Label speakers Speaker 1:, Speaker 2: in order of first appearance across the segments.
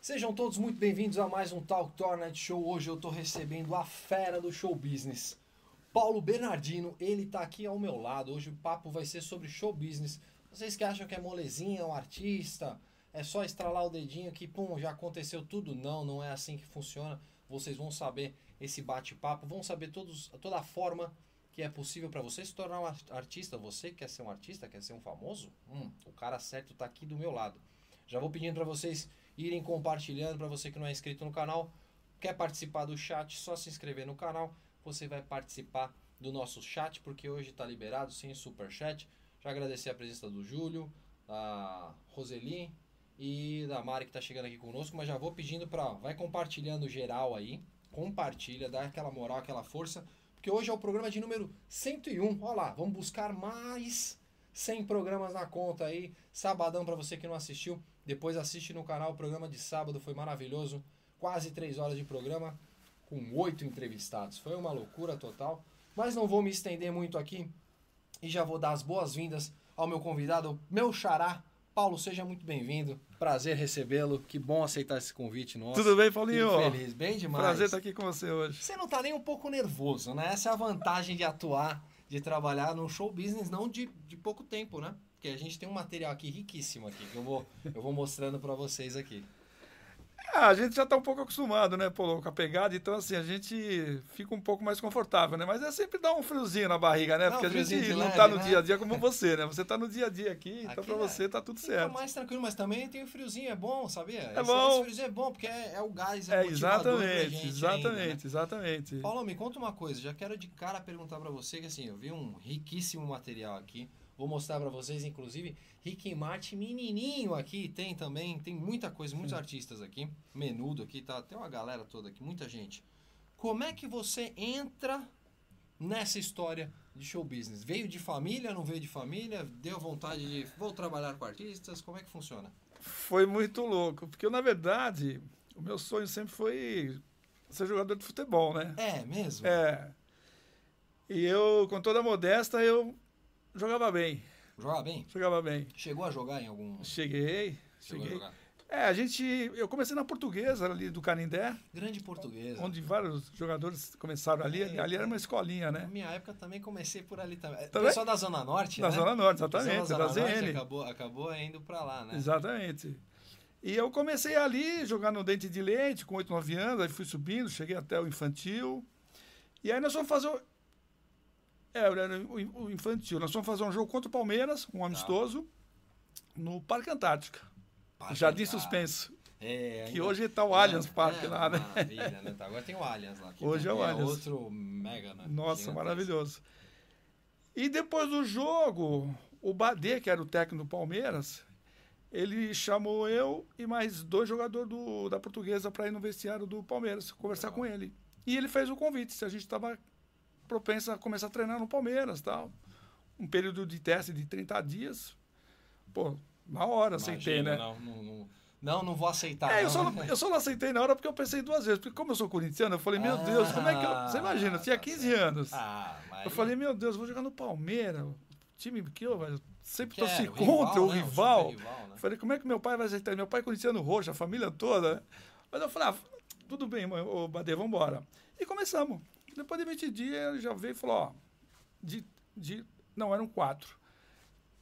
Speaker 1: Sejam todos muito bem-vindos a mais um Talk Tornet Show. Hoje eu tô recebendo a fera do show business, Paulo Bernardino. Ele tá aqui ao meu lado. Hoje o papo vai ser sobre show business. Vocês que acham que é molezinha, um artista, é só estralar o dedinho que pum, já aconteceu tudo. Não, não é assim que funciona. Vocês vão saber esse bate-papo, vão saber todos, toda a forma que é possível para você se tornar um ar- artista. Você que quer ser um artista, quer ser um famoso? Hum, o cara certo tá aqui do meu lado. Já vou pedindo para vocês irem compartilhando para você que não é inscrito no canal, quer participar do chat, só se inscrever no canal. Você vai participar do nosso chat porque hoje está liberado sem super chat. Já agradecer a presença do Júlio, da Roseli e da Mari que está chegando aqui conosco, mas já vou pedindo para vai compartilhando geral aí, compartilha, dá aquela moral, aquela força, porque hoje é o programa de número 101. Olha lá, vamos buscar mais 100 programas na conta aí. Sabadão para você que não assistiu, depois assiste no canal. O programa de sábado foi maravilhoso. Quase 3 horas de programa com 8 entrevistados. Foi uma loucura total, mas não vou me estender muito aqui e já vou dar as boas-vindas ao meu convidado, meu xará. Paulo, seja muito bem-vindo. Prazer recebê-lo. Que bom aceitar esse convite nosso.
Speaker 2: Tudo bem, Paulinho?
Speaker 1: Fico Feliz, bem demais.
Speaker 2: Prazer estar aqui com você hoje.
Speaker 1: Você não tá nem um pouco nervoso, né? Essa é a vantagem de atuar, de trabalhar no show business, não de, de pouco tempo, né? Porque a gente tem um material aqui riquíssimo aqui, que eu vou, eu vou mostrando para vocês aqui.
Speaker 2: Ah, a gente já está um pouco acostumado, né, Paulo, com a pegada, então assim, a gente fica um pouco mais confortável, né? Mas é sempre dar um friozinho na barriga, né?
Speaker 1: Dá um
Speaker 2: Porque a
Speaker 1: friozinho de
Speaker 2: gente não
Speaker 1: leve,
Speaker 2: está no
Speaker 1: né?
Speaker 2: dia a dia como você, né? Você está no dia a dia aqui, então
Speaker 1: Aqui,
Speaker 2: para
Speaker 1: né?
Speaker 2: você está tudo
Speaker 1: Fica
Speaker 2: certo.
Speaker 1: mais tranquilo, mas também tem o friozinho, é bom, sabia? Esse-
Speaker 2: bom.
Speaker 1: Esse friozinho é bom, porque é, é o gás, é,
Speaker 2: É,
Speaker 1: o motivador pra
Speaker 2: exatamente,
Speaker 1: gente
Speaker 2: exatamente,
Speaker 1: ainda, né?
Speaker 2: exatamente.
Speaker 1: Paulo, me conta uma coisa, já quero de cara perguntar pra você que assim, eu vi um riquíssimo material aqui. Vou mostrar pra vocês, inclusive, Rick Martin menininho aqui, tem também, tem muita coisa, muitos artistas aqui, menudo aqui, tá, tem uma galera toda aqui, muita gente. Como é que você entra nessa história de show business? Veio de família, não veio de família? Deu vontade de vou trabalhar com artistas? Como é que funciona?
Speaker 2: Foi muito louco, porque eu, na verdade, o meu sonho sempre foi ser jogador de futebol, né?
Speaker 1: É mesmo?
Speaker 2: É. E eu, com toda a modesta, eu jogava bem,
Speaker 1: Joga bem?
Speaker 2: jogava bem.
Speaker 1: Chegou a jogar em algum
Speaker 2: Cheguei,
Speaker 1: Chegou a
Speaker 2: cheguei.
Speaker 1: jogar?
Speaker 2: É, a gente. Eu comecei na portuguesa ali do Canindé,
Speaker 1: Grande portuguesa.
Speaker 2: onde vários jogadores começaram ali.
Speaker 1: É,
Speaker 2: ali era uma escolinha,
Speaker 1: Na
Speaker 2: né?
Speaker 1: minha época também comecei por ali também.
Speaker 2: Também?
Speaker 1: Pessoal da Zona Norte,
Speaker 2: Da
Speaker 1: né?
Speaker 2: Zona Norte,
Speaker 1: Pessoal
Speaker 2: exatamente, da
Speaker 1: Zona Norte
Speaker 2: ZN.
Speaker 1: acabou, acabou indo pra lá, né?
Speaker 2: Exatamente. E eu comecei ali jogar no dente de leite com 8, 9 anos, aí fui subindo, cheguei até o infantil. E aí nós fomos fazer. o- É, era o o infantil. Nós fomos fazer um jogo contra o Palmeiras,
Speaker 1: Tá.
Speaker 2: um amistoso, no Parque Antártica.
Speaker 1: Parque
Speaker 2: Jardim
Speaker 1: Antártico.
Speaker 2: Suspenso.
Speaker 1: É,
Speaker 2: Que
Speaker 1: ainda-
Speaker 2: hoje tá o Allianz
Speaker 1: É,
Speaker 2: Parque
Speaker 1: é,
Speaker 2: lá, né?
Speaker 1: Maravilha, né? Tá, Agora tem o Allianz lá. que
Speaker 2: Hoje é o
Speaker 1: também
Speaker 2: Allianz.
Speaker 1: outro mega, né?
Speaker 2: Nossa,
Speaker 1: Gigantesco.
Speaker 2: maravilhoso. E depois do jogo, o Badê, que era o técnico do Palmeiras, ele chamou eu e mais dois jogadores do- da Portuguesa para ir no vestiário do Palmeiras conversar
Speaker 1: Legal.
Speaker 2: com ele. E ele fez o convite, se a gente estava propenso a começar a treinar no Palmeiras tal. Um período de teste de 30 dias. Pô, na hora aceitei,
Speaker 1: Imagino,
Speaker 2: né?
Speaker 1: Não, não, não, não, não vou aceitar.
Speaker 2: É,
Speaker 1: não.
Speaker 2: eu só, não, eu só não aceitei na hora porque eu pensei duas vezes. Porque como eu sou corintiano, eu falei, meu Deus, como é que eu... Você imagina, eu tinha
Speaker 1: Ah, tá
Speaker 2: 15
Speaker 1: certo.
Speaker 2: anos.
Speaker 1: Ah, mas...
Speaker 2: Eu falei, meu Deus, vou jogar no Palmeiras. o Time que eu velho, sempre
Speaker 1: Que é,
Speaker 2: torci
Speaker 1: o rival,
Speaker 2: contra o
Speaker 1: né? O
Speaker 2: rival.
Speaker 1: super rival, né?
Speaker 2: Falei, como é que meu pai vai aceitar? Meu pai é corintiano roxo, a família toda. né? Mas eu falei, ah, tudo bem, mãe, ô Bade, vamos embora. E começamos. Depois de 20 dias, ele já veio e falou, ó, de, de... Não, eram quatro.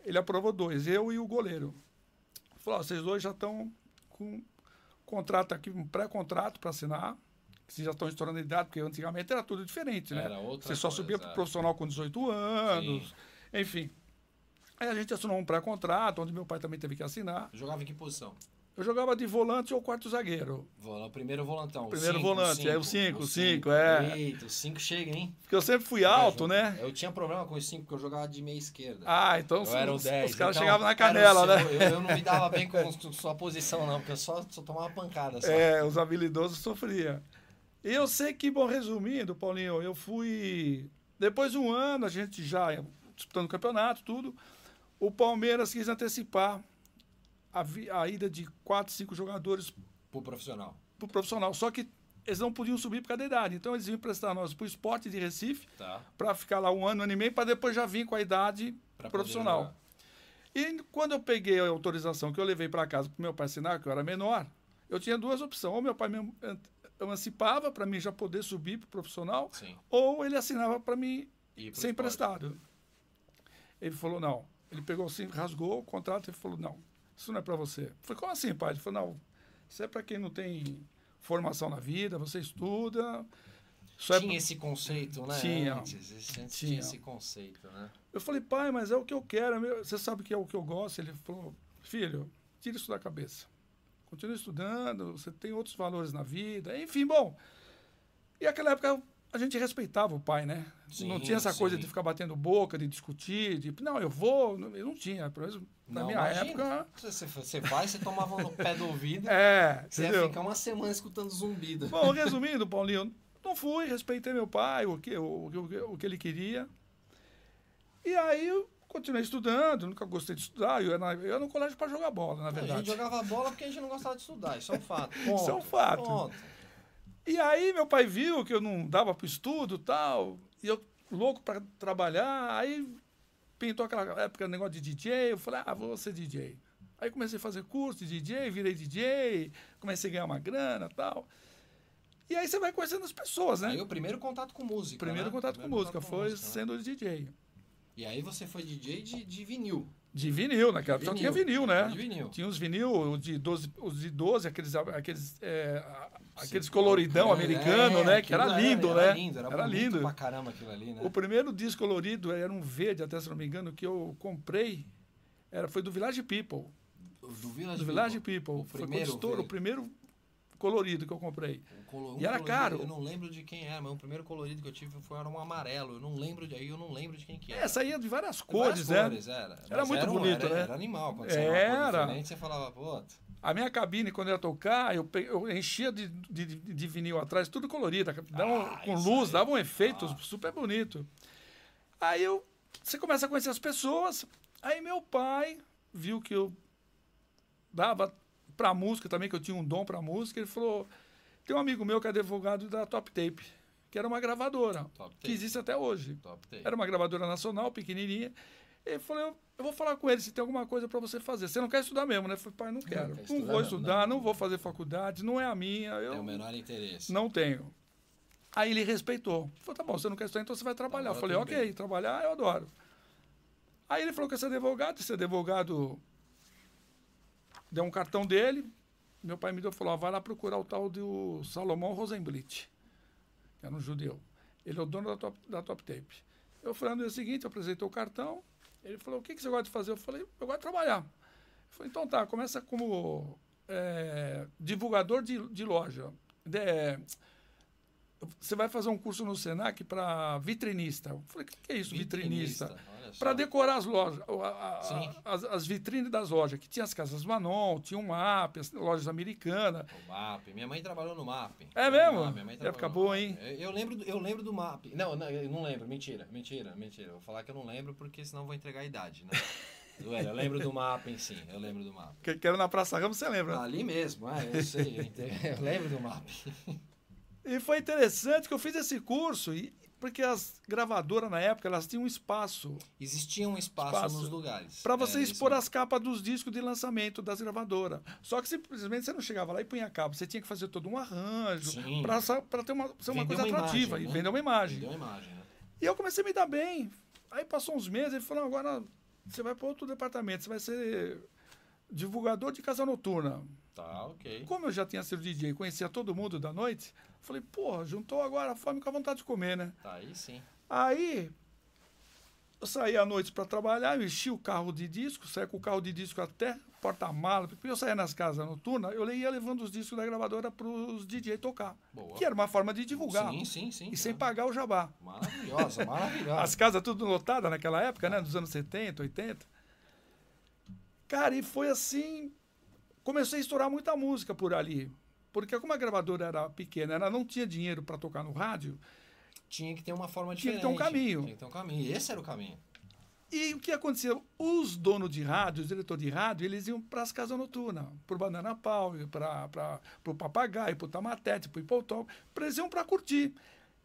Speaker 2: Ele aprovou dois, eu e o goleiro. Falou, ó, vocês dois já estão com contrato aqui, um pré-contrato para assinar. que Vocês já estão estourando a idade, porque antigamente era tudo diferente, né?
Speaker 1: Era outra
Speaker 2: Você só
Speaker 1: coisa,
Speaker 2: subia para
Speaker 1: é.
Speaker 2: profissional com 18 anos, enfim. Aí a gente assinou um pré-contrato, onde meu pai também teve que assinar.
Speaker 1: Jogava em que posição?
Speaker 2: Eu jogava de volante ou quarto zagueiro.
Speaker 1: Vol- O primeiro volantão. o
Speaker 2: Primeiro
Speaker 1: cinco,
Speaker 2: volante, é o cinco, cinco, é.
Speaker 1: Eita, o 5 chega, hein?
Speaker 2: Porque eu sempre fui alto,
Speaker 1: Eu-
Speaker 2: né?
Speaker 1: Eu tinha problema com os 5, porque eu jogava de meia esquerda.
Speaker 2: Ah, então
Speaker 1: eu
Speaker 2: os,
Speaker 1: era o
Speaker 2: os-
Speaker 1: 10.
Speaker 2: os caras
Speaker 1: então,
Speaker 2: chegavam na
Speaker 1: cara,
Speaker 2: canela,
Speaker 1: eu-
Speaker 2: né?
Speaker 1: Eu, eu não me dava bem com com sua posição, não, porque eu só, só tomava pancada. Só.
Speaker 2: É, os habilidosos sofriam. E eu sei que, bom, resumindo, Paulinho, eu fui. Depois de um ano, a gente já disputando o campeonato, tudo. O Palmeiras quis antecipar a, vi- a ida de quatro, cinco jogadores
Speaker 1: Pro profissional.
Speaker 2: pro profissional. Só que eles não podiam subir por causa da idade. Então eles iam emprestar nós pro esporte de Recife
Speaker 1: Tá.
Speaker 2: para ficar lá um ano, um ano e meio, para depois já vir com a idade
Speaker 1: Pra
Speaker 2: profissional.
Speaker 1: poder
Speaker 2: E quando eu peguei a autorização que eu levei para casa para meu pai assinar, que eu era menor, Eu tinha duas opções. Ou meu pai me em- emancipava para mim já poder subir para profissional,
Speaker 1: Sim.
Speaker 2: ou ele assinava para mim
Speaker 1: E pro esporte.
Speaker 2: sem emprestado. Ele falou, não. Ele pegou assim, rasgou o contrato e falou, não, isso não é para você. Eu Falei, como assim, pai? Ele falou, não, isso é para quem não tem formação na vida, você estuda. Só é
Speaker 1: Tinha
Speaker 2: pra-
Speaker 1: esse conceito, né?
Speaker 2: Tinha.
Speaker 1: Antes, antes tinha.
Speaker 2: Tinha.
Speaker 1: esse conceito, né?
Speaker 2: Eu falei, pai, mas é o que eu quero. é meu- Você sabe que é o que eu gosto? Ele falou, filho, tira isso da cabeça. Continua estudando, você tem outros valores na vida. Enfim, bom. E naquela época a gente respeitava o pai, né?
Speaker 1: Sim,
Speaker 2: não tinha essa coisa
Speaker 1: sim.
Speaker 2: de ficar batendo boca, de discutir, de não, eu vou. Não, eu não tinha. Pelo menos na
Speaker 1: Não,
Speaker 2: minha
Speaker 1: imagina.
Speaker 2: época.
Speaker 1: Você, você vai, você tomava no pé do ouvido,
Speaker 2: É,
Speaker 1: você
Speaker 2: entendeu?
Speaker 1: ia ficar uma semana escutando zumbido.
Speaker 2: Bom, resumindo, Paulinho, não fui, respeitei meu pai, o que, o, que- o que- o que ele queria. E aí eu continuei estudando, nunca gostei de estudar. Eu era, eu era no colégio para jogar bola, na
Speaker 1: a gente
Speaker 2: é verdade.
Speaker 1: jogava bola porque a gente não gostava de estudar, isso é um fato.
Speaker 2: Isso é um
Speaker 1: Ponto,
Speaker 2: fato.
Speaker 1: ponto.
Speaker 2: E aí meu pai viu que eu não dava para estudo e tal, e eu louco para trabalhar. Aí pintou aquela época negócio de DJ, eu falei, ah, vou ser DJ. Aí comecei a fazer curso de DJ, virei DJ, comecei a ganhar uma grana e tal. E aí você vai conhecendo as pessoas, né?
Speaker 1: Aí o primeiro contato com música.
Speaker 2: Primeiro
Speaker 1: né?
Speaker 2: contato com música
Speaker 1: contato com
Speaker 2: foi
Speaker 1: música, né?
Speaker 2: sendo DJ.
Speaker 1: E aí você foi DJ de, de vinil.
Speaker 2: De vinil, naquela época só tinha vinil, né?
Speaker 1: De vinil.
Speaker 2: Tinha os vinil, os de 12, os de 12 aqueles, aqueles, é, a- aqueles
Speaker 1: Sim.
Speaker 2: coloridão americano,
Speaker 1: É,
Speaker 2: né? Que era
Speaker 1: aquilo
Speaker 2: lindo,
Speaker 1: era
Speaker 2: né?
Speaker 1: lindo, era,
Speaker 2: Era
Speaker 1: bonito
Speaker 2: lindo.
Speaker 1: pra caramba aquilo ali, né?
Speaker 2: O primeiro disco colorido era um verde, até se não me engano, que eu comprei. Era, foi do Village People.
Speaker 1: Do Village,
Speaker 2: Do Village
Speaker 1: People.
Speaker 2: People.
Speaker 1: O
Speaker 2: foi quando
Speaker 1: primeiro
Speaker 2: estourou, o
Speaker 1: verde.
Speaker 2: primeiro colorido que eu comprei.
Speaker 1: Um colo-
Speaker 2: E era
Speaker 1: colorido,
Speaker 2: caro.
Speaker 1: Eu não lembro de quem era, mas o primeiro colorido que eu tive foi era um amarelo. Eu não lembro de aí, eu não lembro de quem que era.
Speaker 2: É, saía de várias
Speaker 1: Várias
Speaker 2: cores, né?
Speaker 1: cores, era. Mas
Speaker 2: muito
Speaker 1: um-
Speaker 2: bonito,
Speaker 1: era-
Speaker 2: né?
Speaker 1: Era animal. Quando saía uma cor
Speaker 2: Era.
Speaker 1: diferente, você falava, pô,
Speaker 2: A minha cabine, quando eu ia tocar, eu, pe- eu enchia de, de, de vinil atrás, tudo colorido, dava um-
Speaker 1: Ah,
Speaker 2: com
Speaker 1: isso
Speaker 2: luz,
Speaker 1: aí.
Speaker 2: dava um efeito
Speaker 1: Ah.
Speaker 2: super bonito. Aí eu, você começa a conhecer as pessoas, aí meu pai viu que eu dava pra música também, que eu tinha um dom pra música, ele falou, tem um amigo meu que é advogado da Top Tape, que era uma gravadora,
Speaker 1: top
Speaker 2: que
Speaker 1: tape,
Speaker 2: existe até hoje.
Speaker 1: top tape.
Speaker 2: Era uma gravadora nacional, pequenininha. Ele falou, eu, eu vou falar com ele se tem alguma coisa para você fazer. Você não quer estudar mesmo, né? Eu falei, pai, não
Speaker 1: quero
Speaker 2: quero. Não,
Speaker 1: estudar
Speaker 2: vou
Speaker 1: não,
Speaker 2: estudar,
Speaker 1: não.
Speaker 2: não. vou fazer faculdade, não é a minha. Eu
Speaker 1: Tem o menor interesse.
Speaker 2: não tenho. Aí ele respeitou. Falou, tá bom, você não quer estudar, então você vai trabalhar. Eu
Speaker 1: Agora
Speaker 2: falei,
Speaker 1: tudo
Speaker 2: ok,
Speaker 1: bem.
Speaker 2: trabalhar eu adoro. Aí ele falou que esse advogado, esse advogado deu um cartão dele. Meu pai me deu e falou, ó, vai lá procurar o tal do Salomão Rosenblit, que era um judeu. Ele é o dono da Top, da top Tape. Eu falei, no dia seguinte, eu apresentei o cartão. Ele falou, o que, que você gosta de fazer? Eu falei, eu gosto de trabalhar. Ele falou, então tá, começa como eh, divulgador de, de loja. De, eh, você vai fazer um curso no Senac para vitrinista. Eu falei, o que, que é isso, vitrinista?
Speaker 1: olha só.
Speaker 2: Para decorar as lojas, o- a- a-
Speaker 1: Sim.
Speaker 2: as, as vitrines das lojas, que tinha as casas Manon, tinha um MAP, as lojas americanas.
Speaker 1: O MAP. Minha mãe trabalhou no MAP.
Speaker 2: É mesmo?
Speaker 1: Ah, minha mãe
Speaker 2: Época
Speaker 1: trabalhou no
Speaker 2: boa,
Speaker 1: MAP.
Speaker 2: hein?
Speaker 1: Eu, eu lembro, do- eu lembro do MAP. Não, não, eu não lembro. Mentira, mentira, mentira. Eu vou falar que eu não lembro porque senão eu vou entregar a idade, né? Zoeira, eu lembro do MAP, sim. Eu lembro do MAP.
Speaker 2: Que, que era na Praça Ramos, você lembra?
Speaker 1: Ali mesmo, ah, eu sei. Eu, ente- eu lembro do MAP.
Speaker 2: E foi interessante que eu fiz esse curso, e, porque as gravadoras na época elas tinham um espaço
Speaker 1: Existia um espaço,
Speaker 2: Espaço.
Speaker 1: nos lugares.
Speaker 2: para você
Speaker 1: É, isso
Speaker 2: expor as capas dos discos de lançamento das gravadoras. Só que simplesmente você não chegava lá e punha a capa, você tinha que fazer todo um arranjo
Speaker 1: Sim.
Speaker 2: para ter uma, ser uma
Speaker 1: Vender
Speaker 2: coisa
Speaker 1: uma
Speaker 2: atrativa
Speaker 1: imagem,
Speaker 2: e
Speaker 1: né?
Speaker 2: vender uma imagem.
Speaker 1: Deu a imagem, né?
Speaker 2: E eu comecei a me dar bem. Aí passou uns meses, ele falou, "Não, agora você vai para outro departamento, você vai ser divulgador de casa noturna.
Speaker 1: Tá, ok.
Speaker 2: Como eu já tinha sido DJ e conhecia todo mundo da noite, falei, porra, juntou agora a fome com a vontade de comer, né?
Speaker 1: Tá aí sim.
Speaker 2: Aí eu saí à noite para trabalhar, eu enchi o carro de disco, saí com o carro de disco até porta-mala, porque eu saía nas casas noturnas, eu ia levando os discos da gravadora para os DJ tocar,
Speaker 1: Boa.
Speaker 2: que era uma forma de divulgar
Speaker 1: Sim, sim, sim.
Speaker 2: e sem
Speaker 1: claro.
Speaker 2: pagar o jabá.
Speaker 1: Maravilhosa, maravilhosa.
Speaker 2: As casas tudo lotadas naquela época, né? Dos anos 70, 80. Cara, e foi assim. Comecei a estourar muita música por ali. Porque como a gravadora era pequena, ela não tinha dinheiro para tocar no rádio.
Speaker 1: Tinha que ter uma forma
Speaker 2: Tinha que
Speaker 1: diferente.
Speaker 2: ter um caminho.
Speaker 1: Tinha que ter um caminho. E esse era o caminho.
Speaker 2: E o que acontecia? Os donos de rádio, os diretores de rádio, eles iam para as casas noturnas, para o Banana Pau, para o Papagaio, para o Tamatete, para o Hipotop, eles iam para curtir.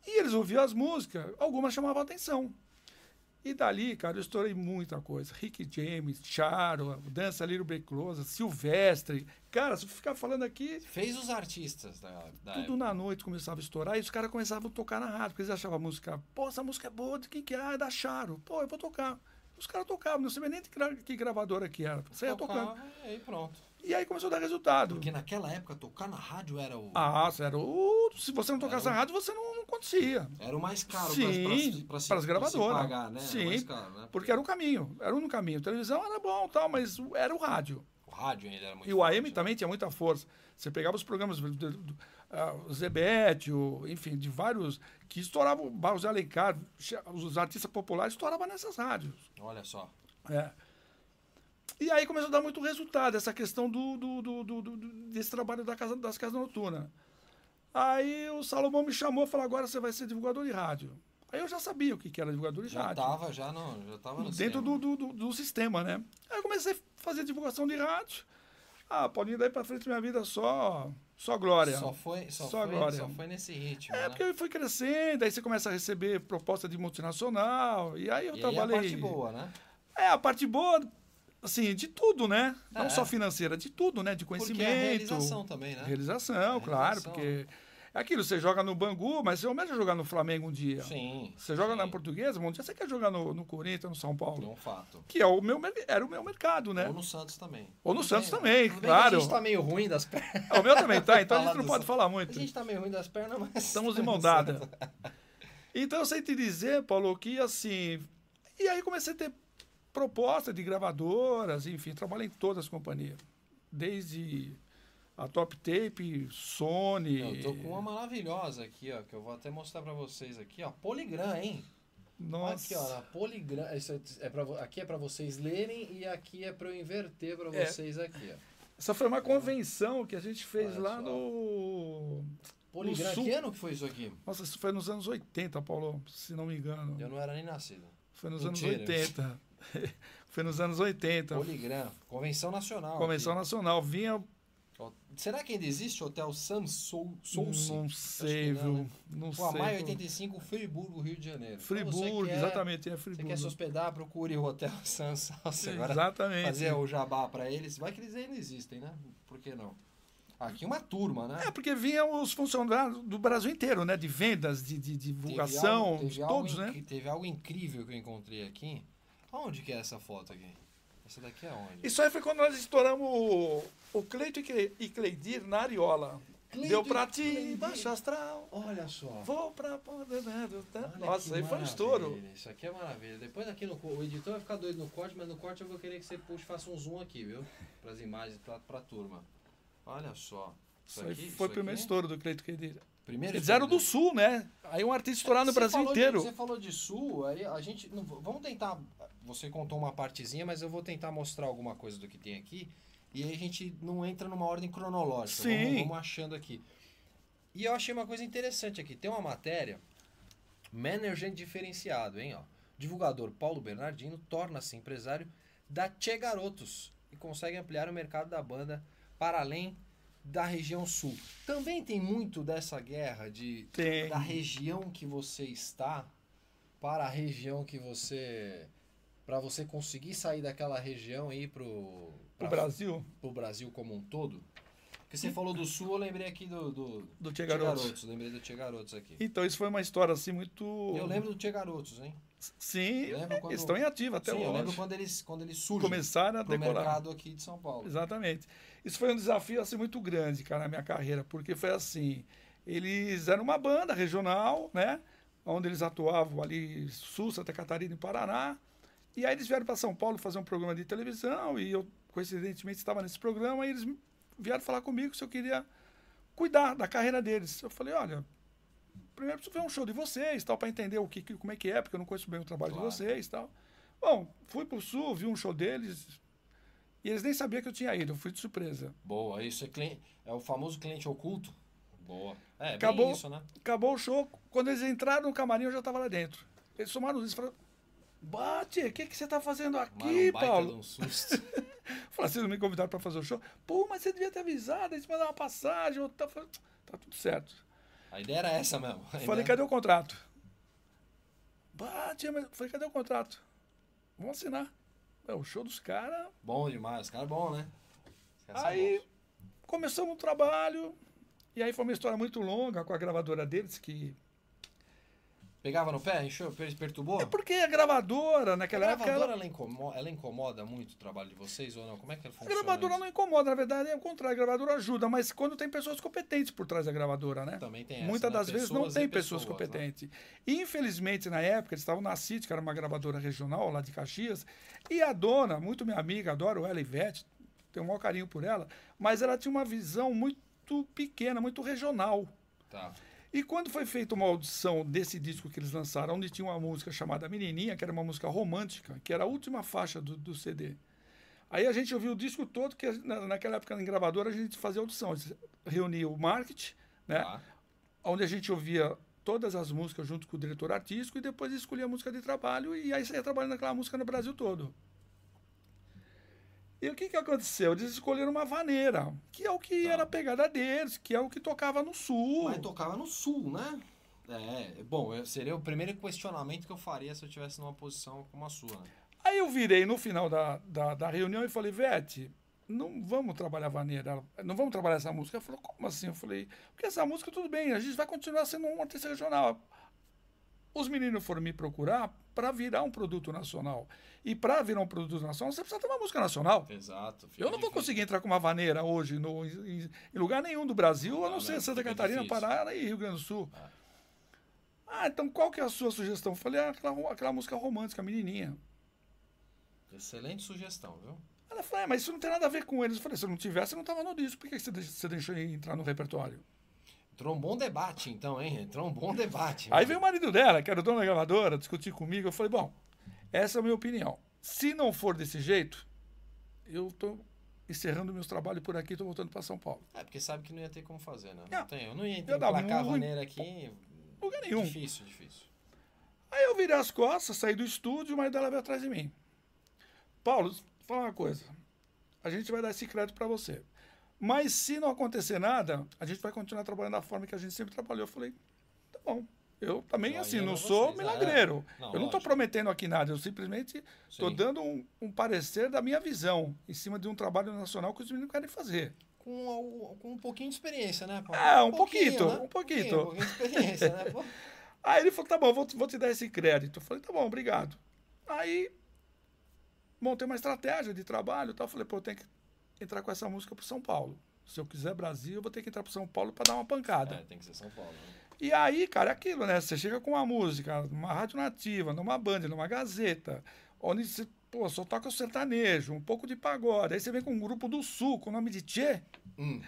Speaker 2: E eles ouviam as músicas, algumas chamavam atenção. E dali, cara, eu estourei muita coisa. Rick James, Charo, Dança Little Break Close, Silvestre. Cara, se eu ficar falando aqui,
Speaker 1: Fez os artistas da, da
Speaker 2: tudo na noite começava a estourar e os caras começavam a tocar na rádio, porque eles achavam "Ah, a música, pô, essa música é boa, de quem que é? Ah, é da Charo. Pô, eu vou tocar. Os caras tocavam, não sabia nem de que gra- que gravadora que era. Saia
Speaker 1: Tocava,
Speaker 2: tocando.
Speaker 1: E aí pronto.
Speaker 2: E aí começou a dar resultado.
Speaker 1: Porque naquela época tocar na rádio era o,
Speaker 2: Ah, sério, o- se você não tocasse
Speaker 1: Era o-
Speaker 2: na rádio, você não, não acontecia.
Speaker 1: era o mais caro
Speaker 2: Sim,
Speaker 1: para se,
Speaker 2: pras
Speaker 1: pra se
Speaker 2: gravadoras.
Speaker 1: pagar, né? Era o mais
Speaker 2: Sim,
Speaker 1: caro, né?
Speaker 2: Porque era o caminho, era um caminho. Televisão era bom tal, mas o- era o rádio.
Speaker 1: O rádio ainda era muito
Speaker 2: E o AM
Speaker 1: forte, né?
Speaker 2: também tinha muita força. Você pegava os programas do, do, do- ah, o Zebete, o- enfim, de vários que estouravam o Barros de Alencar, che- os artistas populares estouravam nessas rádios.
Speaker 1: Olha só.
Speaker 2: É. E aí começou a dar muito resultado, essa questão do, do- do- do- do- do- desse trabalho da casa, das casas noturnas. Aí o Salomão me chamou e falou: agora você vai ser divulgador de rádio. Aí eu já sabia o que que era divulgador de
Speaker 1: Já
Speaker 2: rádio
Speaker 1: tava, já não, já tava no
Speaker 2: dentro
Speaker 1: cinema.
Speaker 2: do, do, do- do sistema, né? Aí eu comecei a fazer divulgação de rádio. Ah, Paulinho, daí pra frente minha vida é só, só glória.
Speaker 1: Só foi, só,
Speaker 2: Só
Speaker 1: foi,
Speaker 2: glória.
Speaker 1: só foi nesse ritmo,
Speaker 2: é,
Speaker 1: né?
Speaker 2: porque eu fui crescendo, aí você começa a receber proposta de multinacional, e aí eu
Speaker 1: E aí é a
Speaker 2: trabalhei...
Speaker 1: parte boa, né?
Speaker 2: É, a parte boa, assim, de tudo, né? Não
Speaker 1: É.
Speaker 2: só financeira, de tudo, né? De
Speaker 1: Porque
Speaker 2: conhecimento.
Speaker 1: é a realização também, né?
Speaker 2: Realização, claro,
Speaker 1: Realização, né?
Speaker 2: porque... É aquilo, você joga no Bangu, mas você almeja jogar no Flamengo um dia.
Speaker 1: Sim.
Speaker 2: Você joga
Speaker 1: sim.
Speaker 2: na Portuguesa, um dia você quer jogar no, no Corinthians, no São
Speaker 1: É
Speaker 2: Paulo.
Speaker 1: um fato.
Speaker 2: Que é o meu, mer- era o meu mercado, né?
Speaker 1: Ou no Santos também.
Speaker 2: Ou no
Speaker 1: Tudo
Speaker 2: Santos
Speaker 1: bem,
Speaker 2: também,
Speaker 1: tudo bem que
Speaker 2: claro.
Speaker 1: A gente tá meio ruim das pernas.
Speaker 2: Ah, O meu também tá, então a
Speaker 1: Falar
Speaker 2: gente não
Speaker 1: do
Speaker 2: pode
Speaker 1: Santos.
Speaker 2: falar
Speaker 1: A
Speaker 2: muito.
Speaker 1: gente tá meio ruim das pernas, mas.
Speaker 2: Estamos em mão dada. Então eu sei te dizer, Paulo, que assim. E aí comecei a ter proposta de gravadoras, enfim, trabalhei em todas as companhias. Desde a Top Tape, Sony.
Speaker 1: Eu tô com uma maravilhosa aqui, ó, que eu vou até mostrar pra vocês aqui, ó. Poligram, hein?
Speaker 2: Nossa.
Speaker 1: Aqui, ó, na Poligram. Isso é pra, vo- aqui é pra vocês lerem e aqui é pra eu inverter pra
Speaker 2: É.
Speaker 1: vocês aqui, ó.
Speaker 2: Essa foi uma convenção que a gente fez
Speaker 1: Olha
Speaker 2: lá
Speaker 1: só.
Speaker 2: no.
Speaker 1: Poligram,
Speaker 2: Sul.
Speaker 1: que ano que foi isso aqui?
Speaker 2: Nossa, isso foi nos anos 80, Paulo, se não me engano.
Speaker 1: Eu não era nem nascido.
Speaker 2: Foi nos
Speaker 1: Mentira.
Speaker 2: anos 80. foi nos anos 80.
Speaker 1: Poligram, Convenção Nacional.
Speaker 2: Tá. Convenção
Speaker 1: aqui.
Speaker 2: Nacional. Vinha
Speaker 1: Ó, Será que ainda existe o Hotel Samsung? Souce?
Speaker 2: Não sei,
Speaker 1: um Acho que não,
Speaker 2: viu?
Speaker 1: né?
Speaker 2: Não
Speaker 1: Pô, a
Speaker 2: sei.
Speaker 1: Maio
Speaker 2: pô.
Speaker 1: 85, Friburgo, Rio de Janeiro. Então,
Speaker 2: Friburgo,
Speaker 1: você quer-
Speaker 2: exatamente, é
Speaker 1: Você
Speaker 2: Friburgo.
Speaker 1: quer se hospedar, procure o Hotel Sansalsa. Agora
Speaker 2: exatamente.
Speaker 1: fazer o jabá pra eles. Vai que eles ainda existem, né? Por que não? Aqui uma turma, né?
Speaker 2: É, porque vinham os funcionários do Brasil inteiro, né? De vendas, de, de divulgação,
Speaker 1: Teve algo-
Speaker 2: de
Speaker 1: teve algo
Speaker 2: todos, né?
Speaker 1: incri- Teve algo incrível que eu encontrei aqui. Aonde que é essa foto aqui? Essa daqui é onde?
Speaker 2: Isso aí foi quando nós estouramos o, o Cleito e Cle- e Cleidir na Ariola.
Speaker 1: Cleito
Speaker 2: Deu
Speaker 1: e
Speaker 2: pra ti,
Speaker 1: Cleidir.
Speaker 2: baixo astral.
Speaker 1: Olha só.
Speaker 2: Vou pra Ponderado.
Speaker 1: Olha que
Speaker 2: Nossa, aí foi um
Speaker 1: maravilha.
Speaker 2: estouro.
Speaker 1: Isso aqui é maravilha. Depois aqui no co- o editor vai ficar doido no corte, mas no corte eu vou querer que você puxe, faça um zoom aqui, viu? Para as imagens, pra, pra turma. Olha só.
Speaker 2: Isso aí
Speaker 1: aqui-
Speaker 2: foi o
Speaker 1: isso
Speaker 2: primeiro
Speaker 1: aqui-
Speaker 2: estouro do Cleito e Cleidir.
Speaker 1: Primeiro
Speaker 2: Eles eram
Speaker 1: estouro,
Speaker 2: do
Speaker 1: né? É,
Speaker 2: Sul, né? Aí um artista estourado no
Speaker 1: Você
Speaker 2: Brasil
Speaker 1: falou de-
Speaker 2: inteiro.
Speaker 1: você falou de sul, aí a gente. não, v- vamos tentar. Você contou uma partezinha, mas eu vou tentar mostrar alguma coisa do que tem aqui. E aí a gente não entra numa ordem cronológica.
Speaker 2: Sim.
Speaker 1: Vamos, vamos achando aqui. E eu achei uma coisa interessante aqui. Tem uma matéria. Manager diferenciado, hein? Ó. Divulgador Paulo Bernardino torna-se empresário da Che Garotos e consegue ampliar o mercado da banda para além da região sul. Também tem muito dessa guerra de
Speaker 2: Tem.
Speaker 1: da região que você está para a região que você para você conseguir sair daquela região e ir pro
Speaker 2: O
Speaker 1: pra-
Speaker 2: Brasil,
Speaker 1: pro Brasil como um todo. Porque você falou do sul, eu lembrei aqui do do
Speaker 2: do
Speaker 1: Che
Speaker 2: Tia Garotos.
Speaker 1: Garotos, lembrei do Che Garotos aqui.
Speaker 2: Então, isso foi uma história assim muito.
Speaker 1: Eu lembro do Che Garotos, hein?
Speaker 2: Sim,
Speaker 1: Eu lembro quando-
Speaker 2: eles estão em ativa até
Speaker 1: Sim, eu lembro
Speaker 2: hoje.
Speaker 1: quando eles quando eles surgem
Speaker 2: Começaram a
Speaker 1: pro
Speaker 2: decolar.
Speaker 1: mercado aqui de São Paulo.
Speaker 2: Exatamente. Isso foi um desafio assim muito grande, cara, na minha carreira, porque foi assim, eles eram uma banda regional, né? Onde eles atuavam ali Sul, Santa Catarina e Paraná. E aí eles vieram para São Paulo fazer um programa de televisão e eu coincidentemente estava nesse programa e eles me- vieram falar comigo se eu queria cuidar da carreira deles. Eu falei, olha, primeiro preciso ver um show de vocês, tal, para entender o que, que- como é que é, porque eu não conheço bem o trabalho
Speaker 1: Claro.
Speaker 2: de vocês, tal. Bom, fui pro Sul, vi um show deles, e eles nem sabiam que eu tinha ido, eu fui de surpresa.
Speaker 1: Boa, isso é cliente, é o famoso cliente oculto. Boa. É, bem
Speaker 2: Acabou.
Speaker 1: isso, né?
Speaker 2: Acabou o show, quando eles entraram no camarim, eu já estava lá dentro. Eles somaram isso e falaram: Bate, o que, que você tá fazendo
Speaker 1: Tomaram
Speaker 2: aqui,
Speaker 1: um baita
Speaker 2: Paulo?
Speaker 1: de um susto.
Speaker 2: Falaram, vocês não me convidaram para fazer o show? Pô, mas você devia ter avisado, eles mandaram uma passagem, ou tá, falei, tá tudo certo.
Speaker 1: A ideia era essa mesmo. A
Speaker 2: Falei,
Speaker 1: ideia-
Speaker 2: cadê o contrato? Bah, tia, mas... Falei, cadê o contrato? Vamos assinar. É, o show dos caras.
Speaker 1: Bom demais, os caras bom, né? Os caras são
Speaker 2: Aí
Speaker 1: bons.
Speaker 2: começamos o trabalho. E aí foi uma história muito longa com a gravadora deles, que.
Speaker 1: Pegava no pé, encheu, per- perturbou?
Speaker 2: É porque a gravadora,
Speaker 1: A
Speaker 2: naquela época.
Speaker 1: gravadora,
Speaker 2: Ela...
Speaker 1: ela incomoda, ela incomoda muito o trabalho de vocês ou não? Como é que ela
Speaker 2: A
Speaker 1: funciona?
Speaker 2: gravadora
Speaker 1: isso?
Speaker 2: não incomoda, na verdade, é o contrário, a gravadora ajuda, mas quando tem pessoas competentes por trás da gravadora, né?
Speaker 1: Também tem essa,
Speaker 2: Muitas
Speaker 1: né?
Speaker 2: das vezes não
Speaker 1: Pessoas e
Speaker 2: tem pessoas,
Speaker 1: pessoas, né?
Speaker 2: competentes. E, infelizmente, na época, eles estavam na CIT, que era uma gravadora regional lá de Caxias, e a dona, muito minha amiga, adoro ela, Ivete, tenho o maior carinho por ela, mas ela tinha uma visão muito pequena, muito regional.
Speaker 1: Tá.
Speaker 2: E quando foi feita uma audição desse disco que eles lançaram, onde tinha uma música chamada Menininha, que era uma música romântica, que era a última faixa do, do CD. Aí a gente ouviu o disco todo, que na- naquela época em gravadora a gente fazia audição. A gente reunia o marketing, né?
Speaker 1: Tá.
Speaker 2: onde a gente ouvia todas as músicas junto com o diretor artístico e depois escolhia a música de trabalho e aí saía trabalhando naquela música no Brasil todo. E o que, que aconteceu? Eles escolheram uma vaneira, que é o que
Speaker 1: Tá.
Speaker 2: era a pegada deles, que é o que tocava no sul.
Speaker 1: Mas tocava no sul, né? É, bom, eu- seria o primeiro questionamento que eu faria se eu estivesse numa posição como a sua, né?
Speaker 2: Aí eu virei no final da, da, da reunião e falei, Vete, não vamos trabalhar vaneira, Ela, não vamos trabalhar essa música. Ela falou, como assim? Eu falei, porque essa música tudo bem, a gente vai continuar sendo um artista regional. Os meninos foram me procurar para virar um produto nacional. E para virar um produto nacional, você precisa ter uma música nacional.
Speaker 1: Exato. fica
Speaker 2: Eu não vou
Speaker 1: difícil.
Speaker 2: conseguir entrar com uma vaneira hoje no, em, em lugar nenhum do Brasil,
Speaker 1: Não
Speaker 2: a não
Speaker 1: dá,
Speaker 2: ser
Speaker 1: né?
Speaker 2: Santa
Speaker 1: Fica
Speaker 2: Catarina,
Speaker 1: difícil.
Speaker 2: Pará e Rio Grande do Sul.
Speaker 1: Ah.
Speaker 2: Ah, então qual que é a sua sugestão? Eu falei, ah, aquela, ro- aquela música romântica, menininha.
Speaker 1: Excelente sugestão, viu?
Speaker 2: Ela falou, é, mas isso não tem nada a ver com eles. Eu falei, se eu não tivesse, eu não tava no disco. Por que que você deixou, você deixou ele entrar no repertório?
Speaker 1: Entrou um bom debate, então, hein? Entrou um bom debate.
Speaker 2: Aí
Speaker 1: mano.
Speaker 2: veio o marido dela, que era o dono da gravadora, discutir comigo. Eu falei, bom, essa é a minha opinião. Se não for desse jeito, eu tô encerrando meus trabalhos por aqui e tô voltando para São Paulo.
Speaker 1: É, porque sabe que não ia ter como fazer, né? Não
Speaker 2: Não.
Speaker 1: tem, eu não ia
Speaker 2: dar
Speaker 1: emplacar a
Speaker 2: muito-
Speaker 1: vaneira aqui.
Speaker 2: Lugar nenhum.
Speaker 1: Difícil, difícil.
Speaker 2: Aí eu virei as costas, saí do estúdio, o marido dela veio atrás de mim. Paulo, fala uma coisa. A gente vai dar esse crédito para você. Mas se não acontecer nada, a gente vai continuar trabalhando da forma que a gente sempre trabalhou. Eu falei, tá bom. Eu também,
Speaker 1: Joinha
Speaker 2: assim,
Speaker 1: pra
Speaker 2: não
Speaker 1: vocês,
Speaker 2: sou
Speaker 1: é.
Speaker 2: milagreiro.
Speaker 1: Não,
Speaker 2: eu não
Speaker 1: lógico.
Speaker 2: estou prometendo aqui nada. Eu simplesmente estou
Speaker 1: Sim.
Speaker 2: dando um, um parecer da minha visão em cima de um trabalho nacional que os meninos querem fazer.
Speaker 1: Com, al- com um pouquinho de experiência, né? Paulo?
Speaker 2: Ah, um pouquinho,
Speaker 1: né?
Speaker 2: um pouquinho.
Speaker 1: Um pouquinho de experiência, né? Pô,
Speaker 2: Aí ele falou, tá bom, vou, te- vou te dar esse crédito. Eu falei, tá bom, obrigado. Aí montei uma estratégia de trabalho e tal. Falei, pô, eu tenho que entrar com essa música pro São Paulo. Se eu quiser Brasil, eu vou ter que entrar pro São Paulo para dar uma pancada.
Speaker 1: É, tem que ser São Paulo. Né?
Speaker 2: E aí, cara, é aquilo, né? Você chega com uma música, numa rádio nativa, numa banda, numa gazeta, onde você, pô, só toca o sertanejo, um pouco de pagode. Aí você vem com um grupo do sul, com o nome de Tchê.
Speaker 1: Hum.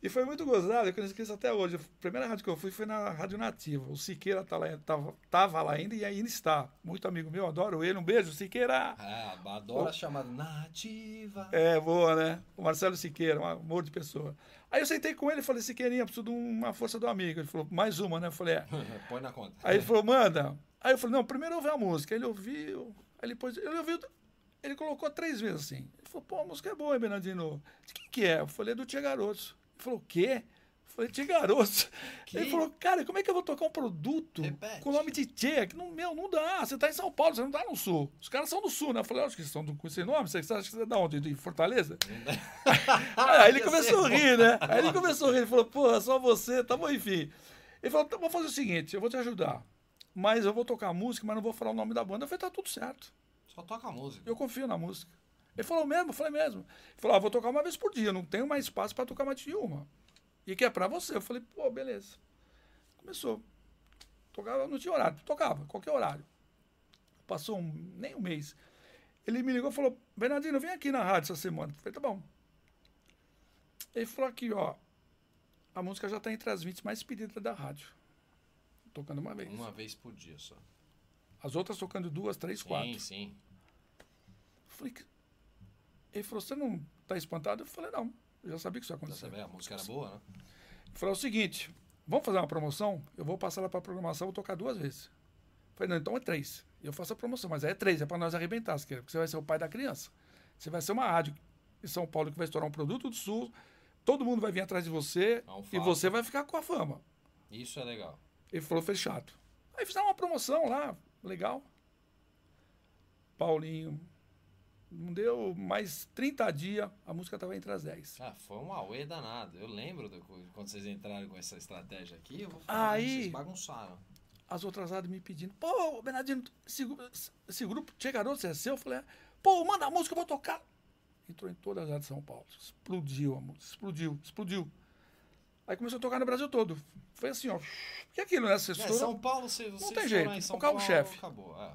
Speaker 2: E foi muito gozado, que eu não esqueço até hoje. A primeira rádio que eu fui foi na Rádio Nativa. O Siqueira tá lá, tava, tava lá ainda e ainda está. Muito amigo meu, adoro ele. Um beijo, Siqueira!
Speaker 1: Ah, adoro a chamada nativa.
Speaker 2: É, boa, né? O Marcelo Siqueira, um amor de pessoa. Aí eu sentei com ele e falei, Siqueirinha, preciso de uma força do amigo. Ele falou, mais uma, né? Eu falei, é.
Speaker 1: Põe na conta.
Speaker 2: Aí ele falou, manda. Aí eu falei, não, primeiro ouve a música. Ele ouviu, aí ele pôs, ele ouviu, ele colocou três vezes assim. Ele falou, pô, a música é boa, hein, Bernardino? De quem que é? Eu falei, é do Tia Garoto. Ele falou, o quê? Eu falei, Tia Garoto.
Speaker 1: Que?
Speaker 2: Ele falou, cara, como é que eu vou tocar um produto
Speaker 1: Repete.
Speaker 2: com o nome de Tia? Que não, meu, não dá. Você tá em São Paulo, você não tá no Sul. Os caras são do Sul, né? Eu falei, acho que eles são do, com esse nome. Você acha que você é da onde? De Fortaleza? Aí, ele
Speaker 1: Ah, Ia
Speaker 2: começou a
Speaker 1: ser
Speaker 2: rir, né? Aí ele começou a rir, ele falou, porra, só você, tá bom, enfim. Ele falou, tá, vou fazer o seguinte, eu vou te ajudar, mas eu vou tocar música, mas não vou falar o nome da banda. Eu falei, tá tudo certo,
Speaker 1: Só toca a música.
Speaker 2: eu confio na música. Ele falou mesmo, eu falei mesmo. Ele falou, ah, vou tocar uma vez por dia, não tenho mais espaço pra tocar mais de uma. E que é pra você. Eu falei, pô, beleza. Começou. Tocava, não tinha horário, tocava, qualquer horário. Passou um- nem um mês. Ele me ligou e falou, Bernardino, vem aqui na rádio essa semana. Eu falei, tá bom. Ele falou aqui, ó, a música já tá entre as 20 mais pedidas da rádio. Tocando uma vez.
Speaker 1: Uma vez por dia só.
Speaker 2: As outras tocando duas, três, quatro.
Speaker 1: Sim, sim.
Speaker 2: Falei, "Que-" ele falou, você não tá espantado? Eu falei, não, eu já sabia que isso ia
Speaker 1: Pra
Speaker 2: acontecer.
Speaker 1: saber, Tá a música era boa, né?
Speaker 2: Ele falou "É o seguinte, vamos fazer uma promoção? Eu vou passar lá pra programação, vou tocar duas vezes. Eu falei, não, então é três. Eu faço a promoção, mas é três, é pra nós arrebentar, se quer, porque você vai ser o pai da criança. Você vai ser uma rádio em São Paulo que vai estourar um produto do Sul, todo mundo vai vir atrás de você
Speaker 1: É um fato.
Speaker 2: e você vai ficar com a fama.
Speaker 1: Isso é legal.
Speaker 2: Ele falou, fechado. Aí fizeram uma promoção lá, legal. Paulinho. Não deu mais 30 dias, a música estava entre as 10.
Speaker 1: Ah, foi um auê danado. Eu lembro do- quando vocês entraram com essa estratégia aqui. Eu vou né,
Speaker 2: Aí-
Speaker 1: vocês bagunçaram.
Speaker 2: As outras rádios me pedindo, pô, Bernardino, esse, gru- esse grupo Che Garoto, você é seu? Eu falei, "É." pô, manda a música, eu vou tocar. Entrou em todas as rádios de São Paulo. Explodiu a música, explodiu, explodiu. Aí começou a tocar no Brasil todo. Foi assim, ó. Porque aquilo, né? Você
Speaker 1: É,
Speaker 2: estoura-
Speaker 1: São Paulo, se você
Speaker 2: tem jeito,
Speaker 1: em São
Speaker 2: o carro
Speaker 1: Paulo,
Speaker 2: chefe.
Speaker 1: acabou. É.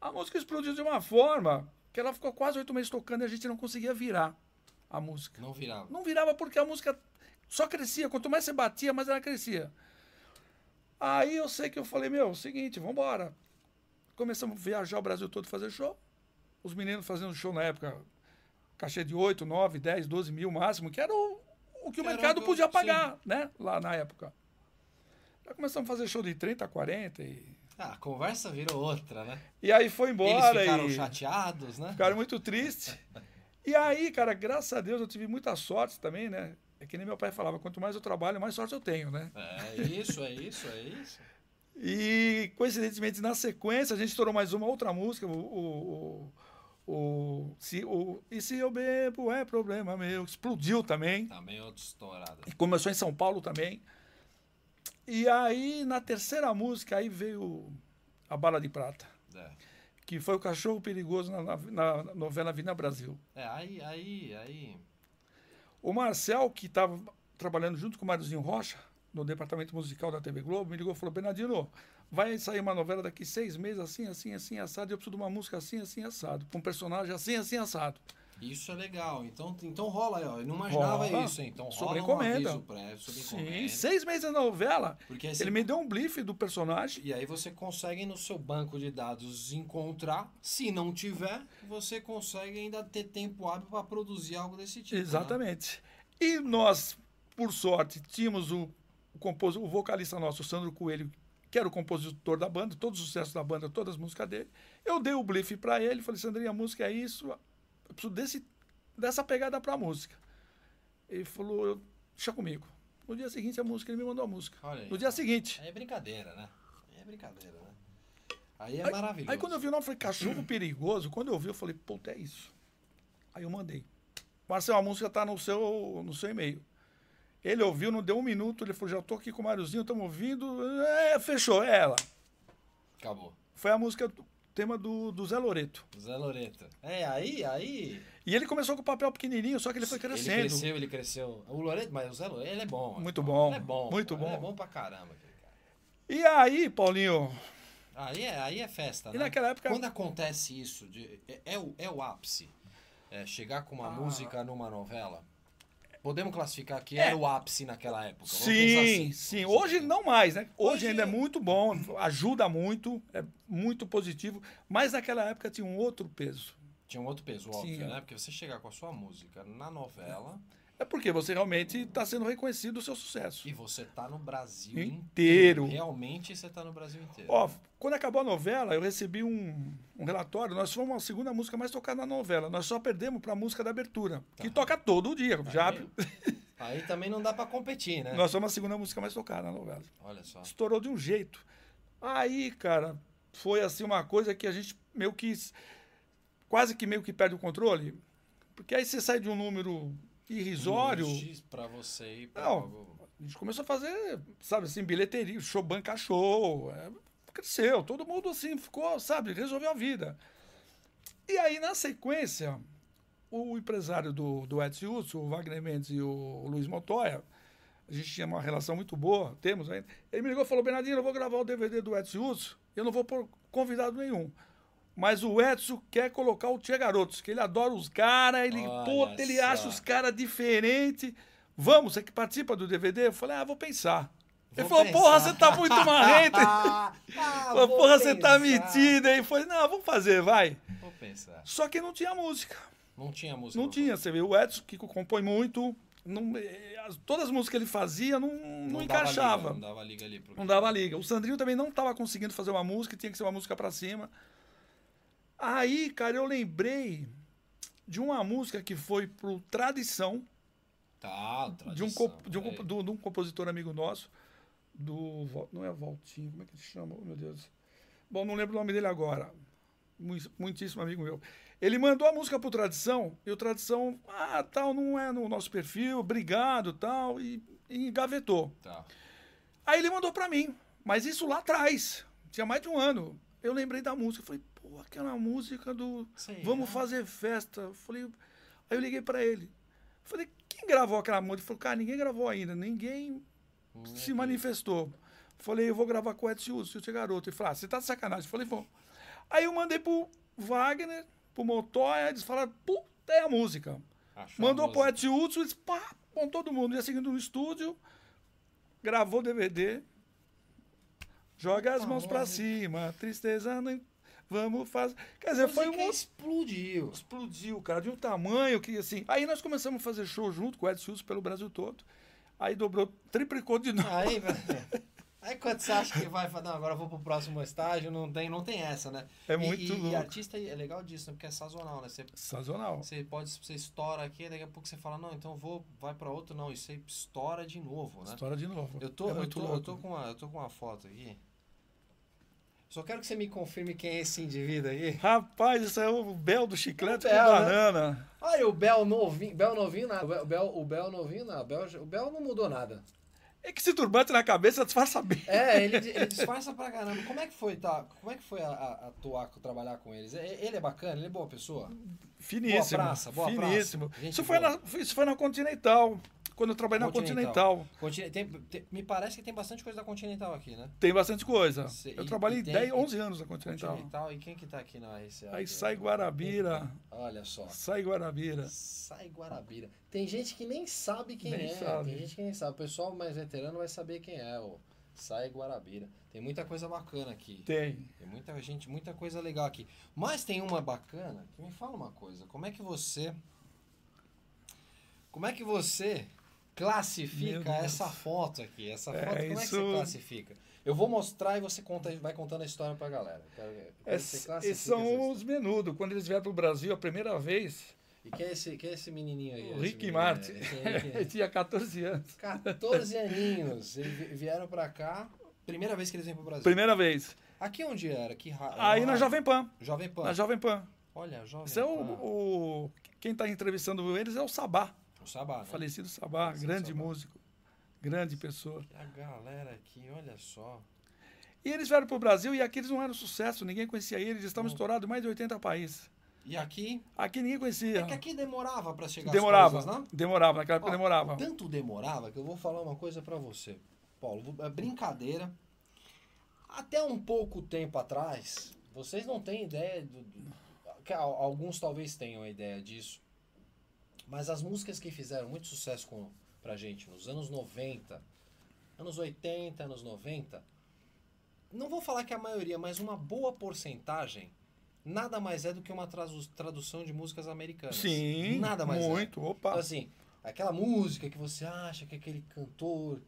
Speaker 2: A música explodiu de uma forma que ela ficou quase oito meses tocando e a gente não conseguia virar a música.
Speaker 1: Não virava.
Speaker 2: Não virava porque a música só crescia. Quanto mais você batia, mais ela crescia. Aí eu sei que eu falei, meu, seguinte, vambora. Começamos a viajar o Brasil todo fazer show. Os meninos fazendo show na época, cachê de 8, 9, 10, 12 mil máximo, que era o, o que o
Speaker 1: Era o
Speaker 2: mercado
Speaker 1: que eu-
Speaker 2: podia pagar, né? Lá na época. Aí começamos a fazer show de 30, 40 e.
Speaker 1: Ah, a conversa virou outra, né?
Speaker 2: E aí foi embora.
Speaker 1: Eles ficaram
Speaker 2: e...
Speaker 1: chateados, né?
Speaker 2: Ficaram muito tristes. E aí, cara, graças a Deus eu tive muita sorte também, né? É que nem meu pai falava, quanto mais eu trabalho, mais sorte eu tenho, né?
Speaker 1: É isso, é isso, é isso.
Speaker 2: E coincidentemente, na sequência, a gente estourou mais uma outra música, o. o, o- o- se, o e se eu bebo é problema meu. Explodiu também.
Speaker 1: Também é outra estourada.
Speaker 2: E começou em São Paulo também. E aí, na terceira música, aí veio a Bala de Prata,
Speaker 1: É,
Speaker 2: que foi o Cachorro Perigoso na, na, na novela Vina Brasil.
Speaker 1: É, aí, aí, aí.
Speaker 2: O Marcel, que estava trabalhando junto com o Máriozinho Rocha, no departamento musical da TV Globo, me ligou e falou: Bernardino, vai sair uma novela daqui seis meses, assim, assim, assim, assado, e eu preciso de uma música assim, assim, assado, com um personagem assim, assim, assado.
Speaker 1: Isso é legal. Então, então rola aí, ó. Eu não imaginava
Speaker 2: Rola.
Speaker 1: isso, hein? Então rola
Speaker 2: Sobre
Speaker 1: um
Speaker 2: encomenda.
Speaker 1: aviso prévio sobre
Speaker 2: Sim,
Speaker 1: encomenda.
Speaker 2: seis meses na novela,
Speaker 1: Porque aí
Speaker 2: ele
Speaker 1: você-
Speaker 2: me deu um blife do personagem.
Speaker 1: E aí você consegue no seu banco de dados encontrar. Se não tiver, você consegue ainda ter tempo hábil para produzir algo desse tipo. né?
Speaker 2: Exatamente. E nós, por sorte, tínhamos o, o, compos- o vocalista nosso, o Sandro Coelho, que era o compositor da banda, todos os sucessos da banda, todas as músicas dele. Eu dei o blife para ele, falei, Sandrinho, a música é isso, eu preciso desse, dessa pegada pra música. Ele falou, "Eu- deixa comigo. No dia seguinte, a música, ele me mandou a música.
Speaker 1: Olha aí.
Speaker 2: No dia seguinte.
Speaker 1: Aí é brincadeira, né? Aí é brincadeira, né? Aí é
Speaker 2: Aí-
Speaker 1: maravilhoso.
Speaker 2: Aí quando eu vi o nome, eu falei,
Speaker 1: Hum."
Speaker 2: cachorro perigoso. Quando eu vi, eu falei, puta, é isso. Aí eu mandei. Marcelo, a música tá no seu, no seu e-mail. Ele ouviu, não deu um minuto, ele falou, já tô aqui com o Máriozinho, estamos ouvindo. É, fechou, é ela.
Speaker 1: Acabou.
Speaker 2: Foi a música, do- tema do, do Zé Loreto.
Speaker 1: Zé Loreto. É, aí, aí.
Speaker 2: E ele começou com o papel pequenininho, só que ele foi crescendo.
Speaker 1: Ele cresceu, ele cresceu. O Loreto, mas o Zé Loreto, ele é bom.
Speaker 2: Muito
Speaker 1: pô.
Speaker 2: bom,
Speaker 1: Ele é bom.
Speaker 2: muito
Speaker 1: pô. Ele é
Speaker 2: bom.
Speaker 1: bom pra caramba, aquele cara.
Speaker 2: E aí, Paulinho,
Speaker 1: Aí é, aí é festa,
Speaker 2: E
Speaker 1: né?
Speaker 2: naquela época-
Speaker 1: Quando acontece isso, de- é, é o, é o ápice. É, chegar com
Speaker 2: Ah.
Speaker 1: uma música numa novela. Podemos classificar que era o ápice naquela época. vamos pensar
Speaker 2: É. Sim,
Speaker 1: assim.
Speaker 2: sim. Hoje não mais, né? Hoje,
Speaker 1: Hoje-
Speaker 2: ainda é muito bom, ajuda muito, é muito positivo. Mas naquela época tinha um outro peso.
Speaker 1: Tinha um outro peso, óbvio,
Speaker 2: Sim.
Speaker 1: né? Porque você chegar com a sua música na novela
Speaker 2: É porque você realmente está sendo reconhecido o seu sucesso.
Speaker 1: e você tá no Brasil
Speaker 2: Inteiro.
Speaker 1: inteiro. Realmente você tá no Brasil inteiro.
Speaker 2: Ó, quando acabou a novela, eu recebi um, um relatório. Nós fomos a segunda música mais tocada na novela. Nós só perdemos para a música da abertura, que toca todo dia. Já,
Speaker 1: Aí- Aí também não dá pra competir, né?
Speaker 2: nós somos a segunda música mais tocada na novela.
Speaker 1: Olha só.
Speaker 2: Estourou de um jeito. Aí, cara, foi assim uma coisa que a gente meio que. quase que meio que perde o controle. Porque aí você sai de um número irrisório.
Speaker 1: Um X pra você ir pra
Speaker 2: Não.
Speaker 1: algo-
Speaker 2: A gente começou a fazer, sabe assim, bilheteria, show, banca show. é, cresceu, todo mundo assim, ficou, sabe, resolveu a vida. E aí, na sequência, o empresário do, do Edson Hudson, o Wagner Mendes e o Luiz Montoya, a gente tinha uma relação muito boa, temos ainda. Ele me ligou e falou: Bernardino, eu vou gravar o DVD do Edson Hudson, eu não vou pôr convidado nenhum. Mas o Edson quer colocar o Tia Garotos, que ele adora os caras, ele,
Speaker 1: Olha
Speaker 2: puta, ele
Speaker 1: só.
Speaker 2: acha os caras diferentes. Vamos, você que participa do DVD? Eu falei, ah, vou pensar. Ele
Speaker 1: Vou
Speaker 2: falou, porra,
Speaker 1: pensar.
Speaker 2: você tá muito marrento. hein?"
Speaker 1: Ah, ah,
Speaker 2: Falou,
Speaker 1: vou
Speaker 2: porra, você
Speaker 1: pensar.
Speaker 2: tá mentindo, hein? Falei, não, vamos fazer, vai.
Speaker 1: Vou pensar.
Speaker 2: Só que não tinha música.
Speaker 1: Não tinha música.
Speaker 2: Não
Speaker 1: pra
Speaker 2: tinha, você vê, o Edson, que compõe muito, não- eh, as- todas as músicas que ele fazia não, não,
Speaker 1: dava
Speaker 2: encaixava.
Speaker 1: liga, não dava liga ali. Pro...
Speaker 2: Não dava liga. O Sandrinho também não estava conseguindo fazer uma música, tinha que ser uma música pra cima. Aí, cara, eu lembrei de uma música que foi pro Tradição,
Speaker 1: Tá,
Speaker 2: de
Speaker 1: tradição,
Speaker 2: um, comp- de, um,
Speaker 1: peraí.
Speaker 2: comp- do- é de um compositor amigo nosso, do. Val- Não é Valtinho, como é que ele chama? Oh, meu Deus. Bom, não lembro o nome dele agora. Mu- Muitíssimo amigo meu. Ele mandou a música pro Tradição, e o Tradição, ah, tal, não é no nosso perfil, obrigado, tal, e, e engavetou.
Speaker 1: Tá.
Speaker 2: Aí ele mandou pra mim, mas isso lá atrás, tinha mais de um ano. Eu lembrei da música, falei, pô, aquela música do
Speaker 1: Sei
Speaker 2: Vamos
Speaker 1: lá.
Speaker 2: Fazer Festa. Eu Falei, aí eu liguei pra ele, falei, quem gravou aquela música? Ele falou, cara, ninguém gravou ainda, ninguém se manifestou. Falei, eu vou gravar com o Edson Hudson, seu garoto. Ele falou, ah, você tá de sacanagem. Falei, vou. Aí eu mandei pro Wagner, pro Montoya, eles falaram, puta, é a música.
Speaker 1: Achou a
Speaker 2: Mandou pro
Speaker 1: música.
Speaker 2: Edson Hudson, eles, pá, com todo mundo. Ia seguindo no estúdio, gravou o DVD, joga as
Speaker 1: Puta
Speaker 2: mãos pra
Speaker 1: música.
Speaker 2: cima, tristeza, nem... vamos fazer. Quer dizer, foi
Speaker 1: Música
Speaker 2: um
Speaker 1: explodiu.
Speaker 2: explodiu, cara, de um tamanho que assim. Aí nós começamos a fazer show junto com o Edson Hudson pelo Brasil todo. Aí dobrou, triplicou de novo.
Speaker 1: Aí, velho. Aí quando você acha que vai falar, não, agora eu vou pro próximo estágio, não tem, não tem essa, né?
Speaker 2: É
Speaker 1: E-
Speaker 2: muito
Speaker 1: e, e
Speaker 2: louco.
Speaker 1: artista é legal disso, né? Porque é sazonal, né? Você,
Speaker 2: Sazonal.
Speaker 1: você pode, você estoura aqui, daqui a pouco você fala, não, então eu vou, vai pra outro, não. E você estoura de novo, né?
Speaker 2: História de novo.
Speaker 1: Eu tô,
Speaker 2: é
Speaker 1: eu,
Speaker 2: muito
Speaker 1: tô, eu,
Speaker 2: louco.
Speaker 1: tô com uma, eu tô com uma foto aqui. Só quero que você me confirme quem é esse indivíduo aí.
Speaker 2: Rapaz, isso é o Bel do chiclete
Speaker 1: É o Bel,
Speaker 2: com
Speaker 1: né?
Speaker 2: banana.
Speaker 1: Olha, o Bel novinho. Bel novinho nada. O Bel- O Bel, o Bel novinho nada. O Bel, o Bel não mudou nada.
Speaker 2: É que esse turbante na cabeça disfarça bem.
Speaker 1: É, ele, ele disfarça pra caramba. Como é que foi, tá? Como é que foi a- a- atuar, co- trabalhar com eles? E- Ele é bacana, ele é boa pessoa.
Speaker 2: Finíssimo.
Speaker 1: Boa praça, boa
Speaker 2: finíssimo.
Speaker 1: praça. Gente
Speaker 2: Isso, foi
Speaker 1: boa.
Speaker 2: na, isso foi na Continental. Quando eu trabalhei na
Speaker 1: Continental.
Speaker 2: Continental.
Speaker 1: Continen- tem- tem- me parece que tem bastante coisa da Continental aqui, né?
Speaker 2: Tem bastante coisa.
Speaker 1: Cê-
Speaker 2: eu
Speaker 1: e-
Speaker 2: trabalhei
Speaker 1: e tem-
Speaker 2: 10, 11 anos na Continental.
Speaker 1: Continental. E quem que tá aqui na RCA?
Speaker 2: Então. Aí sai Guarabira.
Speaker 1: Olha só.
Speaker 2: Sai Guarabira.
Speaker 1: Sai Guarabira. Tem gente que nem sabe quem
Speaker 2: Nem
Speaker 1: é.
Speaker 2: sabe.
Speaker 1: Tem gente que nem sabe. O pessoal mais veterano vai saber quem é. Ó. Sai Guarabira. Tem muita coisa bacana aqui.
Speaker 2: Tem.
Speaker 1: Tem muita gente, muita coisa legal aqui. Mas tem uma bacana que me fala uma coisa. Como é que você. Como é que você
Speaker 2: Meu
Speaker 1: classifica
Speaker 2: Deus.
Speaker 1: essa foto aqui? Essa
Speaker 2: É,
Speaker 1: foto, como é que você
Speaker 2: isso-
Speaker 1: classifica? Eu vou mostrar e você conta, vai contando a história pra galera. Eu quero- eu quero que você
Speaker 2: Esses
Speaker 1: classifique
Speaker 2: É esses são
Speaker 1: essas-
Speaker 2: os menudos. Quando eles vieram pro Brasil a primeira vez,
Speaker 1: E quem é esse, quem é esse menininho aí?
Speaker 2: O
Speaker 1: Esse
Speaker 2: Rick
Speaker 1: menininho,
Speaker 2: Martin.
Speaker 1: é, quem é- quem é?
Speaker 2: eu tinha 14 anos.
Speaker 1: 14 aninhos. Eles vi- vieram pra cá. Primeira vez que eles vêm pro Brasil.
Speaker 2: Primeira vez.
Speaker 1: Aqui onde era? Que ra...
Speaker 2: Aí
Speaker 1: na
Speaker 2: na Jovem Pan.
Speaker 1: Jovem Pan.
Speaker 2: Na Jovem Pan.
Speaker 1: Olha, Jovem
Speaker 2: Isso é
Speaker 1: Pan.
Speaker 2: o, o- Quem está entrevistando eles é o Sabá.
Speaker 1: O Sabá, né?
Speaker 2: Falecido Sabá,
Speaker 1: Falecido
Speaker 2: grande
Speaker 1: Sabá.
Speaker 2: músico, grande pessoa.
Speaker 1: A galera aqui, olha só.
Speaker 2: E eles vieram para o Brasil e aqui eles não eram sucesso, ninguém conhecia eles, eles estavam
Speaker 1: Não.
Speaker 2: estourados em mais de 80 países.
Speaker 1: E aqui?
Speaker 2: Aqui ninguém conhecia.
Speaker 1: É que aqui demorava pra chegar
Speaker 2: demorava,
Speaker 1: as coisas, né?
Speaker 2: demorava, naquela época
Speaker 1: Ó,
Speaker 2: demorava.
Speaker 1: Tanto demorava que eu vou falar uma coisa pra você. Paulo, vou- é brincadeira. Até um pouco tempo atrás, vocês não têm ideia do, do- que al- alguns talvez tenham a ideia disso. Mas as músicas que fizeram muito sucesso com pra gente nos anos 90, anos 80, anos 90, não vou falar que é a maioria, mas uma boa porcentagem nada mais é do que uma trasu- tradução de músicas americanas.
Speaker 2: Sim,
Speaker 1: nada mais é.
Speaker 2: muito, opa.
Speaker 1: Então, assim, aquela música que você acha que aquele cantor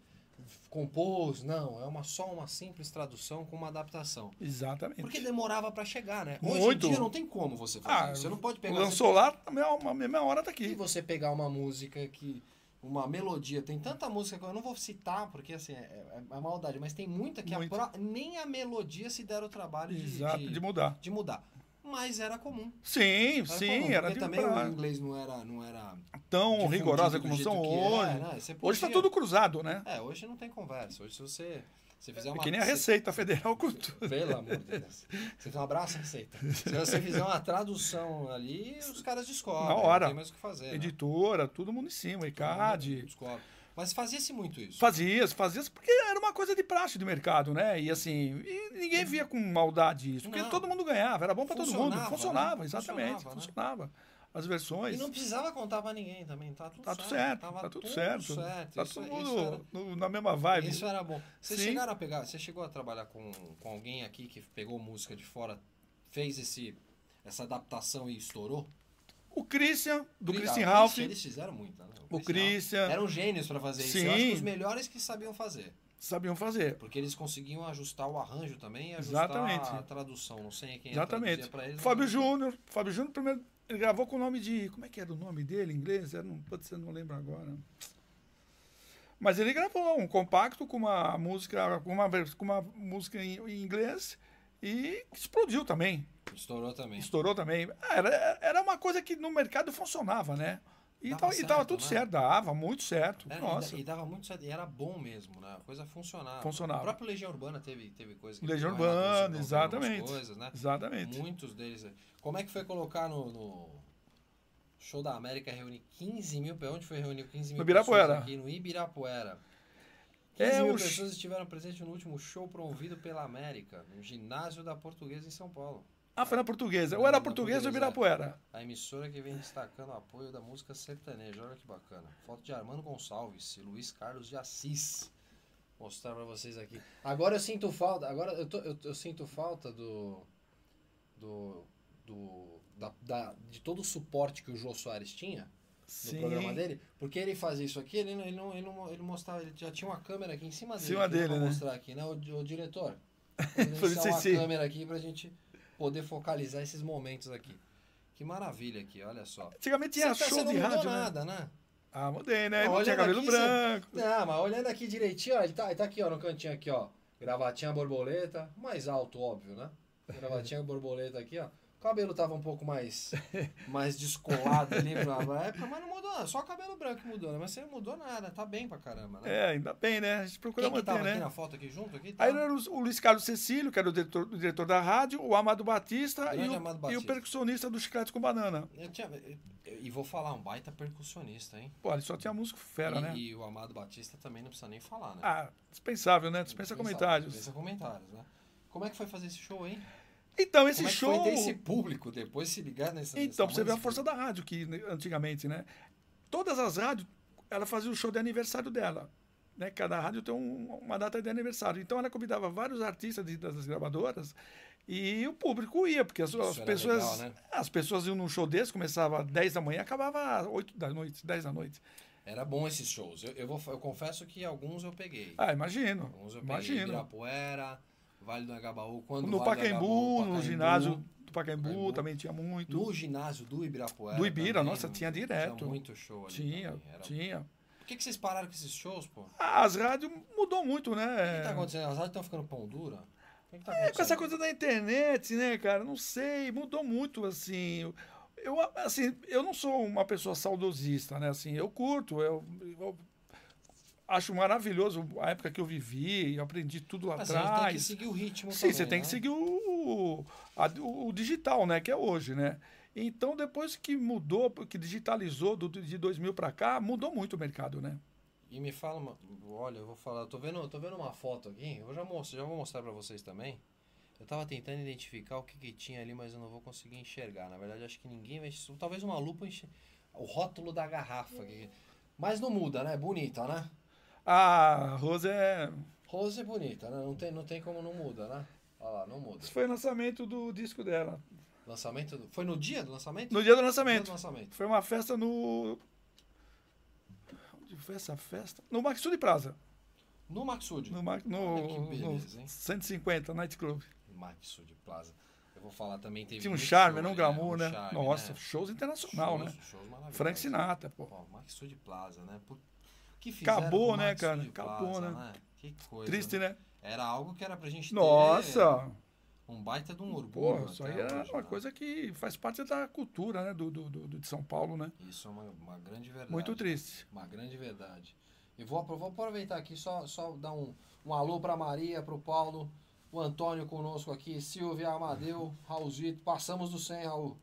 Speaker 1: compôs, não, é uma só uma simples tradução com uma adaptação.
Speaker 2: Exatamente.
Speaker 1: Porque demorava pra chegar, né? Hoje
Speaker 2: Muito.
Speaker 1: em dia não tem como você fazer.
Speaker 2: Ah,
Speaker 1: isso. você não pode pegar
Speaker 2: Lançou lá, a mesma, a mesma hora tá
Speaker 1: e
Speaker 2: aqui.
Speaker 1: você pegar uma música que uma melodia, tem tanta música que eu não vou citar, porque assim, é, é, é maldade, mas tem muita que a
Speaker 2: Muito.
Speaker 1: pro- nem a melodia se der o trabalho de,
Speaker 2: Exato, de,
Speaker 1: de,
Speaker 2: mudar.
Speaker 1: de mudar. Mas era comum.
Speaker 2: Sim,
Speaker 1: Era
Speaker 2: sim,
Speaker 1: comum,
Speaker 2: era
Speaker 1: porque
Speaker 2: de
Speaker 1: também
Speaker 2: pra-
Speaker 1: o inglês não era, não era
Speaker 2: tão
Speaker 1: difundido
Speaker 2: rigorosa
Speaker 1: do
Speaker 2: como
Speaker 1: jeito
Speaker 2: são
Speaker 1: que
Speaker 2: hoje.
Speaker 1: é, né? Você
Speaker 2: Hoje tá está
Speaker 1: podia-
Speaker 2: tudo cruzado, né?
Speaker 1: É, hoje não tem conversa. Hoje se você, você fizer
Speaker 2: É
Speaker 1: uma
Speaker 2: que nem a Receita Federal com tudo.
Speaker 1: Pelo amor de Deus. Você tem um abraço, receita. Se você fizer uma tradução ali, os caras descobrem.
Speaker 2: Na hora.
Speaker 1: Não tem mais o que fazer. né?
Speaker 2: Editora, todo mundo em cima, ICAD.
Speaker 1: Descobre. Mas fazia-se muito isso.
Speaker 2: Fazia, fazia, porque era uma coisa de praxe de mercado, né? E assim, e ninguém via com maldade isso, porque
Speaker 1: Não.
Speaker 2: todo mundo ganhava, era bom para todo mundo,
Speaker 1: Funcionava,
Speaker 2: funcionava,
Speaker 1: né?
Speaker 2: exatamente, funcionava.
Speaker 1: Funcionava, né?
Speaker 2: As
Speaker 1: E
Speaker 2: versões,
Speaker 1: não precisava contar pra ninguém também. Tá tudo
Speaker 2: tá
Speaker 1: certo.
Speaker 2: tudo certo,
Speaker 1: Tava
Speaker 2: tá tudo certo, tá
Speaker 1: Isso-
Speaker 2: todo
Speaker 1: isso
Speaker 2: mundo
Speaker 1: era-
Speaker 2: no- na mesma vibe.
Speaker 1: Isso era bom. Vocês
Speaker 2: Sim.
Speaker 1: chegaram a pegar, você chegou a trabalhar com, com alguém aqui que pegou música de fora, fez esse, essa adaptação e estourou?
Speaker 2: O Christian, do
Speaker 1: Ah,
Speaker 2: Christian
Speaker 1: isso
Speaker 2: Ralph,
Speaker 1: Eles fizeram muita, né?
Speaker 2: o
Speaker 1: Christian
Speaker 2: Christian,
Speaker 1: Eram gênios pra fazer isso.
Speaker 2: Sim.
Speaker 1: Eu acho que os melhores que sabiam fazer.
Speaker 2: sabiam fazer.
Speaker 1: Porque eles conseguiam ajustar o arranjo também e ajustar
Speaker 2: Exatamente.
Speaker 1: a tradução. Não sei quem é
Speaker 2: Exatamente.
Speaker 1: traduzia pra eles.
Speaker 2: Fábio
Speaker 1: mas-
Speaker 2: Júnior, Fábio Júnior primeiro, ele gravou com o nome de, como é que era o nome dele em inglês? Era, não, pode ser, não lembro agora. Mas ele gravou um compacto com uma música, com uma, vers- com uma música em, em inglês E explodiu também.
Speaker 1: Estourou também.
Speaker 2: Estourou também. Ah, Era, era uma coisa que no mercado funcionava, né? E,
Speaker 1: Dava
Speaker 2: tava, e tava
Speaker 1: certo,
Speaker 2: tudo
Speaker 1: né?
Speaker 2: certo, dava muito certo.
Speaker 1: Era- e da-
Speaker 2: Nossa.
Speaker 1: E, dava muito certo. E era bom mesmo, né? A coisa funcionava.
Speaker 2: Funcionava.
Speaker 1: O próprio Legião Urbana teve, teve coisa que
Speaker 2: Legião
Speaker 1: teve um relato
Speaker 2: Urbana,
Speaker 1: do Silvão, teve algumas
Speaker 2: exatamente.
Speaker 1: Coisas, né?
Speaker 2: Exatamente.
Speaker 1: Muitos deles. Como é que foi colocar no, no Show da América reunir 15 mil? Onde foi reunir 15 mil
Speaker 2: No Ibirapuera.
Speaker 1: pessoas aqui no Ibirapuera? 15
Speaker 2: É,
Speaker 1: mil
Speaker 2: o sh-
Speaker 1: pessoas estiveram presentes no último show promovido pela América, no ginásio da Portuguesa em São Paulo.
Speaker 2: Ah, foi na portuguesa. Ou
Speaker 1: Era
Speaker 2: era
Speaker 1: na
Speaker 2: portuguesa ou
Speaker 1: portuguesa, é.
Speaker 2: Ibirapuera.
Speaker 1: A emissora que vem destacando o apoio da música sertaneja. Olha que bacana. Foto de Armando Gonçalves e Luiz Carlos de Assis. Mostrar pra vocês aqui. Agora eu sinto falta. Agora eu, tô- eu- eu sinto falta do. Do. do da, da- de todo o suporte que o Jô Soares tinha no
Speaker 2: Sim.
Speaker 1: programa dele. Porque ele fazia isso aqui, ele, não- ele, não, ele, não, ele mostrava. Ele já tinha uma câmera aqui em cima
Speaker 2: Em
Speaker 1: dele.
Speaker 2: cima
Speaker 1: que dá pra
Speaker 2: dele, né?
Speaker 1: mostrar aqui, né? O, di- o diretor.
Speaker 2: Falei,
Speaker 1: Deixa
Speaker 2: sim,
Speaker 1: uma
Speaker 2: sim.
Speaker 1: câmera aqui pra gente poder focalizar esses momentos aqui. Que maravilha aqui, olha só.
Speaker 2: Antigamente tinha
Speaker 1: Você tá-
Speaker 2: é show
Speaker 1: você
Speaker 2: de
Speaker 1: não mudou
Speaker 2: rádio, né?
Speaker 1: nada, né?
Speaker 2: Ah, mudei, né? Não
Speaker 1: Olha
Speaker 2: tinha cabelo
Speaker 1: daqui, cê-
Speaker 2: branco.
Speaker 1: Não, Ah, mas olhando aqui direitinho, ó, ele tá, ele tá aqui, ó, no cantinho aqui, ó. Gravatinha borboleta, mais alto, óbvio, né? Gravatinha borboleta aqui, ó. O cabelo tava um pouco mais, mais descolado ali pra na época, mas não mudou nada. Só o cabelo branco que mudou, né? Mas você não mudou nada, tá bem pra caramba, né?
Speaker 2: É, ainda bem, né? A gente procura
Speaker 1: Quem que
Speaker 2: manter,
Speaker 1: tava
Speaker 2: né?
Speaker 1: aqui na foto aqui junto? Aqui,
Speaker 2: Aí
Speaker 1: Tá?
Speaker 2: era o o Luiz Carlos Cecílio, que era o diretor, o diretor da rádio, o Amado Batista,
Speaker 1: Grande
Speaker 2: e o,
Speaker 1: Amado
Speaker 2: e
Speaker 1: Batista.
Speaker 2: o percussionista do Chiclete com Banana.
Speaker 1: Eu tinha, e vou falar, um baita percussionista, hein?
Speaker 2: Pô, ele só tinha músico fera,
Speaker 1: e,
Speaker 2: né?
Speaker 1: e o Amado Batista também não precisa nem falar, né?
Speaker 2: Ah, dispensável, né? Dispensa comentários.
Speaker 1: Dispensa comentários, né? Como é que foi fazer esse show, hein?
Speaker 2: Então, esse
Speaker 1: Como é que
Speaker 2: show.
Speaker 1: foi ter esse né? público depois se ligar nessa
Speaker 2: Então, pra você vê a força da rádio que né, antigamente, né? Todas as rádios, ela fazia o show de aniversário dela. Né? Cada rádio tem um- uma data de aniversário. Então ela convidava vários artistas de- das gravadoras e o público ia, porque as, as
Speaker 1: era
Speaker 2: pessoas.
Speaker 1: legal, né?
Speaker 2: As pessoas iam num show desse, começava às 10 da manhã e acabava às 8 da noite, 10 da noite.
Speaker 1: Era bom esses shows. Eu, eu, vou, eu confesso que alguns eu peguei.
Speaker 2: Ah, imagino.
Speaker 1: alguns eu peguei.
Speaker 2: Imagino.
Speaker 1: Ibirapuera, Vale do Agabaú. Quando
Speaker 2: No
Speaker 1: o Vale do Agabaú,
Speaker 2: Pacaembu, no
Speaker 1: Pacaembu,
Speaker 2: ginásio do Pacaembu,
Speaker 1: Pacaembu.
Speaker 2: também tinha muito.
Speaker 1: No ginásio do Ibirapuera.
Speaker 2: Do Ibira,
Speaker 1: também,
Speaker 2: nossa,
Speaker 1: né?
Speaker 2: tinha direto.
Speaker 1: Tinha muito show ali.
Speaker 2: tinha,
Speaker 1: também, era-
Speaker 2: tinha.
Speaker 1: Por que, que vocês pararam com esses shows, pô? O
Speaker 2: As rádios mudou muito, né?
Speaker 1: que que tá acontecendo? As rádios estão ficando pão dura? O que que tá
Speaker 2: É, com essa
Speaker 1: acontecendo?
Speaker 2: coisa da internet, né, cara? Não sei, mudou muito, assim. Eu, assim, eu não sou uma pessoa saudosista, né? Assim, eu curto, eu, eu acho maravilhoso a época que eu vivi, eu aprendi tudo lá
Speaker 1: Mas a gente Assim, tem que
Speaker 2: atrás.
Speaker 1: seguir o ritmo
Speaker 2: Sim,
Speaker 1: também,
Speaker 2: você tem
Speaker 1: né?
Speaker 2: que seguir o, o, a- o digital, né? Que é hoje, né? Então, depois que mudou, que digitalizou do, de 2000 para cá, mudou muito o mercado, né?
Speaker 1: E me fala, uma- olha, eu vou falar, eu tô vendo, eu tô vendo uma foto aqui, eu já, mostro, já vou mostrar pra vocês também. Eu tava tentando identificar o que que tinha ali, mas eu não vou conseguir enxergar. Na verdade, acho que ninguém vai, talvez uma lupa enxer... o rótulo da garrafa aqui. Mas não muda, né? Bonita, né?
Speaker 2: A Rosa é...
Speaker 1: Rose é bonita, né? Não tem, não tem como não muda, né? Olha lá, não muda.
Speaker 2: Esse foi o lançamento do disco dela.
Speaker 1: Lançamento, do- foi no dia do lançamento?
Speaker 2: No dia do
Speaker 1: Dia
Speaker 2: lançamento.
Speaker 1: do lançamento.
Speaker 2: Foi uma festa no. Onde foi essa festa? No Maxud Plaza.
Speaker 1: No Maxud.
Speaker 2: No, Ma-
Speaker 1: Olha que
Speaker 2: no,
Speaker 1: beleza,
Speaker 2: no
Speaker 1: hein?
Speaker 2: 150 Night Club.
Speaker 1: Maxud Plaza. Eu vou falar também, teve
Speaker 2: Tinha um
Speaker 1: muito
Speaker 2: charme,
Speaker 1: show
Speaker 2: era um
Speaker 1: ali,
Speaker 2: glamour,
Speaker 1: Um
Speaker 2: né?
Speaker 1: charme,
Speaker 2: Nossa, shows internacional,
Speaker 1: shows,
Speaker 2: né?
Speaker 1: Shows maravilhosos.
Speaker 2: Frank Sinatra, pô.
Speaker 1: Pô, Max Sud Plaza, né? Por... Que fizeram
Speaker 2: Acabou,
Speaker 1: com o
Speaker 2: né,
Speaker 1: Max
Speaker 2: cara?
Speaker 1: Sud Plaza,
Speaker 2: Acabou, né?
Speaker 1: Que coisa.
Speaker 2: Triste, né?
Speaker 1: Era algo que era pra gente ter
Speaker 2: Nossa!
Speaker 1: um baita de um orgulho.
Speaker 2: Porra, isso
Speaker 1: até
Speaker 2: aí era
Speaker 1: hoje,
Speaker 2: uma
Speaker 1: né?
Speaker 2: coisa que faz parte da cultura, né? Do, do, do- do- de São Paulo, né?
Speaker 1: Isso é uma, uma grande verdade.
Speaker 2: Muito triste.
Speaker 1: Uma grande verdade. E vou, apro- vou aproveitar aqui, só, só dar um, um alô pra Maria, pro Paulo, o Antônio conosco aqui, Silvia, Amadeu, Raulzito. Passamos do 100, Raul.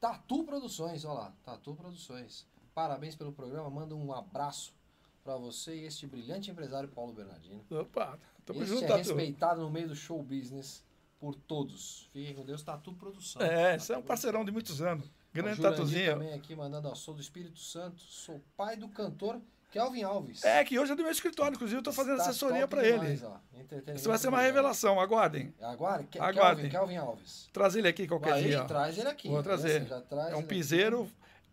Speaker 1: Tatu Produções, olha lá, Tatu Produções. Parabéns pelo programa, manda um abraço pra você e este brilhante empresário Paulo Bernardino.
Speaker 2: Opa, tamo
Speaker 1: este
Speaker 2: junto,
Speaker 1: é
Speaker 2: Tatu.
Speaker 1: respeitado no meio do show business por todos. Fiquem com Deus, Tatu Produção.
Speaker 2: É,
Speaker 1: Tatu
Speaker 2: isso é um parceirão de muitos anos.
Speaker 1: o
Speaker 2: Grande
Speaker 1: Jurandir
Speaker 2: tatuzinho.
Speaker 1: Tá também aqui mandando, ó, sou do Espírito Santo, sou pai do cantor Kelvin Alves.
Speaker 2: É, que hoje é do meu escritório, inclusive eu tô fazendo
Speaker 1: Tá
Speaker 2: assessoria
Speaker 1: top
Speaker 2: pra ele.
Speaker 1: demais, né? ó. Entretenimento
Speaker 2: Isso vai ser uma
Speaker 1: demais.
Speaker 2: revelação, aguardem.
Speaker 1: Aguardem, Ke-
Speaker 2: Aguardem.
Speaker 1: Kelvin, Kelvin Alves.
Speaker 2: Trazer ele aqui
Speaker 1: Ó,
Speaker 2: qualquer
Speaker 1: ele
Speaker 2: dia. ó.
Speaker 1: traz ele aqui.
Speaker 2: Vou
Speaker 1: né?
Speaker 2: trazer.
Speaker 1: Você já traz
Speaker 2: É um
Speaker 1: ele aqui.
Speaker 2: piseiro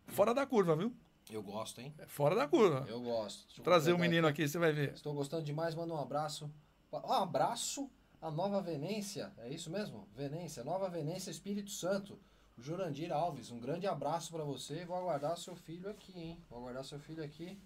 Speaker 2: fora da curva, viu?
Speaker 1: Eu gosto, hein?
Speaker 2: É Fora da curva.
Speaker 1: Eu é gosto. Deixa eu
Speaker 2: Trazer o
Speaker 1: completar
Speaker 2: menino aqui, você vai
Speaker 1: aqui.
Speaker 2: ver.
Speaker 1: Estou gostando demais, manda um abraço. Ó, Um abraço à Nova Venência, é isso mesmo? Venência, Nova Venência, Espírito Santo. Jurandir Alves, um grande abraço pra você. Vou aguardar seu filho aqui, hein? Vou aguardar seu filho aqui.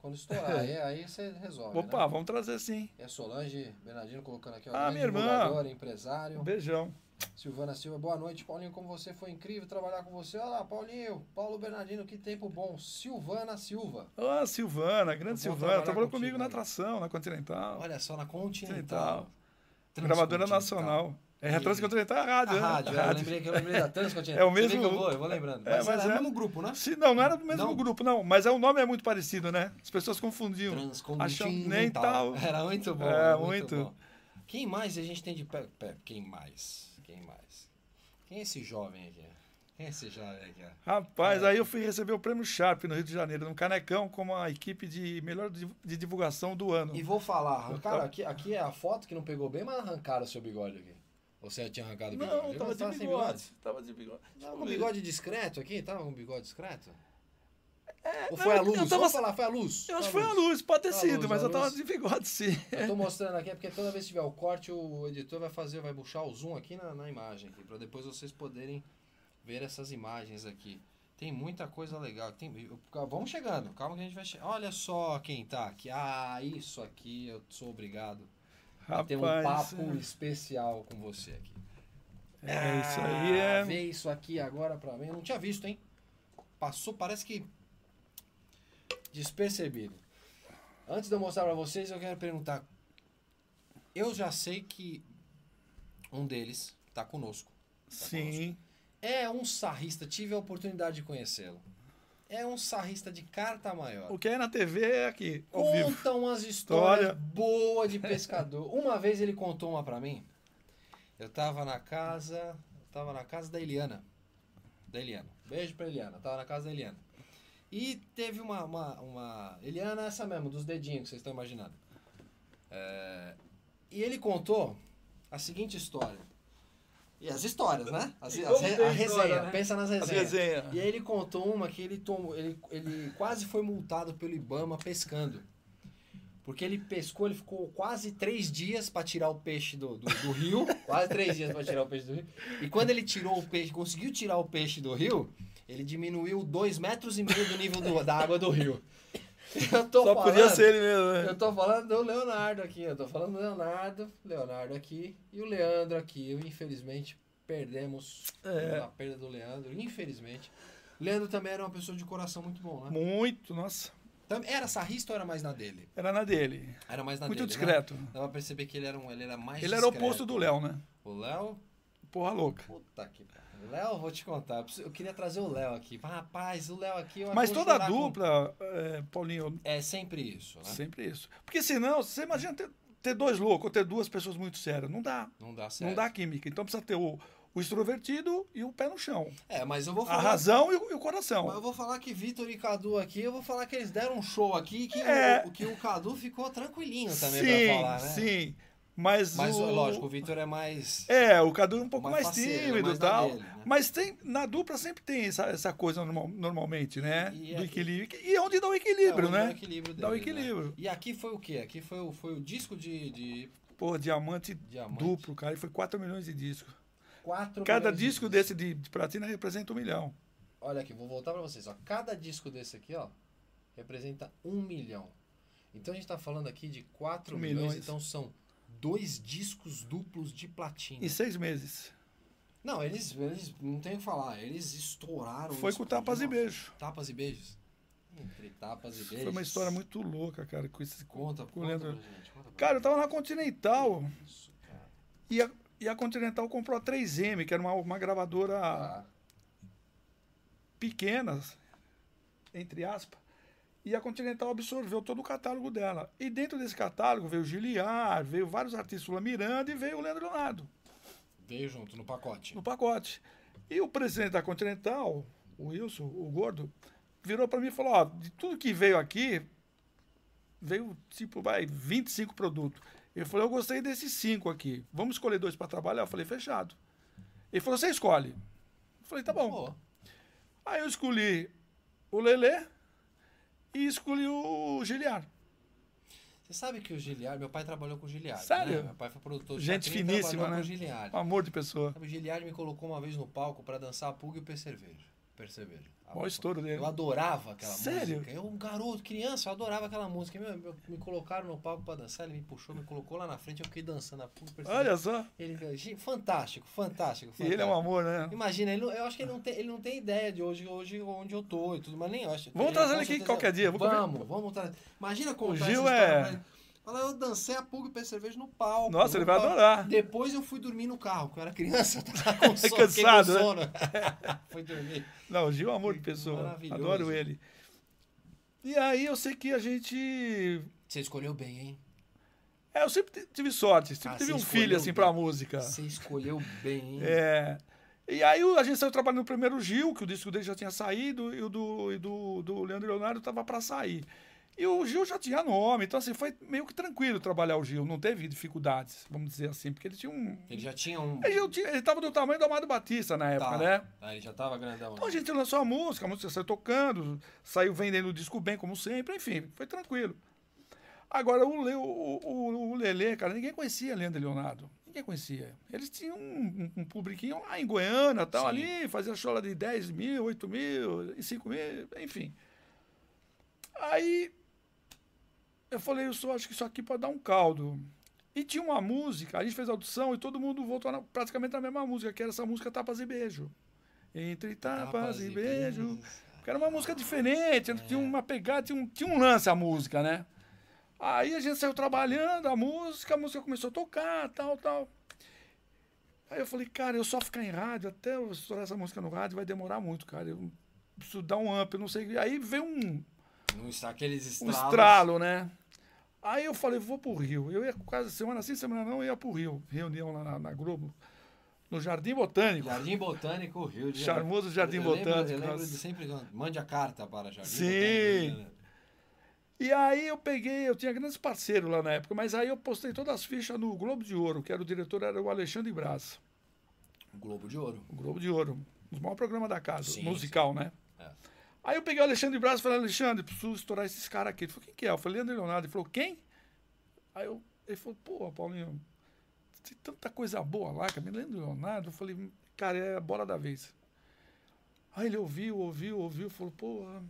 Speaker 1: Quando estourar, aí, aí você resolve.
Speaker 2: Opa,
Speaker 1: né?
Speaker 2: vamos trazer sim.
Speaker 1: É Solange Bernardino colocando aqui, ó.
Speaker 2: Ah,
Speaker 1: grande
Speaker 2: minha irmã.
Speaker 1: divulgadora,
Speaker 2: Um
Speaker 1: empresário.
Speaker 2: beijão.
Speaker 1: Silvana Silva, boa noite. Paulinho, como você foi incrível trabalhar com você. Olha lá, Paulinho. Paulo Bernardino, que tempo bom. Silvana Silva.
Speaker 2: Ah, Silvana,
Speaker 1: Eu vou
Speaker 2: grande Silvana.
Speaker 1: trabalhar
Speaker 2: Trabalhou
Speaker 1: contigo,
Speaker 2: comigo na
Speaker 1: né?
Speaker 2: atração, na Continental.
Speaker 1: Olha só, na Continental.
Speaker 2: Continental. tá. Gravadora
Speaker 1: Transcontinental.
Speaker 2: nacional. É, a
Speaker 1: E-
Speaker 2: Transcontinental é a rádio,
Speaker 1: A
Speaker 2: né?
Speaker 1: rádio, eu lembrei que eu lembrei da Transcontinental.
Speaker 2: É o
Speaker 1: Você vê
Speaker 2: mesmo-
Speaker 1: que eu vou, eu vou lembrando.
Speaker 2: É,
Speaker 1: Mas,
Speaker 2: mas
Speaker 1: era
Speaker 2: é.
Speaker 1: o mesmo grupo, né?
Speaker 2: Se- não, não era do mesmo
Speaker 1: Não.
Speaker 2: grupo, não. Mas é, o nome é muito parecido, né? As pessoas confundiam. Acham nem tal.
Speaker 1: Transcontinental. Era muito bom.
Speaker 2: É,
Speaker 1: era muito.
Speaker 2: muito.
Speaker 1: bom. Quem mais a gente tem de pé? pé- Quem mais? Quem mais? Quem é esse jovem aqui? Quem é esse jovem aqui?
Speaker 2: Rapaz,
Speaker 1: É.
Speaker 2: aí eu fui receber o prêmio Sharp no Rio de Janeiro, num canecão, como a equipe de melhor de de divulgação do ano.
Speaker 1: E vou falar, arrancaram
Speaker 2: Tá.
Speaker 1: aqui, aqui é a foto que não pegou bem, mas arrancaram o seu bigode aqui. Ou Você já tinha arrancado o bigode?
Speaker 2: Não,
Speaker 1: Eu
Speaker 2: tava de
Speaker 1: tava sem
Speaker 2: bigode. Tava de bigode.
Speaker 1: Tava
Speaker 2: Deixa
Speaker 1: com um
Speaker 2: eu ver.
Speaker 1: bigode Tipo, discreto aqui? Tava com um bigode discreto? Ou
Speaker 2: É, não,
Speaker 1: foi a
Speaker 2: eu
Speaker 1: luz?
Speaker 2: tava-
Speaker 1: Vamos falar, foi a luz.
Speaker 2: Eu acho que foi a luz, pode ter
Speaker 1: Foi a
Speaker 2: sido,
Speaker 1: luz,
Speaker 2: mas
Speaker 1: a
Speaker 2: eu tava
Speaker 1: luz.
Speaker 2: de bigode sim.
Speaker 1: Eu tô mostrando aqui, é porque toda vez que tiver o corte, o editor vai fazer, vai puxar o zoom aqui na, na imagem, aqui, pra depois vocês poderem ver essas imagens aqui. Tem muita coisa legal. Tem, eu- vamos chegando, calma que a gente vai chegar. Olha só quem tá aqui. Ah, isso aqui eu sou obrigado a ter um papo especial com você aqui.
Speaker 2: É, isso aí
Speaker 1: Ah,
Speaker 2: é.
Speaker 1: Vê isso aqui agora pra mim. Eu não tinha visto, hein? Passou, parece que. Despercebido. Antes de eu mostrar pra vocês, eu quero perguntar. Eu já sei que um deles tá conosco.
Speaker 2: Sim.
Speaker 1: É um sarrista, tive a oportunidade de conhecê-lo. É um sarrista de carta maior.
Speaker 2: O que é na TV é aqui, ao vivo.
Speaker 1: Conta umas histórias
Speaker 2: Olha.
Speaker 1: boas de pescador. Uma vez ele contou uma pra mim. Eu tava na casa, eu tava na casa da Eliana. Da Eliana. Beijo pra Eliana. Eu tava na casa da Eliana. E teve uma, uma, uma- Eliana é essa mesmo, dos dedinhos que vocês estão imaginando. É, E ele contou a seguinte história. E as histórias, né? As-
Speaker 2: E
Speaker 1: as
Speaker 2: como
Speaker 1: re-
Speaker 2: tem
Speaker 1: a
Speaker 2: história,
Speaker 1: resenha.
Speaker 2: né?
Speaker 1: Pensa nas resenhas.
Speaker 2: resenha.
Speaker 1: E aí ele contou uma que ele tomou, ele, ele quase foi multado pelo Ibama pescando. Porque ele pescou, ele ficou quase três dias pra tirar o peixe do, do, do rio. quase três dias pra tirar o peixe do rio. E quando ele tirou o peixe, conseguiu tirar o peixe do rio, ele diminuiu dois metros e meio do nível do- da água do rio. Eu tô
Speaker 2: Só
Speaker 1: falando,
Speaker 2: podia ser ele mesmo,
Speaker 1: Eu
Speaker 2: né?
Speaker 1: tô falando do Leonardo aqui, eu tô falando do Leonardo, Leonardo aqui e o Leandro aqui. Eu, infelizmente, perdemos
Speaker 2: É.
Speaker 1: a perda do Leandro, infelizmente. Leandro também era uma pessoa de coração muito bom, né?
Speaker 2: Muito, nossa.
Speaker 1: Tam- Era sarrista ou era mais na dele?
Speaker 2: Era na dele.
Speaker 1: Era mais na
Speaker 2: Muito
Speaker 1: dele, né?
Speaker 2: discreto.
Speaker 1: Dá pra perceber que ele era, um, ele era mais
Speaker 2: Ele era o
Speaker 1: discreto.
Speaker 2: oposto do Léo, né?
Speaker 1: O Léo,
Speaker 2: Porra louca.
Speaker 1: puta que pariu. O Léo, vou te contar, eu preciso- eu queria trazer o Léo aqui. Rapaz, o Léo aqui... Eu
Speaker 2: Mas
Speaker 1: vou
Speaker 2: toda a
Speaker 1: chorar com-
Speaker 2: dupla, é, Paulinho,
Speaker 1: É sempre isso, né?
Speaker 2: sempre isso. Porque senão, você imagina ter, ter dois loucos ou ter duas pessoas muito sérias. Não dá.
Speaker 1: Não dá certo.
Speaker 2: Não dá química. Então precisa ter o, o extrovertido e o pé no chão.
Speaker 1: É, mas eu vou
Speaker 2: A
Speaker 1: falar...
Speaker 2: razão e o, e o
Speaker 1: Mas eu
Speaker 2: coração.
Speaker 1: vou falar que Vitor e Cadu aqui, eu vou falar que eles deram um show aqui que,
Speaker 2: É.
Speaker 1: o, que o Cadu ficou tranquilinho também
Speaker 2: sim,
Speaker 1: pra falar, né?
Speaker 2: sim. Mas,
Speaker 1: Mas
Speaker 2: o,
Speaker 1: lógico, o Vitor é mais.
Speaker 2: É, o Cadu é um pouco
Speaker 1: Mais
Speaker 2: mais,
Speaker 1: parceiro,
Speaker 2: tímido
Speaker 1: mais
Speaker 2: e
Speaker 1: na
Speaker 2: tal.
Speaker 1: dele, né?
Speaker 2: Mas tem, na dupla sempre tem essa, essa coisa normal- normalmente, né?
Speaker 1: E é-
Speaker 2: do equilíbrio. E é onde dá o equilíbrio,
Speaker 1: É,
Speaker 2: né?
Speaker 1: Dá o equilíbrio
Speaker 2: Dá o
Speaker 1: deles, né?
Speaker 2: equilíbrio.
Speaker 1: E aqui foi o quê? Aqui foi o, foi o disco de, de
Speaker 2: Pô, diamante,
Speaker 1: diamante.
Speaker 2: duplo, cara. E foi 4 milhões de discos.
Speaker 1: Quatro
Speaker 2: Cada
Speaker 1: milhões de
Speaker 2: disco
Speaker 1: discos.
Speaker 2: desse de, de platina representa um milhão.
Speaker 1: Olha aqui, vou voltar pra vocês. Ó. Cada disco desse aqui, ó, representa um milhão. Então a gente tá falando aqui de quatro milhões,
Speaker 2: Milhões.
Speaker 1: então são dois discos duplos de platina.
Speaker 2: Em seis meses.
Speaker 1: Não, eles, eles não tem o que falar, eles estouraram.
Speaker 2: Foi com
Speaker 1: explodiram
Speaker 2: tapas e
Speaker 1: uma
Speaker 2: beijo.
Speaker 1: Tapas e beijos? Entre tapas e beijos.
Speaker 2: Foi uma história muito louca, cara. Com esse, com-
Speaker 1: Conta,
Speaker 2: com o
Speaker 1: conta pra
Speaker 2: Leandro.
Speaker 1: gente. Conta pra
Speaker 2: Cara, eu tava na Continental
Speaker 1: gente. Isso, cara.
Speaker 2: e a, e a Continental comprou a 3M, que era uma, uma gravadora
Speaker 1: Tá.
Speaker 2: pequena, entre aspas. E a Continental absorveu todo o catálogo dela. E dentro desse catálogo veio Giliar, veio vários artistas, Lula Miranda e veio o Leandro Leonardo.
Speaker 1: Veio junto no pacote.
Speaker 2: no pacote. E o presidente da Continental, o Wilson, o gordo, virou para mim e falou: ó, de tudo que veio aqui, veio tipo, vai, 25 produtos. Ele falou: eu gostei desses cinco aqui, vamos escolher dois para trabalhar? Eu falei: fechado. Ele falou: você escolhe. Eu falei: tá bom.
Speaker 1: Pô,
Speaker 2: Aí eu escolhi o Lelê e escolhi o Giliar.
Speaker 1: você sabe que o Giliard, meu pai trabalhou com o Giliard.
Speaker 2: Sério?
Speaker 1: né? Meu pai foi produtor de
Speaker 2: Gente
Speaker 1: quadrinho e
Speaker 2: finíssima,
Speaker 1: trabalhou
Speaker 2: né?
Speaker 1: com o Giliard.
Speaker 2: Um amor de pessoa.
Speaker 1: Sabe, o Giliard me colocou uma vez no palco pra dançar a Pug e o P Cerveja. Perceber. A-
Speaker 2: Maior Um estouro dele.
Speaker 1: Eu adorava aquela
Speaker 2: Sério?
Speaker 1: música. Eu, um garoto, criança, eu adorava aquela música. Meu, meu, me colocaram no palco pra dançar, ele me puxou, me colocou lá na frente, eu fiquei dançando a fundo. percebi.
Speaker 2: Olha só.
Speaker 1: Ele, fantástico, fantástico, fantástico.
Speaker 2: E ele é um amor, né?
Speaker 1: Imagina, ele, não- eu acho que ele não tem, ele não tem ideia de hoje, hoje onde eu tô e tudo, mas nem eu acho.
Speaker 2: Vamos
Speaker 1: ele,
Speaker 2: trazer
Speaker 1: com
Speaker 2: ele aqui
Speaker 1: certeza-
Speaker 2: qualquer dia, vou comer-
Speaker 1: Vamos, vamos trazer. Imagina contar essa
Speaker 2: Gil
Speaker 1: história
Speaker 2: é-
Speaker 1: pra ele. Fala, eu dancei a pulga e cerveja no palco.
Speaker 2: Nossa, ele vai
Speaker 1: no palco.
Speaker 2: adorar.
Speaker 1: Depois eu fui dormir no carro, porque eu era criança, eu tava com sono, fiquei com
Speaker 2: Cansado, né?
Speaker 1: sono. Fui dormir.
Speaker 2: Não, o Gil é um amor de pessoa.
Speaker 1: Maravilhoso.
Speaker 2: Adoro ele. E aí eu sei que a gente.
Speaker 1: Você escolheu bem, hein?
Speaker 2: É, eu sempre t- tive sorte, sempre
Speaker 1: Ah,
Speaker 2: teve
Speaker 1: você
Speaker 2: um filho
Speaker 1: escolheu
Speaker 2: assim
Speaker 1: bem.
Speaker 2: pra música.
Speaker 1: Você escolheu bem, hein?
Speaker 2: É. E aí o- a gente saiu trabalhando no primeiro Gil, que o disco dele já tinha saído, e o do, e do, do Leandro Leonardo tava pra sair. E o Gil já tinha nome, então assim, foi meio que tranquilo trabalhar o Gil, não teve dificuldades, vamos dizer assim, porque ele tinha um.
Speaker 1: Ele já tinha um.
Speaker 2: Ele, já tinha- ele tava do tamanho do Amado Batista na época,
Speaker 1: Tá.
Speaker 2: né?
Speaker 1: Ah, ele já tava grandão.
Speaker 2: Então a gente lançou a música, a música saiu tocando, saiu vendendo o disco bem, como sempre, enfim, foi tranquilo. Agora, o, Le, o, o, o Lelê, cara, ninguém conhecia Leandro e Leonardo. Ninguém conhecia. Eles tinham um, um, um publiquinho lá em Goiânia, tal,
Speaker 1: Sim.
Speaker 2: ali, fazia show lá de 10 mil, 8 mil, 5 mil, enfim. Aí eu falei, eu só acho que isso aqui pode dar um caldo. E tinha uma música, a gente fez a audição e todo mundo voltou na- praticamente na mesma música, que era essa música Tapas e Beijo. Entre tapas, e beijo.
Speaker 1: né?
Speaker 2: Que era uma música diferente, tinha uma pegada, tinha um, tinha um lance a música, né? Aí a gente saiu trabalhando a música, a música começou a tocar, tal, tal. Aí eu falei, cara, eu só ficar em rádio, até eu estourar essa música no rádio vai demorar muito, cara. Eu preciso dar um up, eu não sei. o quê. Aí veio um,
Speaker 1: Não está aqueles
Speaker 2: um
Speaker 1: estralos.
Speaker 2: estralo, né? Aí eu falei, vou pro Rio. Eu ia quase semana sim, semana não, eu ia pro Rio. Reunião lá na, na Globo, no Jardim Botânico.
Speaker 1: Jardim Botânico, Rio de Janeiro.
Speaker 2: Charmoso Jardim
Speaker 1: Eu lembro-
Speaker 2: Botânico.
Speaker 1: eu lembro
Speaker 2: nossa.
Speaker 1: de sempre quando- mande a carta para Jardim
Speaker 2: Sim.
Speaker 1: Botânico. né? Rio de Janeiro.
Speaker 2: E aí eu peguei, eu tinha grandes parceiros lá na época, mas aí eu postei todas as fichas no Globo de Ouro, que era o diretor, era o Alexandre Braz,
Speaker 1: O Globo de Ouro.
Speaker 2: o Globo de Ouro, um dos maiores programas da casa,
Speaker 1: Sim,
Speaker 2: musical, né?
Speaker 1: É.
Speaker 2: Aí eu peguei o Alexandre Braz e falei, Alexandre, preciso estourar esses caras aqui. Ele falou, quem que é? Eu falei, Leandro e Leonardo. Ele falou, quem? Aí eu, ele falou, pô, Paulinho, tem tanta coisa boa lá, cara, me Leandro e Leonardo. Eu falei, cara, é a bola da vez. Aí ele ouviu, ouviu, ouviu, falou, pô, ah,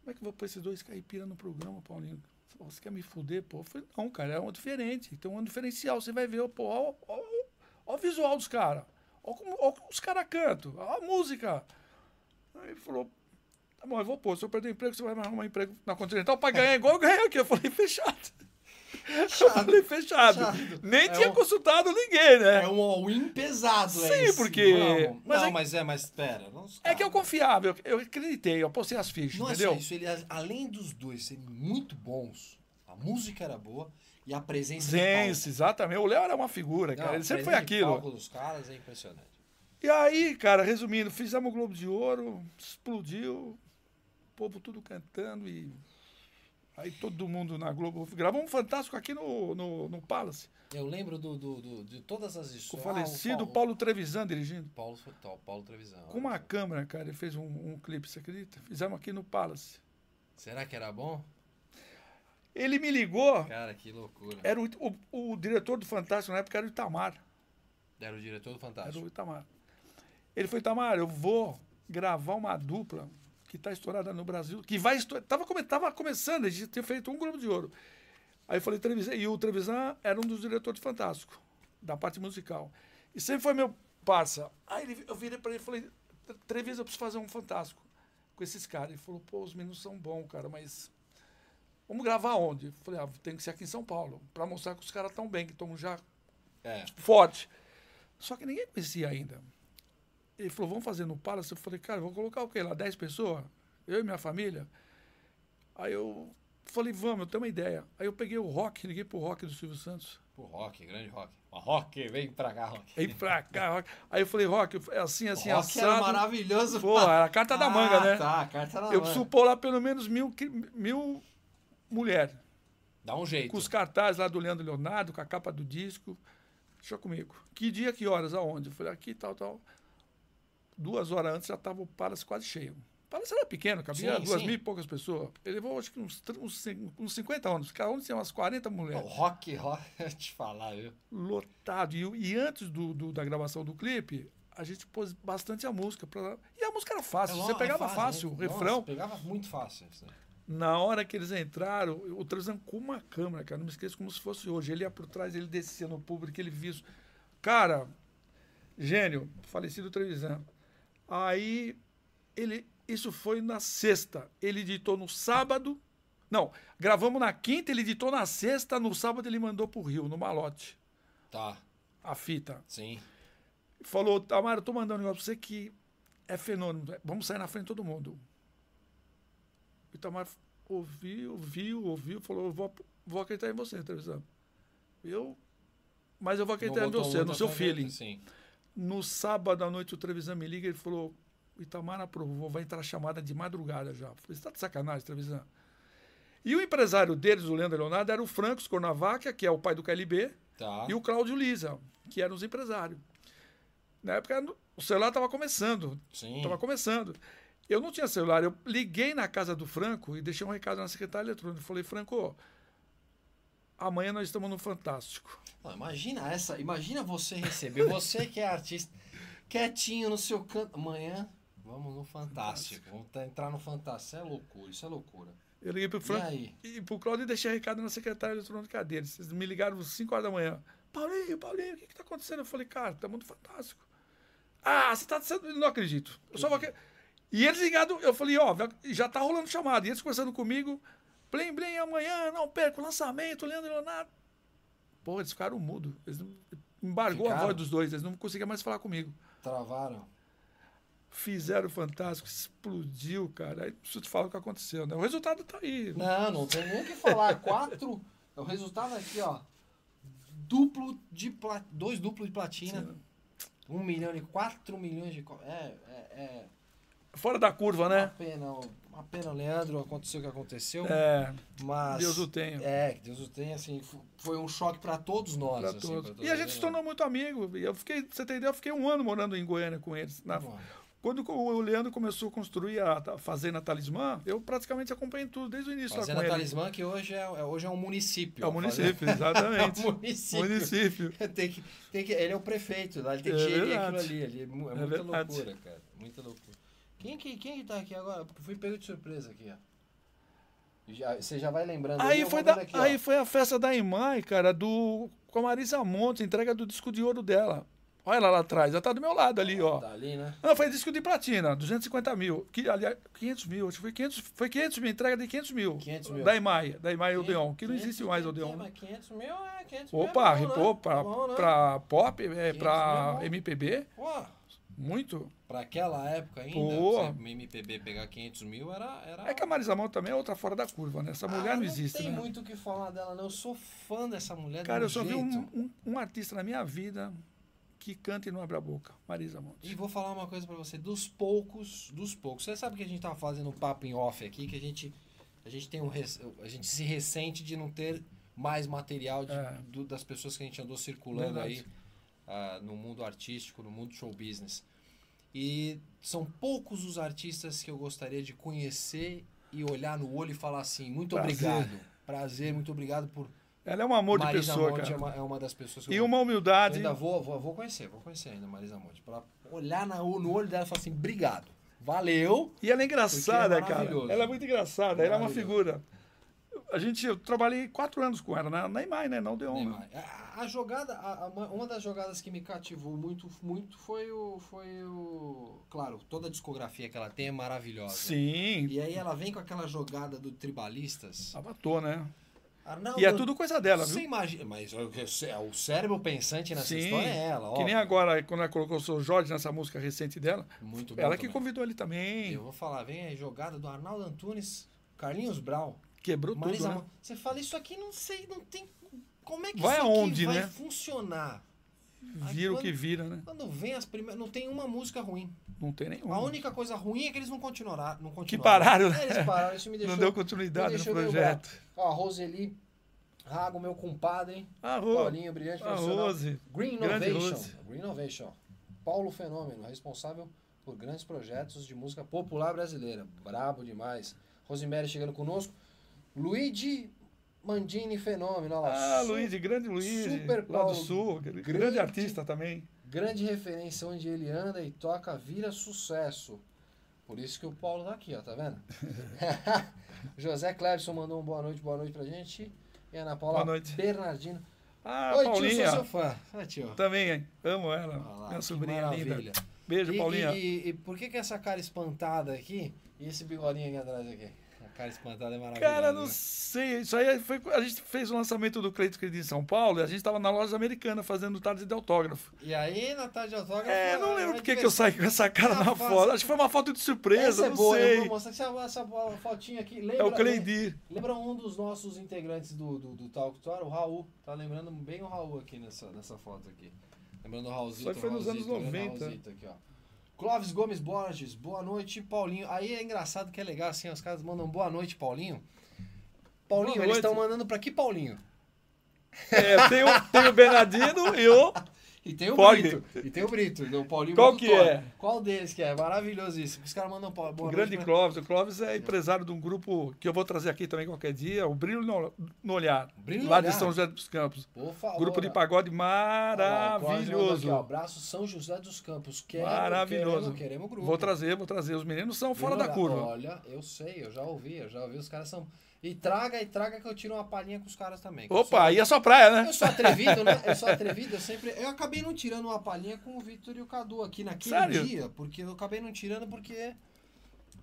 Speaker 2: como é que eu vou pôr esses dois caipira no programa, Paulinho? Ele falou, Você quer me fuder, pô? Eu falei, não, cara, é um diferente, tem um diferencial, você vai ver, pô, ó, ó, ó, ó o visual dos caras, ó como ó como os caras cantam, ó a música. Aí ele falou, tá bom, eu vou pôr, se eu perder o emprego, você vai me arrumar um emprego na Continental pra ganhar igual eu ganhei aqui. Eu falei, fechado. Eu falei, fechado.
Speaker 1: Fechado.
Speaker 2: Nem
Speaker 1: É
Speaker 2: tinha
Speaker 1: um-
Speaker 2: consultado ninguém, né?
Speaker 1: É um all-in pesado,
Speaker 2: Sim,
Speaker 1: é esse.
Speaker 2: porque-
Speaker 1: Vamos.
Speaker 2: mas
Speaker 1: não,
Speaker 2: é-
Speaker 1: mas é, mas espera. Não,
Speaker 2: É que eu confiava, eu, eu acreditei, eu apostei as fichas,
Speaker 1: Não é
Speaker 2: entendeu?
Speaker 1: só isso, ele, além dos dois serem muito bons, a música era boa e a presença
Speaker 2: Zense,
Speaker 1: de
Speaker 2: exatamente. O Léo era uma figura,
Speaker 1: palco. é
Speaker 2: cara.
Speaker 1: Não,
Speaker 2: Ele sempre
Speaker 1: a
Speaker 2: foi
Speaker 1: presença de
Speaker 2: aquilo.
Speaker 1: palco dos caras é impressionante.
Speaker 2: E aí, cara, resumindo, fizemos o Globo de Ouro, explodiu, o povo tudo cantando e. Aí todo mundo na Globo. Gravamos um Fantástico aqui no, no, no Palace,
Speaker 1: Eu lembro do, do- do- de todas as
Speaker 2: com o
Speaker 1: histórias. Ah,
Speaker 2: falecido Paulo Trevisan dirigindo.
Speaker 1: Paulo, Paulo, Paulo Trevisan.
Speaker 2: Com uma câmera, cara, ele fez um, um clipe, você acredita? Fizemos aqui no Palace.
Speaker 1: Será que era bom?
Speaker 2: Ele me ligou,
Speaker 1: Cara, que loucura.
Speaker 2: era o, o, o diretor do Fantástico na época era o Itamar.
Speaker 1: Era o diretor do
Speaker 2: Era
Speaker 1: Fantástico.
Speaker 2: o Itamar. Ele falou, Itamar, eu vou gravar uma dupla que está estourada no Brasil, que vai estourar. Tava, come- tava começando, a gente tinha feito um Globo de Ouro. Aí eu falei, Trevisan, e o Trevisan era um dos diretores fantástico da parte musical. E sempre foi meu parça. Aí ele- eu virei para ele e falei, Trevisan, eu preciso fazer um fantástico com esses caras. Ele falou, pô, os meninos são bons, cara, mas vamos gravar onde? Eu falei, ah, tem que ser aqui em São Paulo, para mostrar que os caras estão bem, que estão já
Speaker 1: É.
Speaker 2: forte. Só que ninguém conhecia ainda. Ele falou, vamos fazer no Palace. Eu falei, cara, eu vou colocar o quê lá? 10 pessoas? Eu e minha família? Aí eu falei, vamos, eu tenho uma ideia. Aí eu peguei o rock, liguei pro rock do Silvio Santos.
Speaker 1: O rock, grande rock. O rock, vem pra cá, rock.
Speaker 2: Aí pra cá, rock. Aí eu falei, rock, é assim, É assim,
Speaker 1: rock era
Speaker 2: assado.
Speaker 1: maravilhoso.
Speaker 2: Porra, era a carta da manga,
Speaker 1: Ah,
Speaker 2: né?
Speaker 1: Tá, carta da
Speaker 2: Eu
Speaker 1: manga.
Speaker 2: preciso pôr lá pelo menos mil, que- mil mulheres.
Speaker 1: Dá um jeito.
Speaker 2: Com os cartazes lá do Leandro Leonardo, com a capa do disco. Deixa comigo. Que dia, que horas, aonde? Eu falei, aqui, tal, tal. Duas horas antes já estava o Palace quase cheio. O Palace era pequeno, cabia
Speaker 1: Sim,
Speaker 2: duas
Speaker 1: sim.
Speaker 2: mil e poucas pessoas. Ele levou, acho que uns, tr- uns, cin- uns 50 anos. Cada um tinha umas 40
Speaker 1: Não,
Speaker 2: mulheres.
Speaker 1: rock, rock, eu te falar, viu?
Speaker 2: Lotado. E, o- e antes do, do- da gravação do clipe, a gente pôs bastante a música. Pra... E a música era fácil,
Speaker 1: É
Speaker 2: você
Speaker 1: lo-
Speaker 2: pegava
Speaker 1: é
Speaker 2: fácil,
Speaker 1: né?
Speaker 2: o
Speaker 1: Nossa,
Speaker 2: refrão.
Speaker 1: Pegava muito fácil. isso daí.
Speaker 2: Na hora que eles entraram, o Transan com uma câmera, cara, não me esqueço como se fosse hoje. Ele ia por trás, ele descia no público, ele viu. isso. Cara, gênio, falecido Trevisan. Aí ele isso foi na sexta. Ele editou no sábado. Não, gravamos na quinta, ele editou na sexta, no sábado ele mandou pro Rio, no malote,
Speaker 1: Tá,
Speaker 2: a fita.
Speaker 1: sim.
Speaker 2: Falou, Amaro, eu tô mandando um negócio pra você que é fenômeno. Vamos sair na frente de todo mundo. O Itamar ouviu, ouviu, ouviu, falou, eu vou, vou acreditar em você, televisão. Eu. Mas eu vou acreditar em
Speaker 1: botou
Speaker 2: você, no
Speaker 1: muita
Speaker 2: seu
Speaker 1: fé,
Speaker 2: feeling.
Speaker 1: Sim.
Speaker 2: No sábado à noite, o Trevisan me liga e falou: "O Itamar aprovou, vai entrar chamada de madrugada já. Eu Falei, você tá de sacanagem, Trevisan? E o empresário deles, o Leandro Leonardo, era o Francos Cornavaca, que é o pai do KLB,
Speaker 1: Tá.
Speaker 2: e o Cláudio Lisa, que eram os empresários. Na época, no- o celular estava começando.
Speaker 1: Sim.
Speaker 2: Estava começando. Eu não tinha celular. Eu liguei na casa do Franco e deixei um recado na secretária eletrônica. Falei, Franco, amanhã nós estamos no Fantástico.
Speaker 1: Não, imagina essa, imagina você receber, você que é artista, quietinho no seu canto. Amanhã vamos no Fantástico. Vamos tá- entrar no Fantástico. Isso é loucura, isso é loucura.
Speaker 2: Eu liguei para o
Speaker 1: E
Speaker 2: Franco
Speaker 1: aí?
Speaker 2: e para o Cláudio e deixei recado na secretária eletrônica deles. Eles me ligaram às 5 horas da manhã. Paulinho, Paulinho, o que está acontecendo? Eu falei, cara, estamos no Fantástico. Ah, você está dizendo... eu Não acredito. Eu só vou... acre- E eles ligados, eu falei, ó, vai- já tá rolando chamada. E eles conversando comigo, Blim Blim, amanhã, não perca o lançamento, Leandro e Leonardo. Pô, eles ficaram mudo. Eles não- Embargou a
Speaker 1: Ficaram?
Speaker 2: voz dos dois, eles não conseguiam mais falar comigo.
Speaker 1: Travaram.
Speaker 2: Fizeram o fantástico, explodiu, cara. Aí preciso te falar o que aconteceu, né? O resultado tá aí.
Speaker 1: Não, não tem nem o que falar. Quatro. é O resultado aqui, ó. Duplo de pla- dois duplos de platina. Um milhão e quatro milhões de. co- É, é,
Speaker 2: Fora da curva,
Speaker 1: é. Uma
Speaker 2: né?
Speaker 1: pena, o- uma pena, o Leandro. Aconteceu o que aconteceu.
Speaker 2: É,
Speaker 1: mas.
Speaker 2: Deus o tenha.
Speaker 1: É, que Deus o tenha, assim, fo- foi um choque pra todos nós.
Speaker 2: Pra
Speaker 1: assim,
Speaker 2: todos.
Speaker 1: pra todos
Speaker 2: E a gente
Speaker 1: nós.
Speaker 2: se tornou muito amigo. E Eu fiquei, pra você entendeu? Eu fiquei um ano morando em Goiânia com eles. Na-
Speaker 1: Tá Bom,
Speaker 2: Quando o Leandro começou a construir a ta- Fazenda Talismã, eu praticamente acompanhei tudo desde o início lá
Speaker 1: Fazenda
Speaker 2: com ele.
Speaker 1: Talismã, que hoje é, é- hoje é um município.
Speaker 2: É o
Speaker 1: a
Speaker 2: município,
Speaker 1: Fazenda-
Speaker 2: exatamente.
Speaker 1: É um município.
Speaker 2: município.
Speaker 1: Tem que, tem que, ele é o prefeito lá, ele tem
Speaker 2: É
Speaker 1: que gerir
Speaker 2: verdade.
Speaker 1: aquilo ali. ali. É, mu- é
Speaker 2: É
Speaker 1: muita
Speaker 2: verdade.
Speaker 1: loucura, cara. Muita loucura. Quem que, quem que tá aqui agora? Porque fui pego de surpresa aqui, ó. Já- você já vai lembrando.
Speaker 2: Aí
Speaker 1: eu
Speaker 2: foi,
Speaker 1: vou
Speaker 2: da-
Speaker 1: vendo aqui, ó.
Speaker 2: aí foi a festa da Imai, cara, do com a Marisa Monte, entrega do disco de ouro dela. Olha ela lá atrás, ela tá do meu lado ali, ó.
Speaker 1: Tá ali, né?
Speaker 2: Não, foi disco de platina, 250 mil. Que, aliás, 500 mil, acho que foi 500, foi 500 mil, entrega de 500 mil.
Speaker 1: 500 mil.
Speaker 2: Da Imai, da Imai Odeon, que não
Speaker 1: 500
Speaker 2: existe mais
Speaker 1: mil,
Speaker 2: Odeon. né?
Speaker 1: mas 500 mil é 500 mil.
Speaker 2: Opa,
Speaker 1: é bom, né?
Speaker 2: ripou pra,
Speaker 1: É bom, né?
Speaker 2: pra pop, é,
Speaker 1: 500
Speaker 2: pra
Speaker 1: mil é bom.
Speaker 2: MPB,
Speaker 1: Pô,
Speaker 2: muito.
Speaker 1: Pra aquela época ainda,
Speaker 2: Pô.
Speaker 1: você MPB pegar 500 mil era. era...
Speaker 2: É que a Marisa Monte também é outra fora da curva, né? Essa mulher
Speaker 1: Ah,
Speaker 2: não existe,
Speaker 1: Não tem
Speaker 2: né?
Speaker 1: muito o que falar dela, não. Eu sou fã dessa mulher.
Speaker 2: Cara,
Speaker 1: de
Speaker 2: eu só vi um,
Speaker 1: jeito.
Speaker 2: um- um artista na minha vida que canta e não abre a boca, Marisa
Speaker 1: E
Speaker 2: Monte.
Speaker 1: vou falar uma coisa pra você, dos poucos, dos poucos. Você sabe que a gente tava fazendo um papo em off aqui, que a gente, a gente tem um, res- a gente se ressente de não ter mais material de-
Speaker 2: É.
Speaker 1: do- das pessoas que a gente andou circulando aí
Speaker 2: Verdade.
Speaker 1: ah, no mundo artístico, no mundo show business. E são poucos os artistas que eu gostaria de conhecer e olhar no olho e falar assim, muito
Speaker 2: Prazer.
Speaker 1: obrigado, prazer, muito obrigado por
Speaker 2: Ela é um amor de
Speaker 1: Marisa
Speaker 2: pessoa,
Speaker 1: Monte
Speaker 2: cara.
Speaker 1: É, uma, é uma das pessoas que
Speaker 2: E
Speaker 1: eu
Speaker 2: uma
Speaker 1: eu
Speaker 2: humildade.
Speaker 1: ainda vou, vou, vou conhecer, vou conhecer ainda Marisa Monte. Pra olhar na- no olho dela e falar assim, obrigado, valeu.
Speaker 2: E ela é engraçada,
Speaker 1: Porque é
Speaker 2: cara.
Speaker 1: maravilhoso.
Speaker 2: Ela é muito engraçada, ela é uma
Speaker 1: Maravilhoso.
Speaker 2: figura. A gente, eu trabalhei quatro anos com ela, na, na Imai, né? Não deu uma.
Speaker 1: Neymar. A, a jogada, a- a- uma uma das jogadas que me cativou muito, muito foi o, foi o... Claro, toda a discografia que ela tem é maravilhosa.
Speaker 2: Sim,
Speaker 1: E aí ela vem com aquela jogada do Tribalistas.
Speaker 2: sabatou, né?
Speaker 1: Arnaldo,
Speaker 2: E é tudo coisa dela,
Speaker 1: Você
Speaker 2: viu?
Speaker 1: imagina, mas o, é o cérebro pensante nessa
Speaker 2: Sim,
Speaker 1: história é ela, ó.
Speaker 2: Que nem agora, quando ela colocou o seu Jorge nessa música recente dela,
Speaker 1: Muito bom
Speaker 2: ela que
Speaker 1: também.
Speaker 2: convidou ele também.
Speaker 1: Eu vou falar, vem aí, jogada do Arnaldo Antunes, Carlinhos Brown.
Speaker 2: Quebrou
Speaker 1: Marisa,
Speaker 2: tudo, né?
Speaker 1: Monte, você fala isso aqui, não sei, não tem. Como é que
Speaker 2: Vai
Speaker 1: isso
Speaker 2: aonde,
Speaker 1: aqui vai
Speaker 2: né?
Speaker 1: funcionar?
Speaker 2: Vira o que vira, né?
Speaker 1: Quando vem as primeiras. Não tem uma música ruim.
Speaker 2: Não tem nenhum.
Speaker 1: A única coisa ruim é que eles não continuaram. Não
Speaker 2: Que
Speaker 1: continuaram.
Speaker 2: pararam, né?
Speaker 1: É, eles pararam, isso me deixou.
Speaker 2: Não deu continuidade
Speaker 1: me
Speaker 2: no
Speaker 1: deixou meio
Speaker 2: projeto.
Speaker 1: bravo. Ó, Roseli, Rago, meu compadre,
Speaker 2: A Rose,
Speaker 1: Paulinho, brilhante
Speaker 2: a
Speaker 1: profissional.
Speaker 2: Ah, Rose.
Speaker 1: Green
Speaker 2: Grande
Speaker 1: Innovation.
Speaker 2: Rose.
Speaker 1: Green Innovation. Paulo Fenômeno, responsável por grandes projetos de música popular brasileira. Brabo demais. Rosemary chegando conosco. Luigi Mandini Fenômeno. Olha lá.
Speaker 2: Ah,
Speaker 1: Su-
Speaker 2: Luiz, grande Luiz,
Speaker 1: Super
Speaker 2: lá
Speaker 1: Paulo,
Speaker 2: do Sul, grande,
Speaker 1: grande-
Speaker 2: artista também.
Speaker 1: Grande referência onde ele anda e toca, vira sucesso. Por isso que o Paulo tá aqui, ó, tá vendo? José Clebson mandou um boa noite, boa noite pra gente. E Ana Paula
Speaker 2: Boa noite.
Speaker 1: Bernardino.
Speaker 2: Ah,
Speaker 1: Oi, tio,
Speaker 2: Paulinha.
Speaker 1: sou seu fã. Ah, tio.
Speaker 2: Também, hein? Amo ela.
Speaker 1: Olha lá,
Speaker 2: minha
Speaker 1: que
Speaker 2: sobrinha linda.
Speaker 1: maravilha.
Speaker 2: Beijo,
Speaker 1: E-
Speaker 2: Paulinha.
Speaker 1: E, e por que, que essa cara espantada aqui e esse bigodinho aqui atrás aqui? A cara espantada é maravilhosa.
Speaker 2: Cara, não
Speaker 1: né?
Speaker 2: sei. Isso aí foi. A gente fez o lançamento do Cleito Credit em São Paulo e a gente tava na loja americana fazendo tarde de autógrafo.
Speaker 1: E aí, na tarde de autógrafo.
Speaker 2: É, não lembro
Speaker 1: é
Speaker 2: por que que
Speaker 1: divertido.
Speaker 2: eu saí com essa cara
Speaker 1: Ah,
Speaker 2: na
Speaker 1: faz-
Speaker 2: foto. Acho que foi uma foto de surpresa,
Speaker 1: Essa é
Speaker 2: não
Speaker 1: boa, eu
Speaker 2: sei.
Speaker 1: vou mostrar essa, essa fotinha aqui.
Speaker 2: É
Speaker 1: Lembra,
Speaker 2: o Cleidi.
Speaker 1: Lembra um dos nossos integrantes do, do, do Talk Tour, o Raul. Tá lembrando bem o Raul aqui nessa, nessa foto aqui. Lembrando o Raulzito.
Speaker 2: Só que foi nos
Speaker 1: Raulzito,
Speaker 2: anos
Speaker 1: grande
Speaker 2: 90.
Speaker 1: Raulzito aqui, ó. Clóvis Gomes Borges, boa noite, Paulinho. Aí é engraçado que é legal assim, os caras mandam boa noite, Paulinho. Paulinho,
Speaker 2: Boa
Speaker 1: eles
Speaker 2: noite.
Speaker 1: estão mandando pra que Paulinho?
Speaker 2: É, tem o, tem o Bernardino e o.
Speaker 1: E tem o
Speaker 2: Pode.
Speaker 1: Brito. E tem o Brito, do Paulinho
Speaker 2: Qual
Speaker 1: do
Speaker 2: que
Speaker 1: Thor.
Speaker 2: é?
Speaker 1: Qual deles que é? Maravilhoso isso. Os caras mandam pa- boa
Speaker 2: o grande
Speaker 1: noite. pra-
Speaker 2: Clóvis. O Clóvis é empresário de um grupo que eu vou trazer aqui também qualquer dia, o Brilho no, no Olhar.
Speaker 1: Brilho no
Speaker 2: lá
Speaker 1: Olhar.
Speaker 2: de São José dos Campos.
Speaker 1: Por favor,
Speaker 2: Grupo de
Speaker 1: ó.
Speaker 2: pagode
Speaker 1: Tá então, Maravilhoso.
Speaker 2: maravilhoso.
Speaker 1: abraço São José dos Campos. Queremos,
Speaker 2: Maravilhoso.
Speaker 1: Queremos, queremos grupo.
Speaker 2: Vou trazer, vou trazer. Os meninos são fora
Speaker 1: Olha,
Speaker 2: da curva.
Speaker 1: Olha, eu sei, eu já ouvi, eu já ouvi. Os caras são. E traga, e traga que eu tiro uma palhinha com os caras também. que eu
Speaker 2: Opa, aí é só praia,
Speaker 1: sou-
Speaker 2: né?
Speaker 1: Eu sou atrevido, né? Eu sou atrevido, eu sempre. Eu acabei não tirando uma palhinha com o Victor e o Cadu aqui naquele
Speaker 2: Sério?
Speaker 1: dia, porque eu acabei não tirando porque.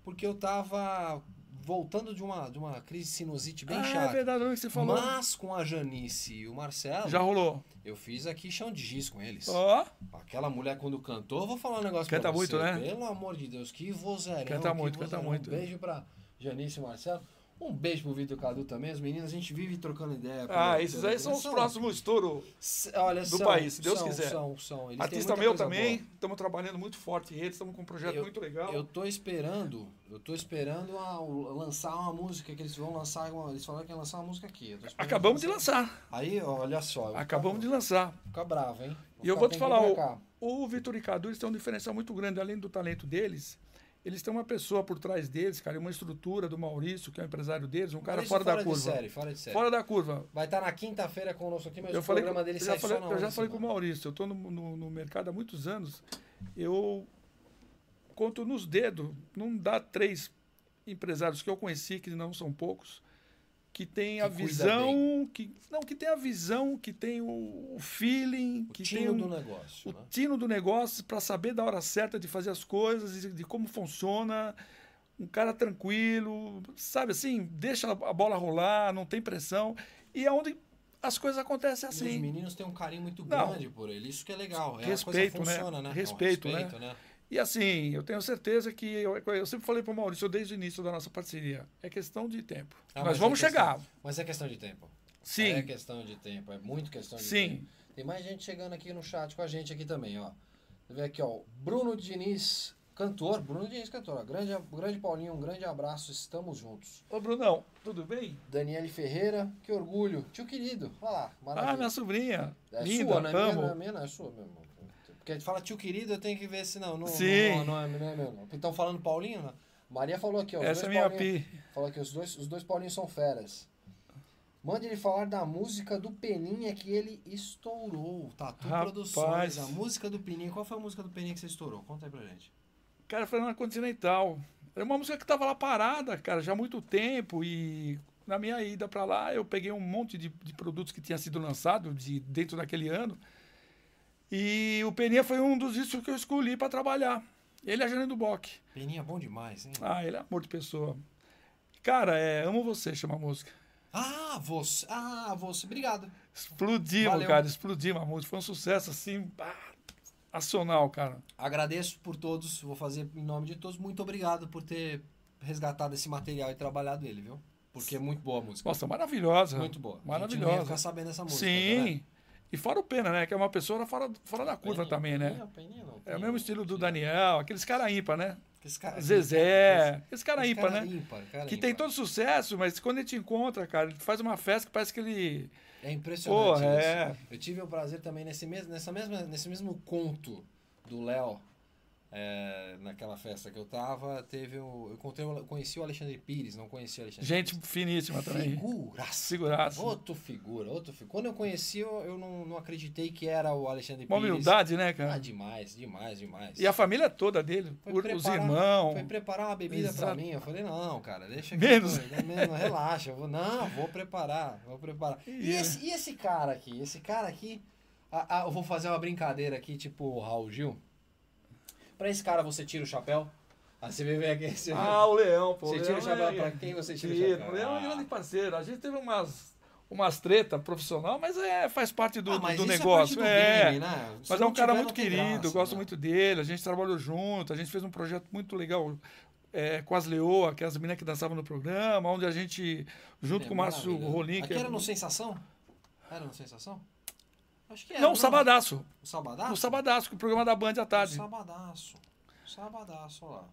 Speaker 1: Porque eu tava voltando de uma, de uma crise de sinusite bem
Speaker 2: Ah, é
Speaker 1: chata.
Speaker 2: verdade, olha o que você falou.
Speaker 1: Mas com a Janice e o Marcelo,
Speaker 2: Já rolou.
Speaker 1: eu fiz aqui chão de giz com eles.
Speaker 2: Ó,
Speaker 1: Aquela mulher quando cantou, eu vou falar um negócio
Speaker 2: Canta
Speaker 1: pra você.
Speaker 2: muito, né?
Speaker 1: Pelo amor de Deus, que vozerão.
Speaker 2: Canta
Speaker 1: que
Speaker 2: muito, canta
Speaker 1: vozerão.
Speaker 2: muito.
Speaker 1: Um beijo pra Janice e Marcelo. Um beijo pro Vitor e Cadu também. Os meninos, a gente vive trocando ideia. pelo-
Speaker 2: ah,
Speaker 1: pelo
Speaker 2: esses aí são os
Speaker 1: telefone.
Speaker 2: próximos estouro.
Speaker 1: S- Olha,
Speaker 2: do
Speaker 1: são,
Speaker 2: país, se Deus
Speaker 1: são,
Speaker 2: quiser.
Speaker 1: São, são. Eles têm
Speaker 2: Artista
Speaker 1: muita
Speaker 2: meu
Speaker 1: coisa
Speaker 2: também, estamos trabalhando muito forte eles, estamos com um projeto
Speaker 1: Eu-
Speaker 2: muito legal.
Speaker 1: boa. Eu tô esperando, eu tô esperando a- o- lançar uma música que eles vão lançar. uma- eles falaram que iam lançar uma música aqui. Eu tô esperando
Speaker 2: Acabamos de lançar,
Speaker 1: Aí, ó, olha só.
Speaker 2: acabamos de lançar.
Speaker 1: Fica bravo, hein?
Speaker 2: E eu
Speaker 1: ficar-
Speaker 2: vou te
Speaker 1: tem que
Speaker 2: falar,
Speaker 1: vir
Speaker 2: o-
Speaker 1: pra cá.
Speaker 2: O Vitor e Cadu, eles têm uma diferença muito grande, além do talento deles, eles têm uma pessoa por trás deles, cara, e uma estrutura do Maurício, que é o empresário deles, um cara
Speaker 1: Maurício,
Speaker 2: fora, da
Speaker 1: de
Speaker 2: curva.
Speaker 1: série, fora de série.
Speaker 2: Fora da curva.
Speaker 1: Vai estar na quinta-feira conosco aqui, mas
Speaker 2: eu
Speaker 1: o
Speaker 2: falei,
Speaker 1: programa
Speaker 2: com-
Speaker 1: dele
Speaker 2: eu
Speaker 1: sai
Speaker 2: já falei,
Speaker 1: só na
Speaker 2: eu já
Speaker 1: outra
Speaker 2: falei com o
Speaker 1: semana.
Speaker 2: Maurício, eu estou no, no- no mercado há muitos anos, eu conto nos dedos, não dá três empresários que eu conheci, que não são poucos, que tem a
Speaker 1: Que cuida
Speaker 2: visão, que não, que tem a visão, que tem o, o feeling,
Speaker 1: O
Speaker 2: que um tem
Speaker 1: tino
Speaker 2: o,
Speaker 1: do negócio,
Speaker 2: o
Speaker 1: né?
Speaker 2: tino do negócio para saber da hora certa de fazer as coisas, e de como funciona. Um cara tranquilo, sabe assim, deixa a bola rolar, não tem pressão. E é onde as coisas
Speaker 1: E
Speaker 2: acontecem
Speaker 1: os
Speaker 2: assim.
Speaker 1: meninos têm um carinho muito
Speaker 2: Não.
Speaker 1: grande por ele, isso que é legal. É, a
Speaker 2: Respeito,
Speaker 1: coisa
Speaker 2: né?
Speaker 1: funciona, né? É um
Speaker 2: Respeito, né?
Speaker 1: respeito, né?
Speaker 2: E assim, eu tenho certeza que. Eu, eu sempre falei para o Maurício, desde o início da nossa parceria, é questão de tempo.
Speaker 1: Ah,
Speaker 2: Nós
Speaker 1: mas
Speaker 2: vamos
Speaker 1: é questão-
Speaker 2: chegar.
Speaker 1: Mas é questão de tempo.
Speaker 2: Sim,
Speaker 1: É questão de tempo, é muito questão de tempo.
Speaker 2: sim.
Speaker 1: Tem mais gente chegando aqui no chat com a gente aqui também, ó. Você vê aqui, ó, Bruno Diniz, cantor, Bruno Diniz, cantor. ó. Grande, grande Paulinho, um grande abraço, estamos juntos.
Speaker 2: Ô, Brunão, tudo bem?
Speaker 1: Daniele Ferreira, que orgulho. Tio querido, olha lá, maravilha.
Speaker 2: Ah, minha sobrinha.
Speaker 1: É
Speaker 2: linda,
Speaker 1: sua, não é minha,
Speaker 2: amo.
Speaker 1: não é minha, não é sua mesmo. Porque a gente fala tio querido, eu tenho que ver se não. Não,
Speaker 2: Sim.
Speaker 1: não, não é, não é meu. não. Então falando Paulinho, né? Maria falou aqui, ó. os
Speaker 2: Essa é
Speaker 1: dois
Speaker 2: minha
Speaker 1: Paulinho-
Speaker 2: pi.
Speaker 1: Falou aqui, os dois, os dois Paulinhos são feras. Mande ele falar da música do Peninha que ele estourou. Tatu
Speaker 2: Rapaz.
Speaker 1: Produções, a música do Peninha. Qual foi a música do Peninha que você estourou? Conta aí pra gente.
Speaker 2: Cara, foi na Continental. Era uma música que tava lá parada, cara, já há muito tempo. E na minha ida para lá, eu peguei um monte de, de produtos que tinha sido lançado de, dentro daquele ano. E o Peninha foi um dos discos que eu escolhi para trabalhar. Ele é a Jane do Bock.
Speaker 1: Peninha é bom demais, hein?
Speaker 2: Ah, ele é amor de pessoa. Cara, é Amo Você, chama a música.
Speaker 1: Ah, você. Ah, você. Obrigado.
Speaker 2: Explodimos,
Speaker 1: Valeu.
Speaker 2: cara, explodimos a música. Foi um sucesso, assim, pá, acional, cara.
Speaker 1: Agradeço por todos. Vou fazer em nome de todos. Muito obrigado por ter resgatado esse material e trabalhado ele, viu? Porque é muito boa a música.
Speaker 2: Nossa, maravilhosa.
Speaker 1: Muito boa. A gente não ia
Speaker 2: Maravilhosa.
Speaker 1: ficar sabendo essa música. né,
Speaker 2: Sim. né? e fora o Pena, né? Que é uma pessoa fora, fora da curva também, né? É o mesmo estilo do Daniel, aqueles caras ímpar, né?
Speaker 1: É,
Speaker 2: Zezé, esse cara ímpar, né? Que tem todo sucesso, mas quando ele te encontra, cara, ele faz uma festa que parece que ele.
Speaker 1: É impressionante
Speaker 2: Porra,
Speaker 1: isso.
Speaker 2: é.
Speaker 1: Eu tive o prazer também nesse mesmo, nessa mesma, nesse mesmo conto do Léo. é, naquela festa que eu tava, teve o, eu encontrei, o- conheci o Alexandre Pires, não conhecia o Alexandre
Speaker 2: Gente
Speaker 1: Pires.
Speaker 2: finíssima também.
Speaker 1: É Figuraça.
Speaker 2: Seguraça.
Speaker 1: Outro figura, outro figura. Quando eu conheci, eu, eu não, não acreditei que era o Alexandre
Speaker 2: Uma
Speaker 1: Pires.
Speaker 2: humildade, né,
Speaker 1: Ah,
Speaker 2: cara?
Speaker 1: demais, demais, demais.
Speaker 2: E a família toda dele,
Speaker 1: Foi
Speaker 2: o- os
Speaker 1: preparar-
Speaker 2: irmãos.
Speaker 1: Foi preparar uma bebida pra
Speaker 2: Exato.
Speaker 1: mim. Eu falei, não, cara, deixa aqui.
Speaker 2: Menos.
Speaker 1: pô, né, menos, relaxa. Eu vou, não, vou preparar, vou preparar. E
Speaker 2: Ih,
Speaker 1: esse, e esse cara aqui? Esse cara aqui. ah, ah, eu vou fazer uma brincadeira aqui, tipo o Raul Gil. Pra esse cara você tira o chapéu. Aí você vem aqui. Você,
Speaker 2: Ah, o Leão, pô.
Speaker 1: você
Speaker 2: o
Speaker 1: tira o
Speaker 2: Leão
Speaker 1: chapéu
Speaker 2: é-
Speaker 1: pra quem você tira o
Speaker 2: Tira,
Speaker 1: chapéu?
Speaker 2: o Leão é um
Speaker 1: Ah.
Speaker 2: grande parceiro. A gente teve umas, umas treta profissional, mas é, faz parte do,
Speaker 1: Ah, mas
Speaker 2: do
Speaker 1: isso é parte
Speaker 2: negócio.
Speaker 1: do
Speaker 2: É,
Speaker 1: game, né? Se
Speaker 2: Mas é
Speaker 1: não
Speaker 2: um
Speaker 1: tiver,
Speaker 2: cara muito
Speaker 1: não tem
Speaker 2: querido,
Speaker 1: graça,
Speaker 2: gosto
Speaker 1: né?
Speaker 2: muito dele, a gente trabalhou junto, a gente fez um projeto muito legal é, com as Leoa, que é as meninas que dançavam no programa, onde a gente, junto
Speaker 1: É,
Speaker 2: com o Márcio
Speaker 1: maravilha.
Speaker 2: Rolim, que
Speaker 1: Aqui
Speaker 2: é-
Speaker 1: era no Sensação? Era no Sensação? Acho que era.
Speaker 2: Não, o Sabadaço.
Speaker 1: O Sabadaço?
Speaker 2: O Sabadaço, que é o programa da Band à
Speaker 1: O
Speaker 2: tarde.
Speaker 1: Sabadaço. Sabadaço, olha lá.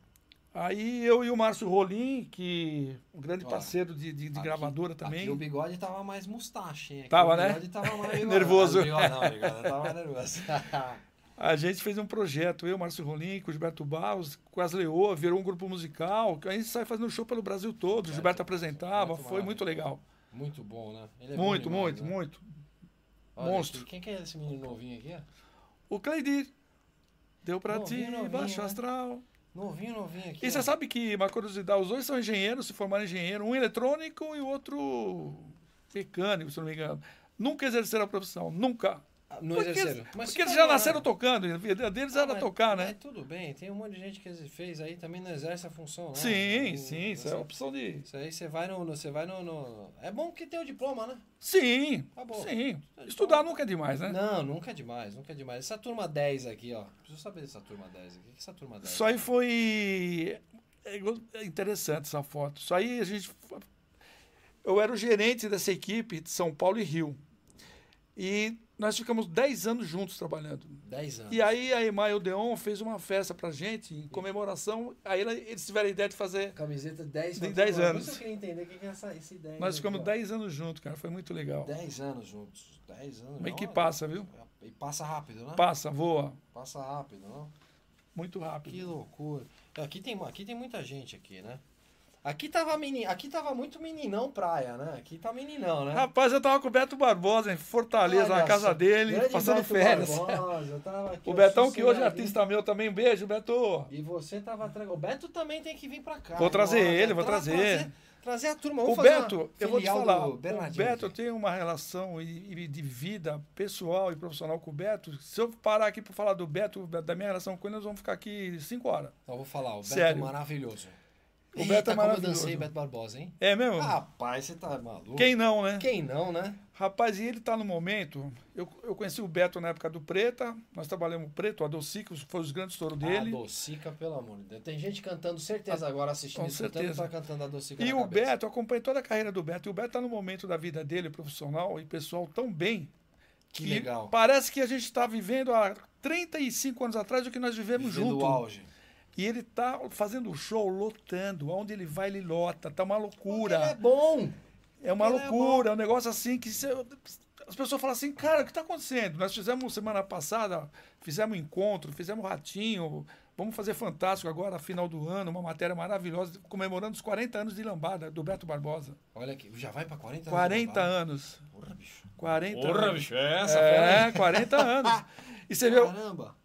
Speaker 2: Aí eu e o Márcio Rolim, que um grande
Speaker 1: Ó,
Speaker 2: parceiro de, de- de
Speaker 1: aqui-
Speaker 2: gravadora
Speaker 1: Aqui o
Speaker 2: também.
Speaker 1: bigode tava mais mustache, hein? Aqui
Speaker 2: Tava,
Speaker 1: o
Speaker 2: né?
Speaker 1: bigode tava mais né?
Speaker 2: Nervoso.
Speaker 1: O bigode, não, o bigode tava mais nervoso.
Speaker 2: A gente fez um projeto, eu, Márcio Rolim, com o Gilberto Barros, com as Leoa, virou um grupo musical, que a gente sai fazendo show pelo Brasil todo. O
Speaker 1: Gilberto,
Speaker 2: Gilberto apresentava,
Speaker 1: Gilberto
Speaker 2: foi muito
Speaker 1: maravilha.
Speaker 2: legal.
Speaker 1: muito bom, né? Ele é bom
Speaker 2: Muito,
Speaker 1: demais,
Speaker 2: muito,
Speaker 1: né?
Speaker 2: muito.
Speaker 1: Olha
Speaker 2: monstro.
Speaker 1: aqui, Quem que é esse menino novinho aqui? ó?
Speaker 2: O Cleidir. Deu pra
Speaker 1: Novinho,
Speaker 2: ti,
Speaker 1: novinho,
Speaker 2: baixo
Speaker 1: né? é.
Speaker 2: astral.
Speaker 1: Novinho, novinho aqui.
Speaker 2: E
Speaker 1: ó.
Speaker 2: você sabe que, uma curiosidade, os dois são engenheiros, se formaram engenheiro, um eletrônico e o outro mecânico, se não me engano. Nunca exerceram a profissão, nunca.
Speaker 1: Ah, Não
Speaker 2: porque
Speaker 1: exerceram. Mas
Speaker 2: Porque eles
Speaker 1: tá
Speaker 2: já
Speaker 1: bom, né?
Speaker 2: nasceram tocando, a vida deles
Speaker 1: Ah,
Speaker 2: era
Speaker 1: mas-
Speaker 2: tocar, né?
Speaker 1: mas tudo bem, tem um monte de gente que fez aí também não exerce a função, né?
Speaker 2: Sim,
Speaker 1: Não- assim.
Speaker 2: sim, isso é
Speaker 1: você-
Speaker 2: opção de.
Speaker 1: Isso aí você vai no. no- Você vai no, no- É bom que tem o diploma, né?
Speaker 2: Sim,
Speaker 1: Tá bom.
Speaker 2: sim. Estudar nunca é demais, né?
Speaker 1: Não, nunca é demais, nunca é demais. Essa turma 10 aqui, ó. Preciso saber dessa turma 10 aqui. O que é essa turma 10?
Speaker 2: Isso aí foi é igual- é interessante essa foto. Isso aí a gente eu era o gerente dessa equipe de São Paulo e Rio. E nós ficamos 10 anos juntos trabalhando.
Speaker 1: 10 anos.
Speaker 2: E aí a Emma e o Deon fez uma festa pra gente em comemoração. Aí ela- eles tiveram a ideia de fazer.
Speaker 1: Camiseta 10
Speaker 2: Tem
Speaker 1: pra
Speaker 2: 10
Speaker 1: turma.
Speaker 2: anos.
Speaker 1: Isso eu queria entender o que que é essa, esse 10.
Speaker 2: Nós
Speaker 1: aqui,
Speaker 2: ficamos
Speaker 1: ó.
Speaker 2: 10 anos juntos, cara. Foi muito legal.
Speaker 1: 10 anos juntos. 10 anos.
Speaker 2: Uma
Speaker 1: não,
Speaker 2: equipe
Speaker 1: é-
Speaker 2: passa, viu?
Speaker 1: E passa rápido, né?
Speaker 2: Passa, voa.
Speaker 1: Passa rápido, não?
Speaker 2: Muito
Speaker 1: Que
Speaker 2: rápido.
Speaker 1: loucura. Aqui tem, aqui tem muita gente aqui, né? Aqui tava, meni, aqui tava muito meninão praia, né? Aqui tá meninão, né?
Speaker 2: Rapaz, eu tava com o Beto Barbosa em Fortaleza,
Speaker 1: Olha
Speaker 2: na casa
Speaker 1: só,
Speaker 2: dele,
Speaker 1: grande
Speaker 2: passando
Speaker 1: Beto
Speaker 2: férias.
Speaker 1: Barbosa, eu tava aqui,
Speaker 2: O
Speaker 1: ó,
Speaker 2: Betão, que hoje é
Speaker 1: sossegadinho.
Speaker 2: artista meu também, beijo, Beto.
Speaker 1: E você tava atrás. O Beto também tem que vir pra cá.
Speaker 2: Vou trazer
Speaker 1: Nossa,
Speaker 2: ele, vou
Speaker 1: tra-
Speaker 2: trazer.
Speaker 1: Trazer, trazer a turma.
Speaker 2: O
Speaker 1: Vamos fazer
Speaker 2: Beto,
Speaker 1: uma
Speaker 2: eu vou te
Speaker 1: filial
Speaker 2: falar,
Speaker 1: do
Speaker 2: o
Speaker 1: Bernardinho
Speaker 2: Beto
Speaker 1: aqui.
Speaker 2: tem uma relação e- e de vida pessoal e profissional com o Beto. Se eu parar aqui para falar do Beto, da minha relação com ele, nós vamos ficar aqui cinco horas.
Speaker 1: Só Então, vou falar, o Beto
Speaker 2: Sério.
Speaker 1: é maravilhoso.
Speaker 2: O Beto é
Speaker 1: como eu
Speaker 2: maravilhoso.
Speaker 1: dancei Beto Barbosa, hein?
Speaker 2: É mesmo?
Speaker 1: Rapaz, você tá maluco.
Speaker 2: Quem não, né?
Speaker 1: Quem não, né?
Speaker 2: Rapaz, e ele tá no momento. Eu, eu conheci o Beto na época do Preta, nós trabalhamos o Preto, o Adolci, que foi os grandes estouro
Speaker 1: A
Speaker 2: dele.
Speaker 1: Docica, pelo amor de Deus. Tem gente cantando, certeza, agora assistindo,
Speaker 2: Com
Speaker 1: escutando,
Speaker 2: certeza.
Speaker 1: tá cantando a Docica
Speaker 2: E
Speaker 1: na
Speaker 2: o
Speaker 1: cabeça.
Speaker 2: Beto, eu acompanhei toda a carreira do Beto. E o Beto tá num momento da vida dele, profissional e pessoal, tão bem.
Speaker 1: Que legal.
Speaker 2: Parece que a gente está vivendo há 35 anos atrás o que nós vivemos
Speaker 1: Vivendo
Speaker 2: junto.
Speaker 1: o auge.
Speaker 2: E ele tá fazendo show, lotando. Aonde ele vai, ele lota. Tá uma
Speaker 1: Ele é
Speaker 2: loucura.
Speaker 1: bom.
Speaker 2: É uma
Speaker 1: ele é
Speaker 2: loucura. É um negócio assim que cê- as pessoas falam assim, cara, o que tá acontecendo? Nós fizemos semana passada, fizemos um encontro, fizemos ratinho. Vamos fazer fantástico agora, final do ano, uma matéria maravilhosa, comemorando os 40 anos de lambada do Beto Barbosa.
Speaker 1: Olha aqui, já vai pra 40 anos.
Speaker 2: 40
Speaker 1: Barbosa.
Speaker 2: anos.
Speaker 1: Porra, bicho.
Speaker 2: 40 anos.
Speaker 1: bicho, é
Speaker 2: É, 40 anos. E você viu,
Speaker 1: Caramba.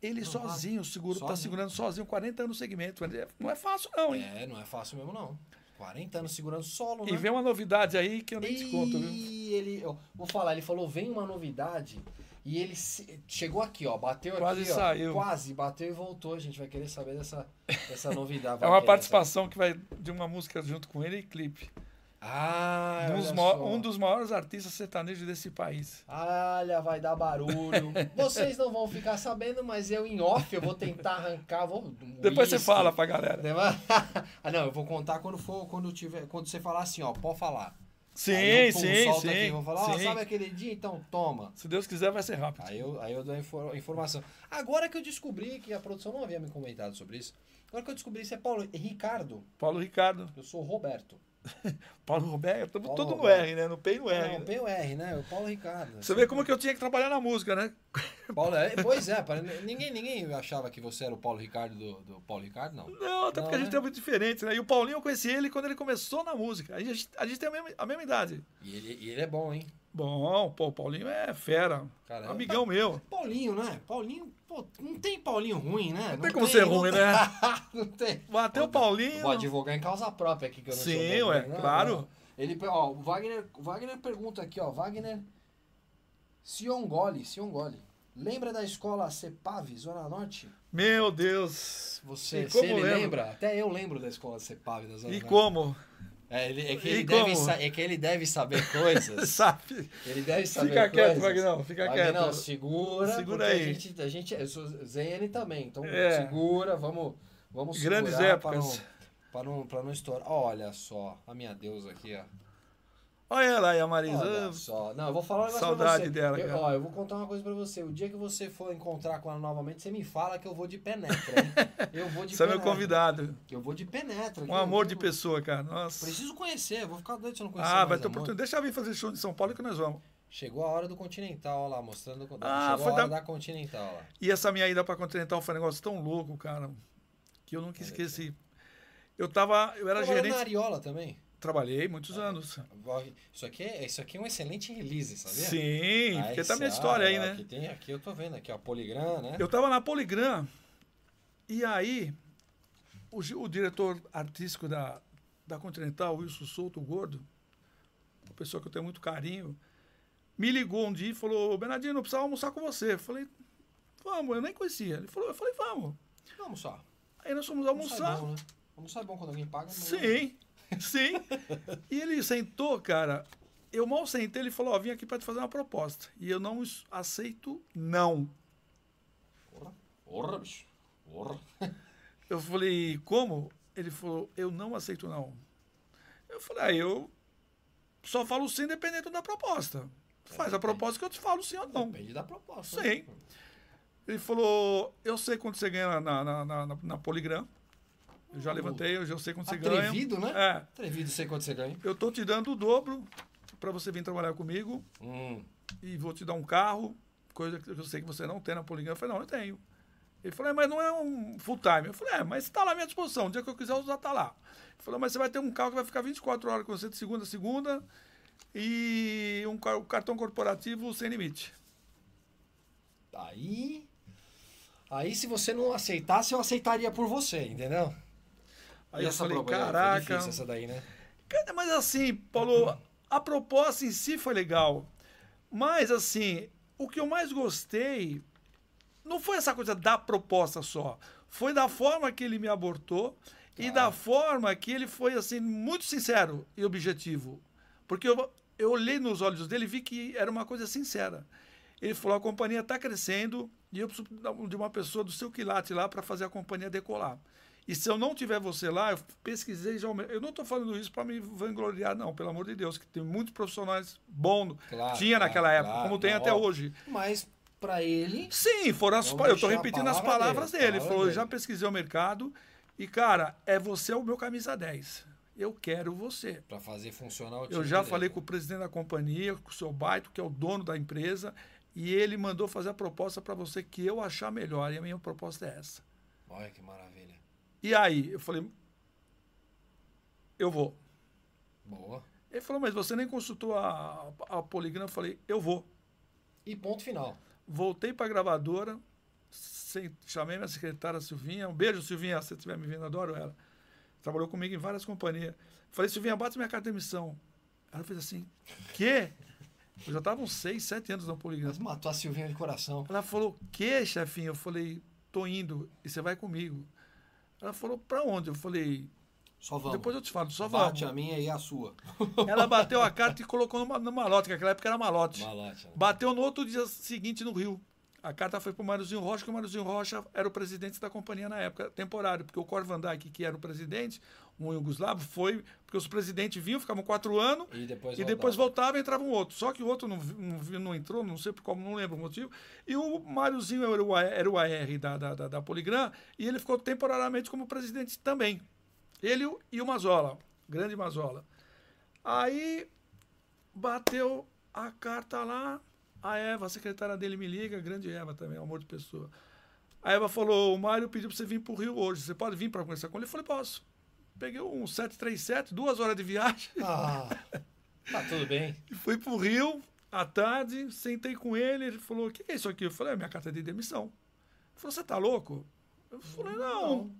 Speaker 2: ele
Speaker 1: Não,
Speaker 2: sozinho, seguro, tá
Speaker 1: sozinho. Hum.
Speaker 2: segurando sozinho 40 anos no segmento. Ele- Não é fácil, não, hein?
Speaker 1: É, não é fácil mesmo, não. 40 anos segurando solo, né?
Speaker 2: E vem uma novidade aí que eu nem te conto, viu?
Speaker 1: E ele, ó, vou falar, ele falou, vem uma novidade. E ele se- chegou aqui, ó, bateu
Speaker 2: Quase
Speaker 1: aqui, ó,
Speaker 2: saiu.
Speaker 1: quase bateu e voltou. A gente vai querer saber dessa, dessa novidade.
Speaker 2: É
Speaker 1: vai
Speaker 2: uma
Speaker 1: querer
Speaker 2: participação que vai de uma música junto com ele e clipe.
Speaker 1: saber. Ah,
Speaker 2: Um dos,
Speaker 1: olha
Speaker 2: ma-
Speaker 1: só.
Speaker 2: um dos maiores artistas sertanejos desse país.
Speaker 1: Olha, vai dar barulho. Vocês não vão ficar sabendo, mas eu em off eu vou tentar arrancar. Vou, um
Speaker 2: Depois você
Speaker 1: uísque.
Speaker 2: fala pra galera.
Speaker 1: Ah, não, eu vou contar quando for, quando tiver, quando você falar assim, ó, pode falar. Aí
Speaker 2: Sim,
Speaker 1: eu, pum,
Speaker 2: sim,
Speaker 1: solto Aqui,
Speaker 2: sim.
Speaker 1: vou falar, ó,
Speaker 2: sim.
Speaker 1: sabe aquele dia? Então toma.
Speaker 2: Se Deus quiser, vai ser rápido.
Speaker 1: Aí eu, aí eu dou a infor- informação. Agora que eu descobri, que a produção não havia me comentado sobre isso, agora que eu descobri, isso é Paulo é Ricardo,
Speaker 2: Paulo Ricardo,
Speaker 1: eu sou o Roberto.
Speaker 2: Paulo Roberto,
Speaker 1: Paulo
Speaker 2: tudo no
Speaker 1: Roberto.
Speaker 2: R, né? No P e no
Speaker 1: É,
Speaker 2: R.
Speaker 1: não,
Speaker 2: né?
Speaker 1: P-U-R, né? O Paulo Ricardo.
Speaker 2: Você vê como que eu tinha que trabalhar na música, né?
Speaker 1: Paulo, é, pois é, para, ninguém, ninguém achava que você era o Paulo Ricardo do, do Paulo Ricardo, não.
Speaker 2: Não, até
Speaker 1: Não,
Speaker 2: porque a gente
Speaker 1: né?
Speaker 2: é muito diferente, né? E o Paulinho eu conheci ele quando ele começou na música. A gente, a gente tem a mesma, a mesma idade.
Speaker 1: E ele, e ele é bom, hein?
Speaker 2: Bom, pô, o Paulinho é fera.
Speaker 1: Cara,
Speaker 2: Amigão meu.
Speaker 1: Paulinho, né? Paulinho, pô, não tem Paulinho ruim, né? Não,
Speaker 2: tem como ser ruim,
Speaker 1: tem-
Speaker 2: né?
Speaker 1: não tem.
Speaker 2: Bateu o Paulinho.
Speaker 1: Vou advogar em causa própria aqui que eu não sou
Speaker 2: Sim,
Speaker 1: bom,
Speaker 2: ué,
Speaker 1: né?
Speaker 2: claro.
Speaker 1: Ele, ó, o Wagner, o Wagner pergunta aqui, ó, Wagner Siongoli, Siongoli. Lembra da escola CEPAV, Zona Norte?
Speaker 2: Meu Deus.
Speaker 1: Você,
Speaker 2: E como
Speaker 1: se ele
Speaker 2: lembra?
Speaker 1: lembra, até eu lembro da escola CEPAV da Zona
Speaker 2: E
Speaker 1: Norte.
Speaker 2: como?
Speaker 1: É, ele- é que
Speaker 2: E
Speaker 1: ele deve,
Speaker 2: como?
Speaker 1: sa- é que ele deve saber coisas.
Speaker 2: Sabe?
Speaker 1: Ele deve saber
Speaker 2: Fica quieto,
Speaker 1: coisas.
Speaker 2: Vagnão. Fica
Speaker 1: Não,
Speaker 2: quieto.
Speaker 1: segura.
Speaker 2: Segura
Speaker 1: porque
Speaker 2: aí.
Speaker 1: A gente, a gente, eu sou ZN também, então
Speaker 2: É.
Speaker 1: segura, vamos, vamos
Speaker 2: Grandes
Speaker 1: segurar
Speaker 2: épocas.
Speaker 1: Pra não, pra, não, pra não estourar. Olha só, a minha deusa aqui, ó.
Speaker 2: Olha ela aí, a Marisa.
Speaker 1: Olha só. Não, eu vou falar um negócio
Speaker 2: Saudade
Speaker 1: pra você.
Speaker 2: dela,
Speaker 1: eu,
Speaker 2: cara.
Speaker 1: ó, eu vou contar uma coisa pra você. O dia que você for encontrar com ela novamente, você me fala que eu vou de penetra, hein? Eu vou de
Speaker 2: Você é meu
Speaker 1: penetra.
Speaker 2: convidado.
Speaker 1: Eu vou de penetra.
Speaker 2: Um
Speaker 1: que eu
Speaker 2: amor
Speaker 1: não-
Speaker 2: de pessoa, cara. Nossa.
Speaker 1: Preciso conhecer, eu vou ficar doido se eu não conhecer
Speaker 2: Ah, vai
Speaker 1: mais
Speaker 2: ter
Speaker 1: amor.
Speaker 2: oportunidade. Deixa eu vir fazer show de São Paulo que nós vamos.
Speaker 1: Chegou a hora do Continental, olha lá, mostrando. Chegou
Speaker 2: Ah,
Speaker 1: a
Speaker 2: foi
Speaker 1: hora
Speaker 2: da-
Speaker 1: da Continental, olha lá.
Speaker 2: E essa minha ida pra Continental foi um negócio tão louco, cara, que eu nunca
Speaker 1: Olha aqui.
Speaker 2: esqueci. Eu tava, eu era
Speaker 1: Trabalhou
Speaker 2: gerente,
Speaker 1: na Tá Ariola também.
Speaker 2: trabalhei muitos anos.
Speaker 1: Isso aqui, é, isso aqui é um excelente release, sabia?
Speaker 2: Sim,
Speaker 1: Aí,
Speaker 2: porque tá a minha
Speaker 1: sabe,
Speaker 2: história aí,
Speaker 1: ó,
Speaker 2: né?
Speaker 1: Aqui, tem, aqui eu tô vendo aqui, ó, Poligram, né?
Speaker 2: Eu tava na Poligram e aí o, gi- o diretor artístico da, da Continental, Wilson Souto, o gordo, uma pessoa que eu tenho muito carinho, me ligou um dia e falou, Bernardino, eu precisava almoçar com você. Eu falei, vamos, eu nem conhecia. Ele falou, eu falei, vamos.
Speaker 1: Vamos só.
Speaker 2: Aí nós fomos
Speaker 1: Almoçar
Speaker 2: almoçar.
Speaker 1: é bom, né? Almoçar é bom quando alguém paga. mas-
Speaker 2: Sim, sim. E ele sentou, cara. Eu mal sentei, ele falou: Ó, vim aqui pra te fazer uma proposta. E eu não es- aceito, não.
Speaker 1: Porra, porra, bicho. Porra.
Speaker 2: Tá Eu falei: Como? Ele falou: Eu não aceito, não. Eu falei: Ah, eu só falo sim dependendo da proposta. Faz a proposta que eu te falo sim ou não.
Speaker 1: Depende da proposta.
Speaker 2: Sim.
Speaker 1: né?
Speaker 2: Ele falou: Eu sei quanto você ganha na, na, na, na- na Poligram. Eu já levantei, eu já sei quanto você ganha.
Speaker 1: Atrevido, né?
Speaker 2: É.
Speaker 1: Atrevido, sei quanto você ganha.
Speaker 2: Eu tô te dando o dobro pra você vir trabalhar comigo.
Speaker 1: Hum.
Speaker 2: e vou te dar um carro, coisa que eu sei que você não tem na Poligram. Eu falei, não, eu tenho. Ele falou, é, mas não é um full time. Eu falei, é, mas está lá à minha disposição. O dia que eu quiser usar, está lá. Ele falou, mas você vai ter um carro que vai ficar 24 horas com você de segunda a segunda e um ca- cartão corporativo sem limite.
Speaker 1: Aí. Aí, se você não aceitasse, eu aceitaria por você, entendeu?
Speaker 2: Aí
Speaker 1: E
Speaker 2: eu falei,
Speaker 1: proposta? é Foi
Speaker 2: caraca.
Speaker 1: Difícil essa daí, né?
Speaker 2: Cara, Mas assim, Paulo, a proposta em si foi legal. Mas assim, o que eu mais gostei não foi essa coisa da proposta só. Foi da forma que ele me abortou e
Speaker 1: Tá.
Speaker 2: da forma que ele foi, assim, muito sincero e objetivo. Porque eu, eu olhei nos olhos dele e vi que era uma coisa sincera. Ele falou: a companhia está crescendo e eu preciso da- de uma pessoa do seu quilate lá para fazer a companhia decolar. E se eu não tiver você lá, eu pesquisei já. o meu- Eu não estou falando isso para me vangloriar, não, pelo amor de Deus, que tem muitos profissionais bons.
Speaker 1: Claro,
Speaker 2: Tinha
Speaker 1: claro,
Speaker 2: naquela época,
Speaker 1: claro,
Speaker 2: como tem
Speaker 1: não,
Speaker 2: até
Speaker 1: ó.
Speaker 2: hoje.
Speaker 1: Mas, pra ele,
Speaker 2: Sim, foram as
Speaker 1: Vamos
Speaker 2: pa- eu estou
Speaker 1: deixar a
Speaker 2: repetindo as
Speaker 1: palavra
Speaker 2: palavras
Speaker 1: dele, a
Speaker 2: dele. Ele
Speaker 1: palavra
Speaker 2: falou:
Speaker 1: dele.
Speaker 2: já pesquisei o mercado e, cara, é você o meu camisa 10. Eu quero você.
Speaker 1: pra fazer funcionar o time
Speaker 2: Eu já
Speaker 1: dele.
Speaker 2: falei com o presidente da companhia, com o seu Baito, que é o dono da empresa, e ele mandou fazer a proposta para você que eu achar melhor. E a minha proposta é essa.
Speaker 1: Olha que maravilha.
Speaker 2: E aí, eu falei, eu vou.
Speaker 1: Boa.
Speaker 2: Ele falou, mas você nem consultou a, a Poligrama? Eu falei, eu vou.
Speaker 1: E ponto final.
Speaker 2: Voltei para a gravadora, sem- chamei minha secretária Silvinha. Um beijo, Silvinha, se você estiver me vendo, adoro ela. Trabalhou comigo em várias companhias. Falei, Silvinha, bate minha carta de emissão. Ela fez assim, quê? Eu já estava uns 6, 7 anos na Poligrama.
Speaker 1: Mas matou a Silvinha de coração.
Speaker 2: Ela falou, que, chefinho? Eu falei, tô indo e você vai comigo. Ela falou, pra onde? Eu falei,
Speaker 1: Só vamos.
Speaker 2: depois eu te falo, só vamos.
Speaker 1: Bate a minha e a sua.
Speaker 2: Ela bateu a carta e colocou numa, numa malote, que naquela época era malote.
Speaker 1: Malote. né?
Speaker 2: Bateu no outro dia seguinte no Rio. A carta foi para o Máriozinho Rocha, que o Máriozinho Rocha era o presidente da companhia na época, temporário, porque o Cor Van Dijk, que era o presidente, um Yugoslavo, foi, porque os presidentes vinham, ficavam quatro anos,
Speaker 1: E depois
Speaker 2: e depois voltava e entrava um outro. Só que o outro não, vi- não, vi- não entrou, não sei por como, não lembro o motivo. E o Máriozinho era o, A- era o AR da, da, da, da Poligram e ele ficou temporariamente como presidente também. Ele e o- e o Mazola, grande Mazola. Aí bateu a carta lá, A Eva, a secretária dele, me liga, grande Eva também, amor de pessoa. A Eva falou: o Mário pediu para você vir para o Rio hoje, você pode vir para conversar com ele? Eu falei: posso. Peguei um 737, duas horas de viagem,
Speaker 1: Ah, tá tudo bem.
Speaker 2: e fui para o Rio à tarde, sentei com ele, ele falou: o que é isso aqui? Eu falei: é minha carta de demissão. Ele falou: você tá louco? Eu falei: não.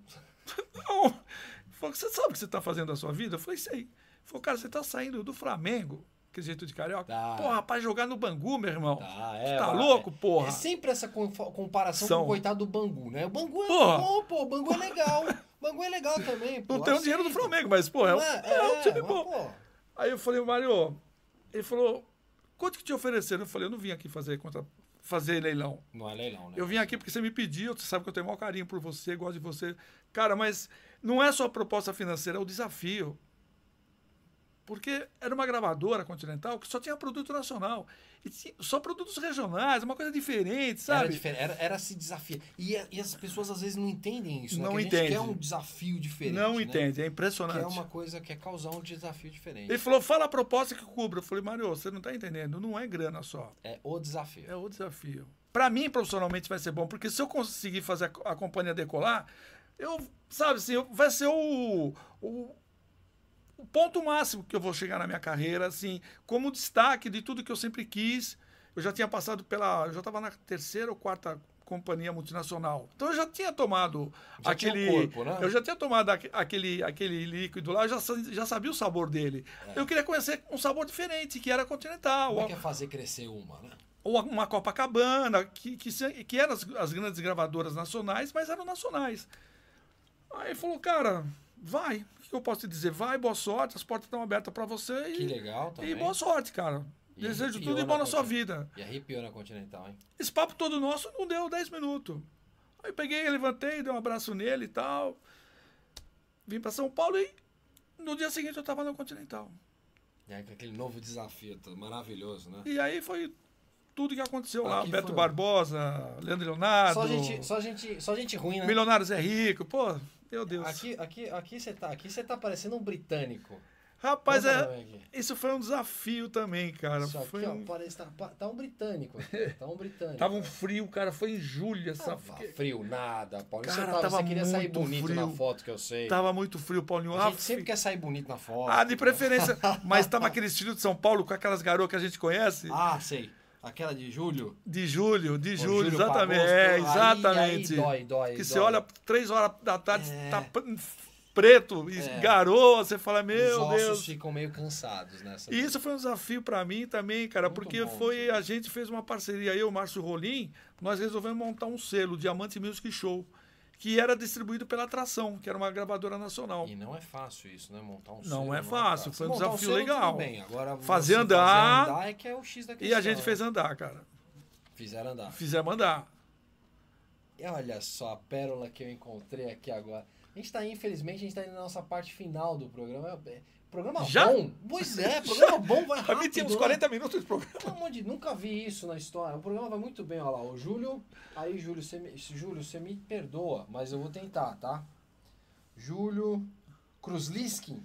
Speaker 2: Não. Ele falou, você sabe o que você está fazendo da sua vida? Eu falei, sei. Ele falou, cara, você está saindo do Flamengo, que é jeito de carioca.
Speaker 1: Tá.
Speaker 2: Porra, pra jogar no Bangu, meu irmão.
Speaker 1: Tá,
Speaker 2: Você
Speaker 1: é,
Speaker 2: tá
Speaker 1: vai.
Speaker 2: louco, porra?
Speaker 1: É sempre essa com- comparação
Speaker 2: São.
Speaker 1: com o coitado do Bangu, né? O Bangu é
Speaker 2: Porra.
Speaker 1: bom, pô. O Bangu é legal. O Bangu é legal também, pô.
Speaker 2: Não tem o dinheiro do Flamengo, mas, porra, é, um-
Speaker 1: Mas-
Speaker 2: é um time
Speaker 1: mas,
Speaker 2: bom.
Speaker 1: pô,
Speaker 2: Aí eu falei, Mário, ele falou, quanto que te ofereceram? Eu falei, eu não vim aqui fazer contra, fazer leilão.
Speaker 1: Não é leilão, né?
Speaker 2: Eu vim aqui porque você me pediu, você sabe que eu tenho o maior carinho por você, gosto de você. Cara, mas não é só a proposta financeira, é o desafio. Porque era uma gravadora continental que só tinha produto nacional. E ti- só produtos regionais, uma coisa diferente,
Speaker 1: Era,
Speaker 2: sabe?
Speaker 1: diferente, era, era se desafiar. E, é- e as pessoas às vezes não entendem isso. né?
Speaker 2: Não
Speaker 1: que a gente
Speaker 2: entende.
Speaker 1: quer um desafio diferente.
Speaker 2: não
Speaker 1: né?
Speaker 2: entende, é
Speaker 1: Quer
Speaker 2: impressionante.
Speaker 1: uma coisa, quer causar um desafio diferente.
Speaker 2: Ele falou, fala a proposta que cubra. Eu falei, Mário, você não está entendendo, não é grana só.
Speaker 1: É o desafio.
Speaker 2: É o desafio. Para mim, profissionalmente, vai ser bom, porque se eu conseguir fazer a, co- a companhia decolar, eu, sabe assim, eu- vai ser o, o, o ponto máximo que eu vou chegar na minha carreira, assim, como destaque de tudo que eu sempre quis. Eu já tinha passado pela. Eu já estava na terceira ou quarta companhia multinacional. Então eu já tinha tomado
Speaker 1: Já tinha
Speaker 2: aquele.
Speaker 1: um corpo, né?
Speaker 2: Eu já tinha tomado aque- aquele, aquele líquido lá, eu já, sa- já sabia o sabor dele. Eu queria conhecer um sabor diferente, que era
Speaker 1: É.
Speaker 2: continental.
Speaker 1: Como
Speaker 2: ou-
Speaker 1: é que é fazer crescer uma, né?
Speaker 2: ou uma Copacabana, que, que, se- que eram as, as grandes gravadoras nacionais, mas eram nacionais. Aí ele falou, cara, vai. O que eu posso te dizer? Vai, boa sorte, as portas estão abertas para você
Speaker 1: Que
Speaker 2: e,
Speaker 1: legal também.
Speaker 2: e boa sorte, cara.
Speaker 1: E
Speaker 2: Desejo
Speaker 1: arrepiou
Speaker 2: tudo de
Speaker 1: na
Speaker 2: bom na sua
Speaker 1: conta.
Speaker 2: vida.
Speaker 1: E arrepiou na Continental, hein?
Speaker 2: Esse papo todo nosso não deu 10 minutos. Aí peguei, levantei, dei um abraço nele e tal. Vim para São Paulo e no dia seguinte eu estava no Continental.
Speaker 1: E aí, com aquele novo desafio tá maravilhoso, né?
Speaker 2: E aí foi tudo que aconteceu lá.
Speaker 1: Aqui
Speaker 2: Beto
Speaker 1: foi-
Speaker 2: Barbosa, Leandro Leonardo.
Speaker 1: Ah, Só gente, só, gente, só gente ruim, né?
Speaker 2: Milionários é rico, pô. Meu Deus.
Speaker 1: Aqui, aqui, aqui você tá, aqui você tá parecendo um britânico.
Speaker 2: Rapaz,
Speaker 1: Vamos
Speaker 2: é,
Speaker 1: ver aqui.
Speaker 2: isso foi um desafio também, cara.
Speaker 1: Isso aqui,
Speaker 2: Foi um-
Speaker 1: ó, parece tá, pa- tá um britânico. aqui, Tá um britânico.
Speaker 2: Tava um frio, cara. Foi em julho essa.
Speaker 1: Tava frio, nada, Paulo. Você
Speaker 2: Cara,
Speaker 1: tava,
Speaker 2: tava
Speaker 1: você queria sair
Speaker 2: muito
Speaker 1: bonito
Speaker 2: frio.
Speaker 1: na foto que eu sei.
Speaker 2: Tava muito frio, Paulinho.
Speaker 1: A
Speaker 2: Ah,
Speaker 1: gente sempre
Speaker 2: fi-
Speaker 1: quer sair bonito na foto.
Speaker 2: ah, de
Speaker 1: né?
Speaker 2: preferência. Mas tava aquele estilo de São Paulo com aquelas garotas que a gente conhece.
Speaker 1: Ah, sei. Aquela de julho.
Speaker 2: De julho, de
Speaker 1: Ô,
Speaker 2: julho,
Speaker 1: julho pra
Speaker 2: exatamente.
Speaker 1: agosto,
Speaker 2: É,
Speaker 1: aí-
Speaker 2: exatamente.
Speaker 1: aí dói, dói,
Speaker 2: que você
Speaker 1: dói.
Speaker 2: olha três horas da tarde,
Speaker 1: É.
Speaker 2: tá p- preto, e
Speaker 1: É.
Speaker 2: garoa, você fala,
Speaker 1: Os
Speaker 2: meu
Speaker 1: ossos
Speaker 2: Deus.
Speaker 1: ficam meio cansados nessa.
Speaker 2: E isso foi um desafio para mim também, cara,
Speaker 1: Muito
Speaker 2: porque
Speaker 1: bom,
Speaker 2: foi a gente fez uma parceria, eu, Márcio Rolim, nós resolvemos montar um selo, Diamante Music Show, que era distribuído pela Atração, que era uma gravadora nacional.
Speaker 1: E não é fácil isso, né? Montar um
Speaker 2: Não
Speaker 1: selo
Speaker 2: é fácil, foi um
Speaker 1: Montar
Speaker 2: desafio
Speaker 1: selo,
Speaker 2: legal.
Speaker 1: tudo bem. Agora
Speaker 2: Fazer
Speaker 1: você
Speaker 2: andar.
Speaker 1: fazer andar é que é o X da
Speaker 2: E
Speaker 1: questão,
Speaker 2: a gente
Speaker 1: né?
Speaker 2: fez andar, cara.
Speaker 1: Fizeram andar.
Speaker 2: Fizemos andar.
Speaker 1: E olha só a pérola que eu encontrei aqui agora. A gente tá aí, infelizmente, a gente tá aí na nossa parte final do programa. É- é- Programa
Speaker 2: Já?
Speaker 1: bom? Pois é, programa bom, vai
Speaker 2: A
Speaker 1: rápido.
Speaker 2: mim tinha uns
Speaker 1: né?
Speaker 2: 40 minutos de programa.
Speaker 1: Pelo amor de nunca vi isso na história. O programa vai muito bem, olha lá. O Júlio. Aí, Júlio, você me, Júlio, você me perdoa, mas eu vou tentar, tá? Júlio Krusliskin.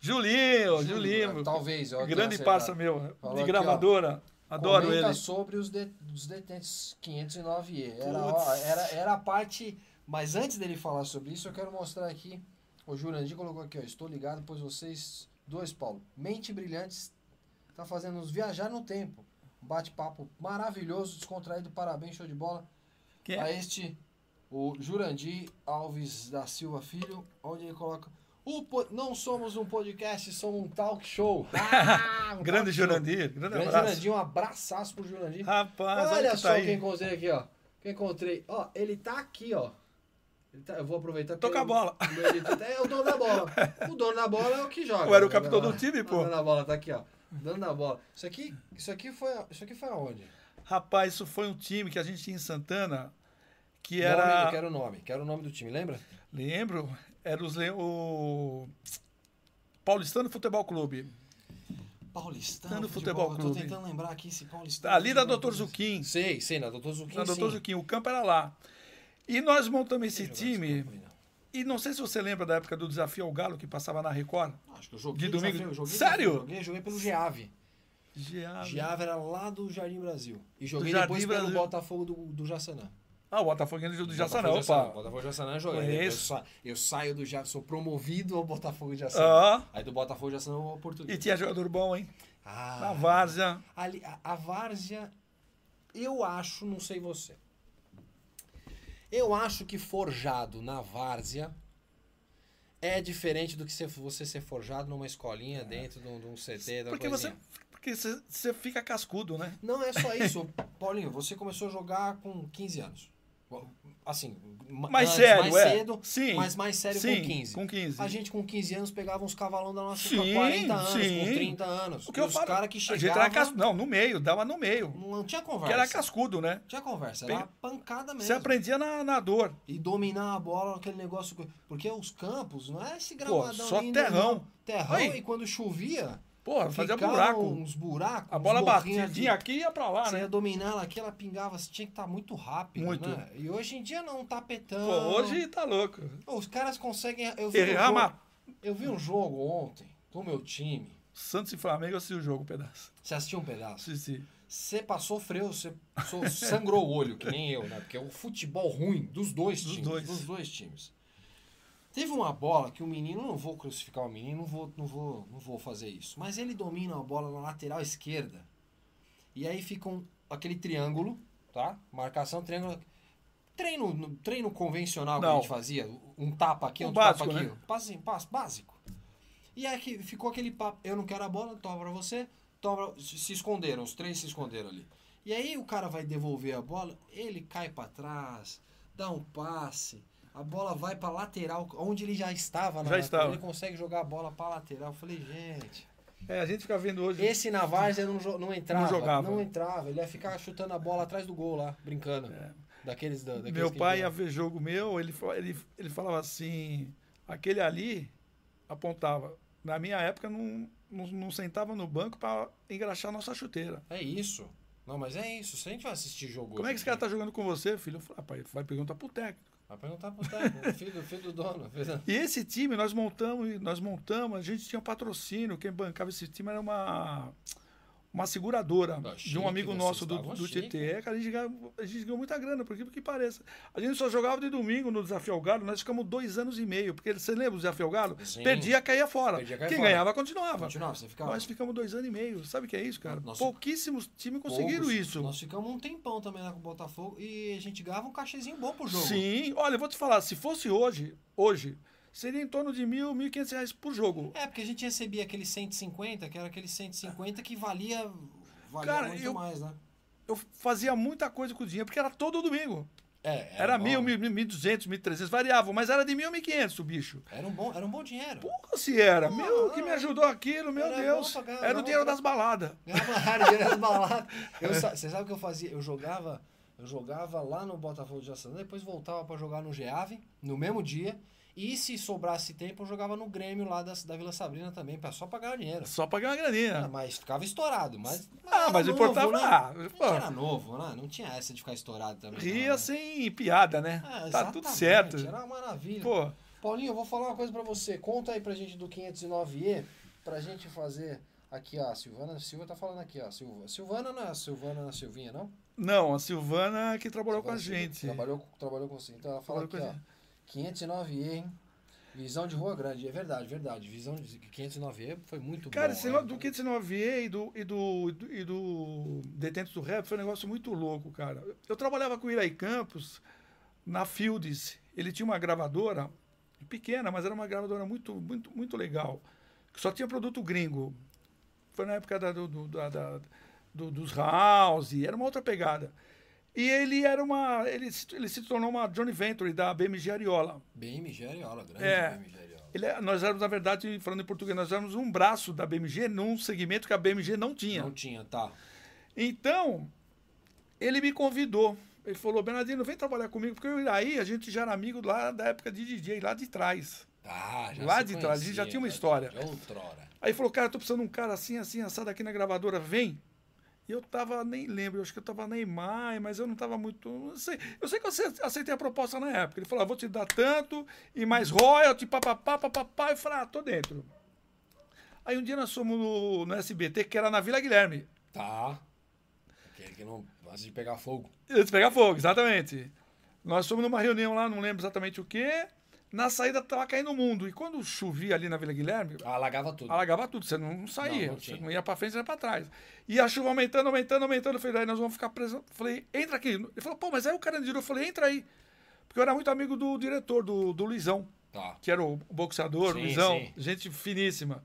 Speaker 2: Julinho,
Speaker 1: ah,
Speaker 2: Julinho,
Speaker 1: Talvez, eu tenha
Speaker 2: grande
Speaker 1: acertado.
Speaker 2: parça meu, né?
Speaker 1: Falou
Speaker 2: de
Speaker 1: tá aqui,
Speaker 2: gravadora. Adoro
Speaker 1: Comenta
Speaker 2: ele.
Speaker 1: sobre os, de, os detentes 509E. Era,
Speaker 2: Putz.
Speaker 1: ó, era, era a parte. Mas antes dele falar sobre isso, eu quero mostrar aqui. O Jurandir colocou aqui, ó. Estou ligado, pois vocês dois, Paulo. Mente Brilhantes tá fazendo nos viajar no tempo. Um bate-papo maravilhoso, descontraído, parabéns, show de bola.
Speaker 2: Quem é?
Speaker 1: A este, o Jurandir Alves da Silva Filho, onde ele coloca. "O po- não somos um podcast, somos um talk show. Ah, um
Speaker 2: Grande
Speaker 1: talk show.
Speaker 2: Jurandir, grande
Speaker 1: Grande
Speaker 2: abraço.
Speaker 1: Jurandir, um abraçaço pro Jurandir.
Speaker 2: Rapaz, olha,
Speaker 1: olha
Speaker 2: que
Speaker 1: só
Speaker 2: tá
Speaker 1: quem
Speaker 2: aí.
Speaker 1: encontrei aqui, ó. Quem encontrei. Ó, ele tá aqui, ó. Ele tá- eu vou aproveitar. porque
Speaker 2: Toca a
Speaker 1: ele-
Speaker 2: bola.
Speaker 1: ele- ele tá- É o dono da bola. O dono da bola é o que joga.
Speaker 2: Eu era o
Speaker 1: né?
Speaker 2: capitão do
Speaker 1: Ah,
Speaker 2: time, pô.
Speaker 1: O dono da bola tá aqui, ó. O Dono da bola. Isso aqui, isso aqui foi, isso aqui foi aonde?
Speaker 2: Rapaz, isso foi um time que a gente tinha em Santana, que
Speaker 1: Nome,
Speaker 2: era.
Speaker 1: eu quero o nome. Quero o nome do time, lembra?
Speaker 2: Lembro, era os le- o Paulistano Futebol Clube.
Speaker 1: Paulistano
Speaker 2: Tano Tá Futebol
Speaker 1: Eu tô
Speaker 2: Clube.
Speaker 1: tentando lembrar aqui esse Paulistano.
Speaker 2: Ali da
Speaker 1: Futebol
Speaker 2: Dr.
Speaker 1: Clube.
Speaker 2: Zuquim.
Speaker 1: Sei, sei, na Doutor Zuquim.
Speaker 2: Na Dr.
Speaker 1: sim.
Speaker 2: Zuquim, o campo era lá. E nós montamos esse
Speaker 1: Deixa eu jogar
Speaker 2: time.
Speaker 1: campo aí, não.
Speaker 2: E não sei se você lembra da época do Desafio ao Galo que passava na Record.
Speaker 1: Acho que eu joguei.
Speaker 2: De domingo?
Speaker 1: desafio, eu joguei
Speaker 2: Sério?
Speaker 1: desafio, eu Joguei, joguei pelo Geave.
Speaker 2: Giava.
Speaker 1: Giava era lá do Jardim Brasil. E joguei
Speaker 2: Jardim
Speaker 1: depois pelo
Speaker 2: Brasil.
Speaker 1: Botafogo do, do Jaçanã.
Speaker 2: Ah, o Botafoguinho do Jaçanã,
Speaker 1: Botafogo Jaçanã.
Speaker 2: opa.
Speaker 1: Botafogo Jaçanã joguei.
Speaker 2: Conheço.
Speaker 1: Depois Eu, sa- eu saio do Jaçanã, sou promovido ao Botafogo de Jaçanã.
Speaker 2: Ah,
Speaker 1: Aí do Botafogo de Jaçanã eu vou ao
Speaker 2: e
Speaker 1: Português.
Speaker 2: tinha jogador bom, hein?
Speaker 1: Ah,
Speaker 2: Na várzea.
Speaker 1: Ali, a, a Várzea, eu acho, não sei você. Eu acho que forjado na Várzea é diferente do que ser- você ser forjado numa escolinha dentro de um, de um CT. Da
Speaker 2: Porque você,
Speaker 1: coisinha.
Speaker 2: porque você, você fica cascudo, né?
Speaker 1: Não é só isso. Paulinho, você começou a jogar com 15 anos. Assim, ma-
Speaker 2: Mais
Speaker 1: antes,
Speaker 2: sério,
Speaker 1: mais
Speaker 2: é.
Speaker 1: cedo,
Speaker 2: Sim.
Speaker 1: mas mais sério
Speaker 2: Sim,
Speaker 1: com 15.
Speaker 2: Com 15.
Speaker 1: A gente com 15 anos pegava uns cavalão da nossa com
Speaker 2: Sim,
Speaker 1: 40 anos, com
Speaker 2: sim.
Speaker 1: 30 anos.
Speaker 2: O que
Speaker 1: E
Speaker 2: eu
Speaker 1: os
Speaker 2: falo,
Speaker 1: caras que
Speaker 2: A gente era
Speaker 1: chegavam,
Speaker 2: cascudo. Não, no meio, dava no meio.
Speaker 1: não tinha
Speaker 2: Porque
Speaker 1: conversa.
Speaker 2: era cascudo, né?
Speaker 1: Tinha conversa,
Speaker 2: Bem-
Speaker 1: era pancada mesmo.
Speaker 2: Você aprendia na, na dor.
Speaker 1: E dominar a bola, aquele negócio. co- Porque os campos não é esse gramadão
Speaker 2: só
Speaker 1: lindo, né?
Speaker 2: terrão.
Speaker 1: não. Terrão,
Speaker 2: Aí.
Speaker 1: e quando chovia,
Speaker 2: Porra, fazia
Speaker 1: ficava
Speaker 2: buraco.
Speaker 1: uns buracos.
Speaker 2: A bola
Speaker 1: uns
Speaker 2: batia
Speaker 1: morrinhos
Speaker 2: vinha aqui e ia pra lá,
Speaker 1: Você
Speaker 2: né?
Speaker 1: ia dominar ela aqui, ela pingava, você tinha que estar muito rápido,
Speaker 2: Muito.
Speaker 1: né? E hoje em dia não, tapetão.
Speaker 2: Pô, hoje tá louco.
Speaker 1: Pô, Os caras conseguem... Eu vi, um
Speaker 2: Errar,
Speaker 1: jogo,
Speaker 2: mas
Speaker 1: eu vi um jogo ontem, do meu time.
Speaker 2: Santos e Flamengo, eu assisti o jogo, um pedaço.
Speaker 1: Você assistiu um pedaço?
Speaker 2: Assisti.
Speaker 1: Você passou freio, você passou- sangrou o olho, que nem eu, né? Porque é um futebol ruim dos dois
Speaker 2: Dos
Speaker 1: times.
Speaker 2: dois.
Speaker 1: Dos dois times. Teve uma bola que o menino, não vou crucificar o menino, não vou, não vou, não vou fazer isso. Mas ele domina a bola na lateral esquerda. E aí fica um- aquele triângulo, tá? Marcação, triângulo. Treino, no- treino convencional que a
Speaker 2: Não.
Speaker 1: gente fazia. Um tapa aqui,
Speaker 2: O
Speaker 1: outro
Speaker 2: básico,
Speaker 1: tapa aqui.
Speaker 2: né?
Speaker 1: Passe, passe, básico. E aí que ficou aquele papo, eu não quero a bola, toma pra você, toma. pra- Se se esconderam, os três se esconderam ali. E aí o cara vai devolver a bola, ele cai pra trás, dá um passe, a bola vai pra lateral, onde ele já estava, na
Speaker 2: Já
Speaker 1: lateral,
Speaker 2: estava.
Speaker 1: ele consegue jogar a bola pra lateral. Eu falei, gente,
Speaker 2: É, a gente fica vendo hoje.
Speaker 1: esse na Várzea não, jo- não entrava, não,
Speaker 2: Não jogava.
Speaker 1: entrava, ele ia ficar chutando a bola atrás do gol lá, brincando. Daqueles, da- daqueles
Speaker 2: É. Meu
Speaker 1: que
Speaker 2: pai
Speaker 1: ele-
Speaker 2: ia ver jogo meu, ele, fa- ele, ele falava assim, aquele ali apontava. Na minha época não, não, não sentava no banco pra engraxar nossa chuteira.
Speaker 1: É isso. Não, mas é isso. Se a gente vai assistir jogo.
Speaker 2: Como é que esse cara tá jogando com você, filho? Eu falei, rapaz, vai perguntar pro técnico.
Speaker 1: Vai perguntar pro técnico, filho, filho do dono.
Speaker 2: E esse time nós montamos, nós montamos, a gente tinha um patrocínio, quem bancava esse time era uma uma seguradora
Speaker 1: Ah,
Speaker 2: de
Speaker 1: chique,
Speaker 2: um amigo
Speaker 1: vocês
Speaker 2: nosso do,
Speaker 1: estavam
Speaker 2: do
Speaker 1: chique.
Speaker 2: TTE, cara, a gente, ganhava- a gente ganhou muita grana, por que, por que pareça. A gente só jogava de domingo no Desafio ao Galo, nós ficamos dois anos e meio, porque você lembra do Desafio ao Galo?
Speaker 1: Sim.
Speaker 2: Perdia, caía fora.
Speaker 1: Perdia, caía
Speaker 2: quem
Speaker 1: fora.
Speaker 2: ganhava, continuava.
Speaker 1: Continuava, você ficava.
Speaker 2: Nós ficamos dois anos e meio, sabe o que é isso, cara?
Speaker 1: Nós-
Speaker 2: Pouquíssimos times conseguiram
Speaker 1: Poucos.
Speaker 2: isso.
Speaker 1: Nós ficamos um tempão também lá com o Botafogo e a gente ganhava um cachezinho bom pro jogo.
Speaker 2: Sim, olha, eu vou te falar, se fosse hoje, hoje, seria em torno de mil, mil e quinhentos reais por jogo.
Speaker 1: É, porque a gente recebia aquele 150, que era aquele 150 que valia, valia
Speaker 2: Cara,
Speaker 1: muito
Speaker 2: eu-
Speaker 1: mais, né?
Speaker 2: eu fazia muita coisa com o dinheiro, porque era todo domingo.
Speaker 1: É,
Speaker 2: Era
Speaker 1: bom.
Speaker 2: mil, mil, mil, mil duzentos, mil trezentos, variavam, mas era de mil, mil e quinhentos o bicho.
Speaker 1: Era um bom, era um bom dinheiro.
Speaker 2: Porra, se era. Meu, que me ajudou aquilo, meu
Speaker 1: Era bom
Speaker 2: Deus.
Speaker 1: pra caramba.
Speaker 2: Era o dinheiro das baladas.
Speaker 1: Ganhava raro, dinheiro nas baladas. Eu sa- Você sabe o que eu fazia? Eu jogava, eu jogava lá no Botafogo de Jaçanã, depois voltava pra jogar no Geave, no mesmo dia. E se sobrasse tempo, eu jogava no Grêmio lá da, da Vila Sabrina também, pra- só pra ganhar dinheiro.
Speaker 2: Só pra ganhar uma
Speaker 1: Ah,
Speaker 2: graninha.
Speaker 1: mas ficava estourado, mas.
Speaker 2: É. Ah,
Speaker 1: era
Speaker 2: mas
Speaker 1: novo,
Speaker 2: importava.
Speaker 1: né?
Speaker 2: ah,
Speaker 1: A
Speaker 2: pô,
Speaker 1: gente era novo, né? Não tinha essa de ficar estourado também. não,
Speaker 2: ria
Speaker 1: né?
Speaker 2: sem piada, né?
Speaker 1: Ah,
Speaker 2: tá
Speaker 1: exatamente,
Speaker 2: tudo certo.
Speaker 1: Era uma maravilha.
Speaker 2: Pô,
Speaker 1: Paulinho, eu vou falar uma coisa pra você. Conta aí pra gente do 509E, pra gente fazer aqui, ó. A Silvana a Silva tá falando aqui, ó. Silva. Silvana não é a Silvana na Silvinha, não?
Speaker 2: não, a Silvana que trabalhou com a
Speaker 1: Silvana Silva,
Speaker 2: gente.
Speaker 1: Trabalhou, trabalhou com você. Então ela fala
Speaker 2: Trabalhou
Speaker 1: aqui,
Speaker 2: com a
Speaker 1: ó. 509E, hein? Visão de Rua Grande. É verdade, verdade. Visão de 509E foi muito
Speaker 2: Cara,
Speaker 1: bom.
Speaker 2: esse
Speaker 1: né?
Speaker 2: negócio do 509E e do, e do, e do, e do Detentos do Rap foi um negócio muito louco, cara. Eu trabalhava com o Iraí Campos na Fields. Ele tinha uma gravadora pequena, mas era uma gravadora muito, muito, muito legal. que Só tinha produto gringo. Foi na época da- do- do- da- da- do- dos House, era uma outra pegada. E ele era uma. Ele se, ele se tornou uma Johnny Venture da BMG Ariola.
Speaker 1: BM Geriola, grande
Speaker 2: É.
Speaker 1: BM Geriola.
Speaker 2: Ele é- nós éramos, na verdade, falando em português, nós éramos um braço da BMG num segmento que a BMG não tinha.
Speaker 1: Não tinha, tá.
Speaker 2: Então, ele me convidou. Ele falou, Bernardino, vem trabalhar comigo, porque eu e o Iraí, a gente já era amigo lá da época de DJ, lá de trás.
Speaker 1: Ah, já
Speaker 2: Lá
Speaker 1: se
Speaker 2: de trás, a gente já
Speaker 1: conhecia, tá
Speaker 2: tinha uma
Speaker 1: já-
Speaker 2: história.
Speaker 1: já outrora.
Speaker 2: Aí falou, cara, tô precisando de um cara assim, assim, assado aqui na gravadora, vem. E eu tava, nem lembro, eu acho que eu tava na EMAI, mas eu não tava muito. Não sei. Eu sei que eu ace- aceitei a proposta na época. Ele falou, ah, vou te dar tanto, e mais royalty, papapá, papapá. Eu falei, ah, tô dentro. Aí um dia nós fomos no, no SBT, que era na Vila Guilherme.
Speaker 1: Tá. Aquele que não. Antes de pegar fogo.
Speaker 2: Antes de pegar fogo, exatamente. Nós fomos numa reunião lá, não lembro exatamente o que. Na saída tava caindo o mundo. E quando chovia ali na Vila Guilherme,
Speaker 1: Alagava Ah, tudo.
Speaker 2: alagava tudo. Você não, não saía.
Speaker 1: Não, não
Speaker 2: você
Speaker 1: tinha.
Speaker 2: não ia pra frente, você ia pra trás. E a chuva aumentando, aumentando, aumentando. Eu falei, daí nós vamos ficar presos. Falei, entra aqui. Ele falou, pô, mas aí o cara girou. Eu falei, entra aí. Porque eu era muito amigo do diretor, do, do Luizão
Speaker 1: Tá.
Speaker 2: que era o boxeador,
Speaker 1: Sim,
Speaker 2: Luizão,
Speaker 1: sim.
Speaker 2: gente finíssima.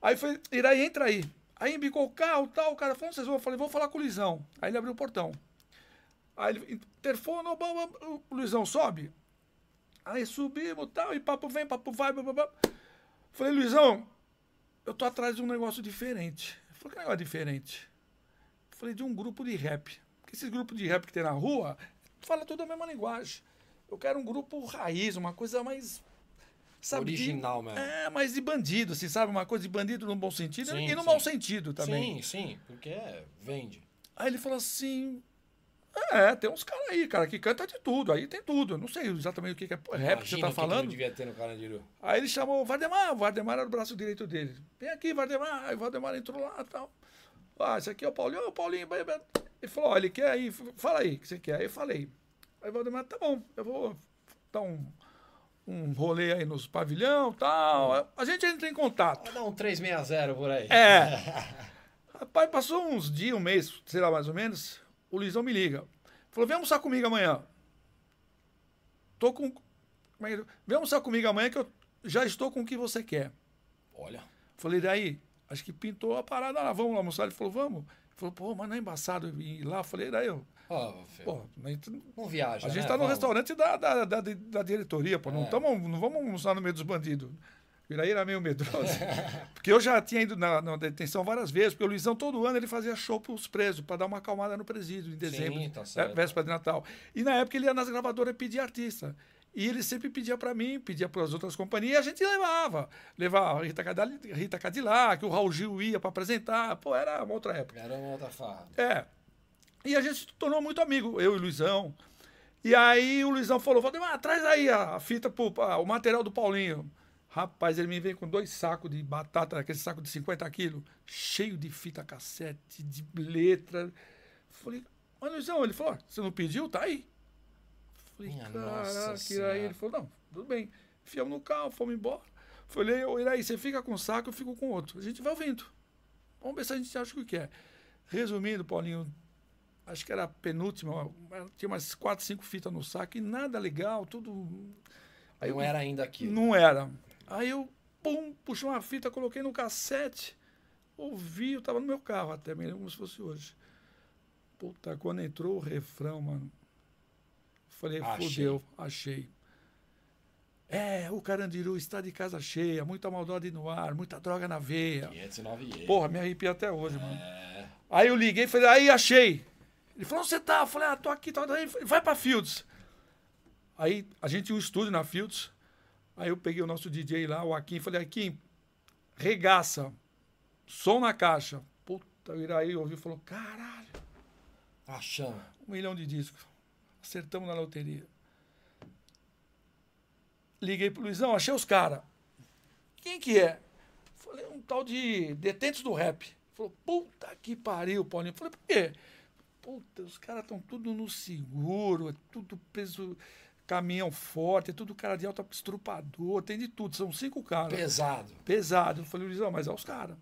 Speaker 2: Aí foi, Iraí, entra aí. Aí embicou o carro tal, o cara falou, "Onde vocês vão? Eu falei, vou falar com o Luizão. Aí ele abriu o portão. Aí ele interfonou, bam, bam, o Luizão sobe. Aí subimos tal, e papo vem, papo vai, blá, blá, blá. Falei, Luizão, eu tô atrás de um negócio diferente. Ele falou, que negócio diferente? Eu falei, de um grupo de rap. Porque esses grupos de rap que tem na rua, fala tudo a mesma linguagem. Eu quero um grupo raiz, uma coisa mais. Sabe, de-
Speaker 1: Original mesmo.
Speaker 2: é, mas de bandido, assim, sabe? Uma coisa de bandido no bom sentido
Speaker 1: Sim,
Speaker 2: e no
Speaker 1: sim.
Speaker 2: mau sentido
Speaker 1: Sim,
Speaker 2: também.
Speaker 1: sim, porque é, vende.
Speaker 2: Aí ele falou assim. É, tem uns caras aí, cara, que canta de tudo, aí tem tudo. Eu não sei exatamente o que que é rap que você
Speaker 1: Imagina
Speaker 2: tá
Speaker 1: o que
Speaker 2: falando.
Speaker 1: Que devia ter no Carandiru.
Speaker 2: Aí ele chamou o Vardemar, o Vardemar era o braço direito dele. Vem aqui, Vardemar. Aí o Vardemar entrou lá e tal. Ah, esse aqui é o Paulinho, ô Paulinho. vai, vai. Ele falou, ó, ele quer aí, f- fala aí o que você quer. Aí eu falei. Aí o Valdemar, tá bom, eu vou dar um, um rolê aí nos pavilhão e tal. A gente entra em contato.
Speaker 1: Vai dar um 360 por aí.
Speaker 2: É. Rapaz, passou uns dias, um mês, sei lá, mais ou menos, o Luizão me liga. Falou, vem almoçar comigo amanhã. Tô com... como é que ele- Vem almoçar comigo amanhã que eu já estou com o que você quer.
Speaker 1: Olha,
Speaker 2: Falei, daí, acho que pintou a parada lá, vamos lá almoçar. Ele falou, vamos. Ele falou, pô, mas não é embaçado ir lá? Eu Falei, daí, eu,
Speaker 1: ó, Fê,
Speaker 2: pô, a gente,
Speaker 1: não viaja.
Speaker 2: a gente
Speaker 1: né?
Speaker 2: tá no
Speaker 1: Vamos.
Speaker 2: restaurante da, da, da, da diretoria, pô, não,
Speaker 1: É.
Speaker 2: tamo, não vamos almoçar no meio dos bandidos. O Iraí era meio medroso. Porque eu já tinha ido na, na detenção várias vezes, porque o Luizão todo ano ele fazia show para os presos, para dar uma acalmada no presídio, em dezembro,
Speaker 1: tá
Speaker 2: né,
Speaker 1: certo.
Speaker 2: véspera de Natal. E na época ele ia nas gravadoras pedir artista. E ele sempre pedia para mim, pedia para as outras companhias, e a gente levava. Levava a Rita, Cadal- Rita Cadillac, o Raul Gil ia para apresentar. Pô, era uma outra época.
Speaker 1: Era uma outra farra.
Speaker 2: É. E a gente se tornou muito amigo, eu e o Luizão. E aí o Luizão falou, Valdemar, traz aí a a fita, pro, a- o material do Paulinho. Rapaz, ele me vem com dois sacos de batata, aquele saco de 50 quilos, cheio de fita cassete, de letra. Falei, mas Luizão, ele falou, "Ó, você não pediu? Tá aí. Falei,
Speaker 1: Minha nossa
Speaker 2: caraca, e
Speaker 1: senhora.
Speaker 2: aí ele falou, não, tudo bem. Enfiamos no carro, fomos embora. Falei, ô Iraí, você fica com um saco, eu fico com outro. A gente vai ouvindo. Vamos ver se a gente acha o que quer. Resumindo, Paulinho, acho que era a penúltima, tinha umas quatro, cinco fitas no saco e nada legal, tudo. É, Aí
Speaker 1: não
Speaker 2: eu-
Speaker 1: era ainda aqui.
Speaker 2: Não era. Aí eu, pum, puxei uma fita, coloquei no cassete, ouvi, eu tava no meu carro até, me lembro como se fosse hoje. Puta, quando entrou o refrão, mano, falei,
Speaker 1: Achei.
Speaker 2: fudeu, achei. É, o Carandiru está de casa cheia, muita maldade no ar, muita droga na veia.
Speaker 1: 509 e é.
Speaker 2: Porra, me arrepia até hoje, mano. Aí eu liguei e falei, aí achei. Ele falou, onde você tá? Eu falei, ah, tô aqui, tô aqui. Ele falou, vai pra Fields. Aí a gente tinha um estúdio na Fields. Aí eu peguei o nosso DJ lá, o Akin, e falei, Akin, regaça, som na caixa. Puta, o Iraí ouviu e falou, caralho,
Speaker 1: Achando.
Speaker 2: um milhão de discos. Acertamos na loteria. Liguei pro Luizão, achei os caras. Quem que é? Falei, um tal de Detentes do Rap. Falou, puta que pariu, Paulinho. Falei, por quê? Puta, os caras estão tudo no seguro, é tudo preso, caminhão forte, é tudo cara de alta estrupador, tem de tudo, são cinco caras.
Speaker 1: Pesado.
Speaker 2: Pesado. Eu falei, Luizão, mas é os caras.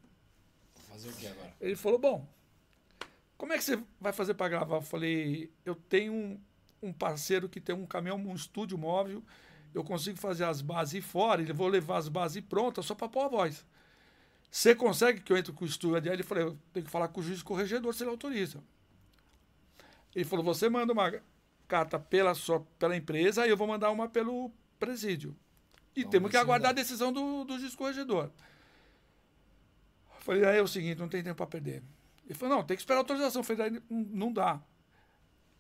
Speaker 1: Fazer o que agora?
Speaker 2: Ele falou, bom, como é que você vai fazer para gravar? Eu falei, eu tenho um, um parceiro que tem um caminhão, um estúdio móvel, eu consigo fazer as bases fora, ele vou levar as bases prontas só para pôr a voz. Você consegue que eu entre com o estúdio adiante? Ele falou, eu tenho que falar com o juiz corregedor se ele autoriza. Ele falou, você manda uma carta pela, sua, pela empresa e eu vou mandar uma pelo presídio. E
Speaker 1: Então,
Speaker 2: temos que
Speaker 1: você
Speaker 2: aguardar a
Speaker 1: manda.
Speaker 2: decisão do, do juiz corregedor. Eu Falei, aí é o seguinte, não tem tempo para perder. Ele falou, não, tem que esperar a autorização. Eu Falei, daí não- não dá.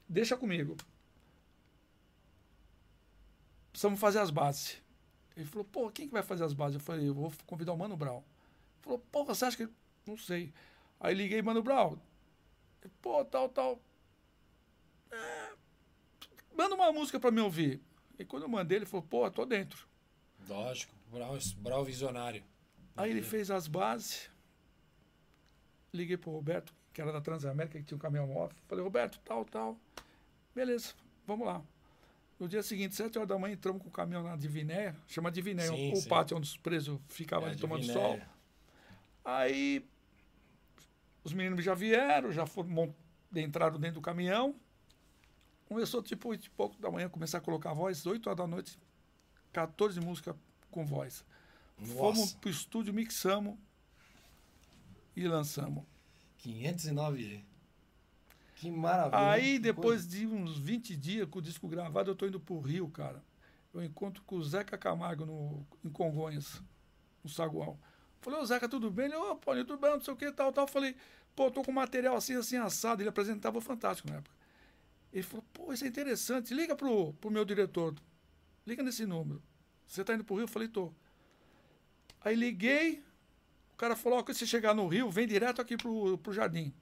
Speaker 2: Deixa comigo. Precisamos fazer as bases. Ele falou, pô, quem que vai fazer as bases? Eu falei, eu vou convidar o Mano Brown. Ele falou, pô, você acha que... ele- Não sei. Aí liguei, Mano Brown. Ele, Pô, tal, tal. É, Manda uma música pra me ouvir. E quando eu mandei, ele falou, pô, tô dentro.
Speaker 1: Lógico. Brau, brau visionário.
Speaker 2: Aí ele fez as bases. Liguei pro Roberto, que era da Transamérica, que tinha um caminhão off. Falei, Roberto, tal, tal. Beleza, vamos lá. No dia seguinte, 7 horas da manhã, entramos com o caminhão na Divinéia, chama Divinéia,
Speaker 1: Sim,
Speaker 2: o
Speaker 1: sim.
Speaker 2: pátio onde os presos ficavam
Speaker 1: É,
Speaker 2: ali Ah, tomando
Speaker 1: Divinéia.
Speaker 2: sol. Aí os meninos já vieram, já foram, mon- entraram dentro do caminhão. Começou tipo 8 e pouco da manhã, começar a colocar voz, 8 horas da noite, 14 músicas com voz. Fomos
Speaker 1: Nossa,
Speaker 2: pro estúdio, mixamos e lançamos.
Speaker 1: 509E. Que maravilha.
Speaker 2: Aí,
Speaker 1: né? Que
Speaker 2: depois de uns 20 dias com o disco gravado, eu tô indo pro Rio, cara. Eu encontro com o Zeca Camargo no, em Congonhas, no Saguão. Falei, ô Zeca, tudo bem? Ele, ô Paulinho, tudo bem, não sei o que, tal, tal. Falei, pô, tô com material assim, assim, assado. Ele apresentava o Fantástico na época. Ele falou, pô, isso é interessante. Liga pro, pro meu diretor. Liga nesse número. Você tá indo pro Rio? Eu falei, tô. Aí liguei, o cara falou, ó, quando você chegar no Rio, vem direto aqui pro, pro Jardim.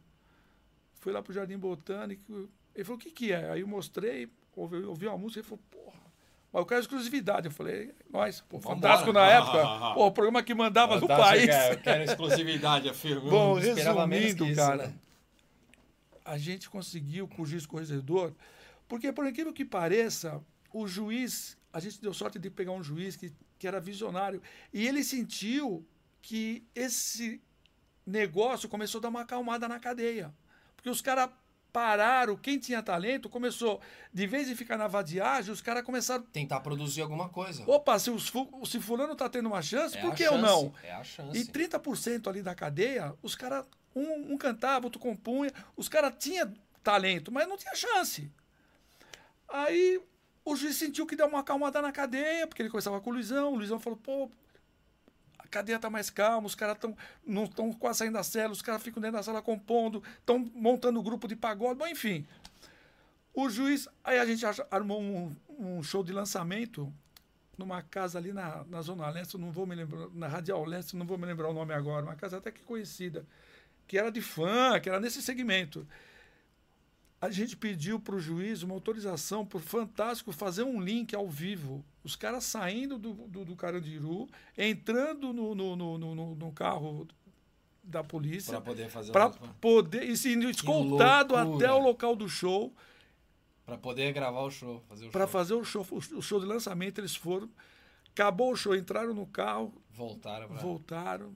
Speaker 2: Fui lá pro Jardim Botânico. Ele falou, o que que é? Aí eu mostrei, ouvi, ouvi uma música, ele falou, porra. Mas eu quero exclusividade. Eu falei, nós, pô,
Speaker 1: Vambora.
Speaker 2: fantástico na época. Pô, o programa que mandava no Ah, país.
Speaker 1: Quero, quero exclusividade, afirmo.
Speaker 2: Bom,
Speaker 1: Eu não esperava menos que
Speaker 2: resumindo,
Speaker 1: isso,
Speaker 2: cara,
Speaker 1: né?
Speaker 2: a gente conseguiu com o juiz corregedor, porque por incrível que pareça, o juiz, a gente deu sorte de pegar um juiz que, que era visionário, e ele sentiu que esse negócio começou a dar uma acalmada na cadeia, porque os caras pararam, quem tinha talento começou, de vez em ficar na vadiagem, os caras começaram,
Speaker 1: Tentar produzir alguma coisa.
Speaker 2: opa, se, os fu- se fulano tá tendo uma chance,
Speaker 1: É
Speaker 2: por
Speaker 1: a
Speaker 2: que eu
Speaker 1: chance,
Speaker 2: não?
Speaker 1: É a chance.
Speaker 2: E 30% ali da cadeia, os caras, um, um cantava, outro compunha, os caras tinham talento, mas não tinha chance. Aí o juiz sentiu que deu uma acalmada na cadeia, porque ele começava com o Luizão, o Luizão falou, pô, a cadeia tá mais calma, os caras tão, não estão quase saindo da cela, os caras ficam dentro da sala compondo, estão montando um grupo de pagode, bom, enfim. O juiz, aí a gente acha- armou um, um show de lançamento numa casa ali na, na Zona Leste, eu não vou me lembrar, na Radial Leste, eu não vou me lembrar o nome agora, uma casa até que conhecida, que era de fã, que era nesse segmento. A gente pediu para o juiz uma autorização para o Fantástico fazer um link ao vivo. Os caras saindo do, do, do Carandiru, entrando no, no, no, no- no- no carro da polícia
Speaker 1: Pra poder fazer
Speaker 2: para
Speaker 1: o-
Speaker 2: poder e sendo escoltado
Speaker 1: loucura.
Speaker 2: até o local do show
Speaker 1: pra poder gravar o show. Fazer o
Speaker 2: para
Speaker 1: show.
Speaker 2: fazer o show, o show de lançamento. Eles foram, acabou o show, entraram no carro,
Speaker 1: Voltaram pra.
Speaker 2: voltaram.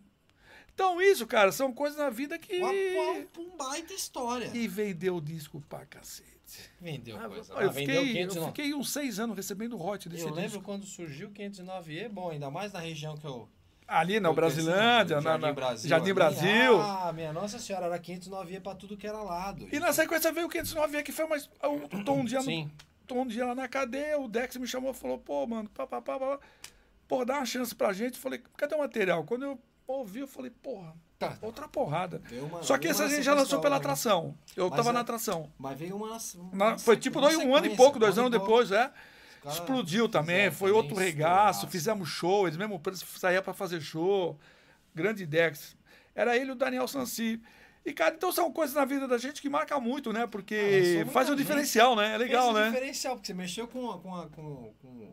Speaker 2: Então isso, cara, são coisas na vida que
Speaker 1: Uma, uma, um baita história.
Speaker 2: e vendeu o disco pra cacete.
Speaker 1: Vendeu coisa.
Speaker 2: eu,
Speaker 1: Ah, vendeu
Speaker 2: fiquei, eu
Speaker 1: 509.
Speaker 2: fiquei uns seis anos recebendo hot desse
Speaker 1: Eu
Speaker 2: disco.
Speaker 1: lembro quando surgiu o 509E, bom, ainda mais na região que eu.
Speaker 2: Ali na
Speaker 1: eu cresci, né?
Speaker 2: Brasilândia, na,
Speaker 1: Jardim
Speaker 2: na-
Speaker 1: Brasil.
Speaker 2: Jardim
Speaker 1: ali.
Speaker 2: Brasil.
Speaker 1: Ah, minha Nossa Senhora, era 509E pra tudo que era lado.
Speaker 2: E na sequência veio o 509 que foi mais. Eu tô um dia no,
Speaker 1: Sim,
Speaker 2: Tô um dia lá na cadeia, o Dex me chamou e falou, pô, mano, pá, pá, pá, pá, pô, dá uma chance pra gente. Eu Falei, cadê o material? Quando eu ouvi, eu falei, porra,
Speaker 1: tá.
Speaker 2: outra porrada.
Speaker 1: Deu uma-
Speaker 2: Só que
Speaker 1: deu
Speaker 2: essa a
Speaker 1: uma
Speaker 2: gente já lançou
Speaker 1: sequencial,
Speaker 2: pela
Speaker 1: né?
Speaker 2: atração. Eu
Speaker 1: Mas
Speaker 2: tava
Speaker 1: é-
Speaker 2: na atração.
Speaker 1: Mas veio uma.
Speaker 2: Na-
Speaker 1: uma
Speaker 2: foi
Speaker 1: sequ-
Speaker 2: tipo
Speaker 1: uma
Speaker 2: dois, um ano e
Speaker 1: sequência,
Speaker 2: pouco, dois
Speaker 1: um ano
Speaker 2: anos
Speaker 1: e pouco.
Speaker 2: depois, é.
Speaker 1: Os caras
Speaker 2: Explodiu também,
Speaker 1: fizeram
Speaker 2: foi outro
Speaker 1: também
Speaker 2: regaço,
Speaker 1: estouraço.
Speaker 2: fizemos show, eles mesmo preço saía para fazer show. Grande Dex. Era ele e o Daniel Sansi. E, cara, então são coisas na vida da gente que marca muito, né?
Speaker 1: Ah,
Speaker 2: Porque
Speaker 1: são
Speaker 2: faz
Speaker 1: muita
Speaker 2: um
Speaker 1: gente.
Speaker 2: diferencial, né? É legal,
Speaker 1: Esse é o
Speaker 2: né?
Speaker 1: diferencial, porque você mexeu com a, com a, com, com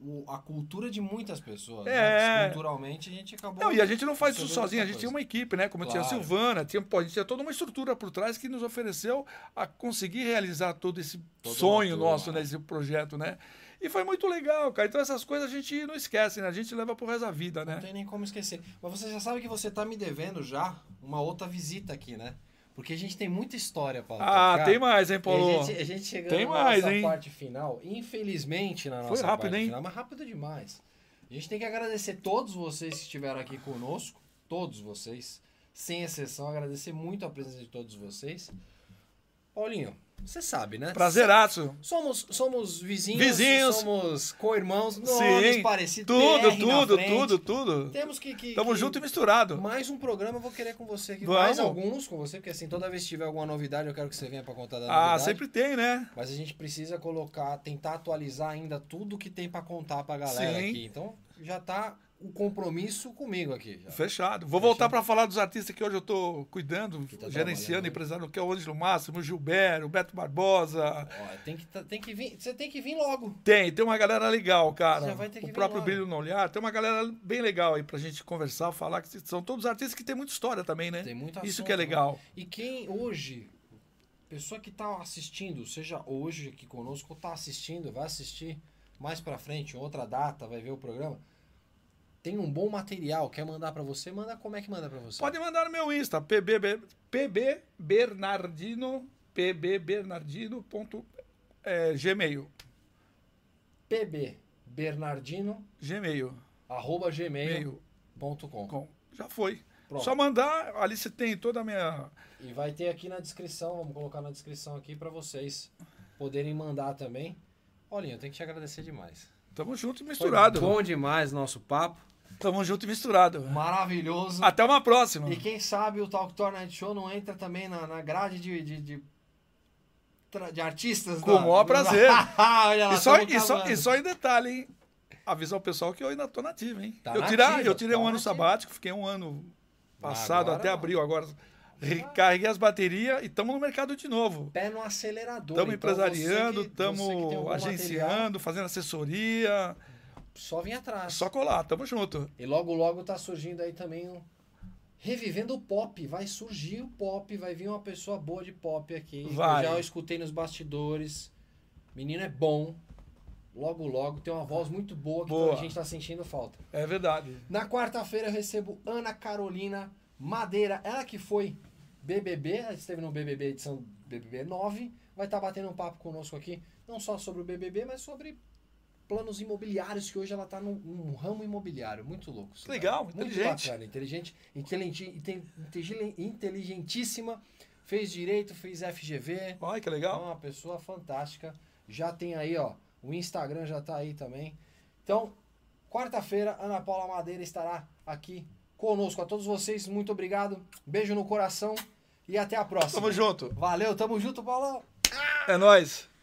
Speaker 1: o- a cultura de muitas pessoas.
Speaker 2: É.
Speaker 1: Né? Culturalmente, a gente acabou.
Speaker 2: Não, e a gente não faz isso
Speaker 1: absorvendo
Speaker 2: sozinho, a
Speaker 1: muita
Speaker 2: gente tinha
Speaker 1: coisa.
Speaker 2: uma equipe, né? Como tinha a
Speaker 1: Claro.
Speaker 2: Silvana, tinha, pô, a gente tinha toda uma estrutura por trás que nos ofereceu a conseguir realizar todo esse
Speaker 1: Toda uma
Speaker 2: sonho
Speaker 1: turma,
Speaker 2: nosso, né?
Speaker 1: né?
Speaker 2: Esse projeto, né? E foi muito legal, cara. Então essas coisas a gente não esquece, né? A gente leva pro resto da vida,
Speaker 1: Não
Speaker 2: né?
Speaker 1: tem nem como esquecer. Mas você já sabe que você tá me devendo já uma outra visita aqui, né? Porque a gente tem muita história, Paulo.
Speaker 2: Ah,
Speaker 1: pra cá.
Speaker 2: tem mais,
Speaker 1: E
Speaker 2: hein,
Speaker 1: A
Speaker 2: Paulo?
Speaker 1: gente, a gente chegando
Speaker 2: Tem
Speaker 1: na
Speaker 2: mais,
Speaker 1: nossa
Speaker 2: hein?
Speaker 1: parte final, infelizmente na
Speaker 2: Foi
Speaker 1: nossa
Speaker 2: rápido,
Speaker 1: parte
Speaker 2: hein?
Speaker 1: final, mas rápido demais. A gente tem que agradecer todos vocês que estiveram aqui conosco, todos vocês, sem exceção, agradecer muito a presença de todos vocês. Paulinho, você sabe, né?
Speaker 2: Prazeraço.
Speaker 1: Somos, somos vizinhos,
Speaker 2: Vizinhos.
Speaker 1: somos co-irmãos, nomes
Speaker 2: Sim.
Speaker 1: parecidos,
Speaker 2: Tudo,
Speaker 1: PR na
Speaker 2: tudo,
Speaker 1: frente.
Speaker 2: tudo, tudo.
Speaker 1: Temos que... que
Speaker 2: Tamo
Speaker 1: que-
Speaker 2: junto e misturado.
Speaker 1: mais um programa eu vou querer com você aqui.
Speaker 2: Vamos.
Speaker 1: Mais alguns com você, porque assim, toda vez que tiver alguma novidade, eu quero que você venha pra contar da novidade.
Speaker 2: Ah, sempre tem, né?
Speaker 1: Mas a gente precisa colocar, tentar atualizar ainda tudo que tem pra contar pra galera
Speaker 2: Sim.
Speaker 1: aqui. Então, já tá o compromisso comigo aqui. já.
Speaker 2: Fechado. Vou voltar
Speaker 1: Fechado.
Speaker 2: para falar dos artistas que hoje eu tô cuidando,
Speaker 1: Que tá
Speaker 2: gerenciando,
Speaker 1: trabalhando, né?
Speaker 2: empresário, que é o Ângelo Máximo, o Gilberto, o Beto Beto Barbosa.
Speaker 1: Ó, tem que, tá- tem que vir, você tem que vir logo.
Speaker 2: Tem, tem uma galera legal, cara.
Speaker 1: Já vai ter que
Speaker 2: o
Speaker 1: vir
Speaker 2: próprio
Speaker 1: lá.
Speaker 2: Brilho no Olhar, tem uma galera bem legal aí pra gente conversar, falar que são todos artistas que tem muita história também, né?
Speaker 1: Tem muita
Speaker 2: Isso
Speaker 1: assunto,
Speaker 2: que é
Speaker 1: né?
Speaker 2: legal.
Speaker 1: E quem hoje, pessoa que tá assistindo, seja hoje aqui conosco ou tá assistindo, vai assistir mais pra frente, em outra data, vai ver o programa, tem um bom material, quer mandar pra você, manda como é que manda pra você?
Speaker 2: Pode mandar no meu Insta, pb, pb Bernardino, pbbernardino ponto, é, gmail,
Speaker 1: pb bernardino
Speaker 2: gmail,
Speaker 1: arroba gmail
Speaker 2: mail,
Speaker 1: ponto com.
Speaker 2: com. já foi.
Speaker 1: Pronto.
Speaker 2: Só mandar, ali você tem toda a minha...
Speaker 1: E vai ter aqui na descrição, vamos colocar na descrição aqui pra vocês poderem mandar também. Olha, eu tenho que te agradecer demais.
Speaker 2: Tamo junto e
Speaker 1: Foi
Speaker 2: misturado.
Speaker 1: Bom demais nosso papo.
Speaker 2: Tamo junto e misturado.
Speaker 1: Maravilhoso.
Speaker 2: Até uma próxima.
Speaker 1: E quem sabe o Talk Tour Night Show não entra também na, na grade de, de, de, tra- de artistas.
Speaker 2: Com o
Speaker 1: da-
Speaker 2: maior
Speaker 1: do-
Speaker 2: prazer.
Speaker 1: Olha lá,
Speaker 2: E só,
Speaker 1: tamo
Speaker 2: e, só,
Speaker 1: acabando.
Speaker 2: e só em detalhe, hein? Avisar o pessoal que eu ainda tô nativo, hein?
Speaker 1: Tá
Speaker 2: eu,
Speaker 1: nativa,
Speaker 2: tirar, eu tirei
Speaker 1: tá
Speaker 2: um ano
Speaker 1: nativa.
Speaker 2: sabático, fiquei um ano passado
Speaker 1: Agora
Speaker 2: até
Speaker 1: não.
Speaker 2: abril, agora recarreguei as baterias e estamos no mercado de novo.
Speaker 1: Pé no acelerador. Então, você
Speaker 2: Estamos empresariando,
Speaker 1: que- você que tem algum
Speaker 2: estamos agenciando,
Speaker 1: material,
Speaker 2: fazendo assessoria.
Speaker 1: só vem
Speaker 2: É
Speaker 1: atrás.
Speaker 2: só colar, tamo junto.
Speaker 1: E logo, logo tá surgindo aí também um. Revivendo o pop, vai surgir o pop, vai vir uma pessoa boa de pop aqui.
Speaker 2: Vai.
Speaker 1: Eu já escutei nos bastidores. Menino é bom. Logo, logo, tem uma voz muito boa que
Speaker 2: Boa.
Speaker 1: a gente tá sentindo falta.
Speaker 2: É verdade.
Speaker 1: Na quarta-feira eu recebo Ana Carolina Madeira, ela que foi BBB, ela esteve no BBB edição BBB 9, vai estar batendo um papo conosco aqui, não só sobre o BBB, mas sobre planos imobiliários, que hoje ela está num, num ramo imobiliário, muito louco. isso, cara.
Speaker 2: Legal,
Speaker 1: muito
Speaker 2: inteligente.
Speaker 1: bacana, inteligente, inteligente, inte- inteligente- inteligentíssima, fez direito, fez FGV,
Speaker 2: Olha que
Speaker 1: é
Speaker 2: legal.
Speaker 1: uma pessoa fantástica. Já tem aí, ó. O Instagram já tá aí também. Então, quarta-feira, Ana Paula Madeira estará aqui conosco. A todos vocês, muito obrigado. Beijo no coração e até a próxima.
Speaker 2: Tamo junto.
Speaker 1: Valeu, tamo junto, Paulão.
Speaker 2: É nóis.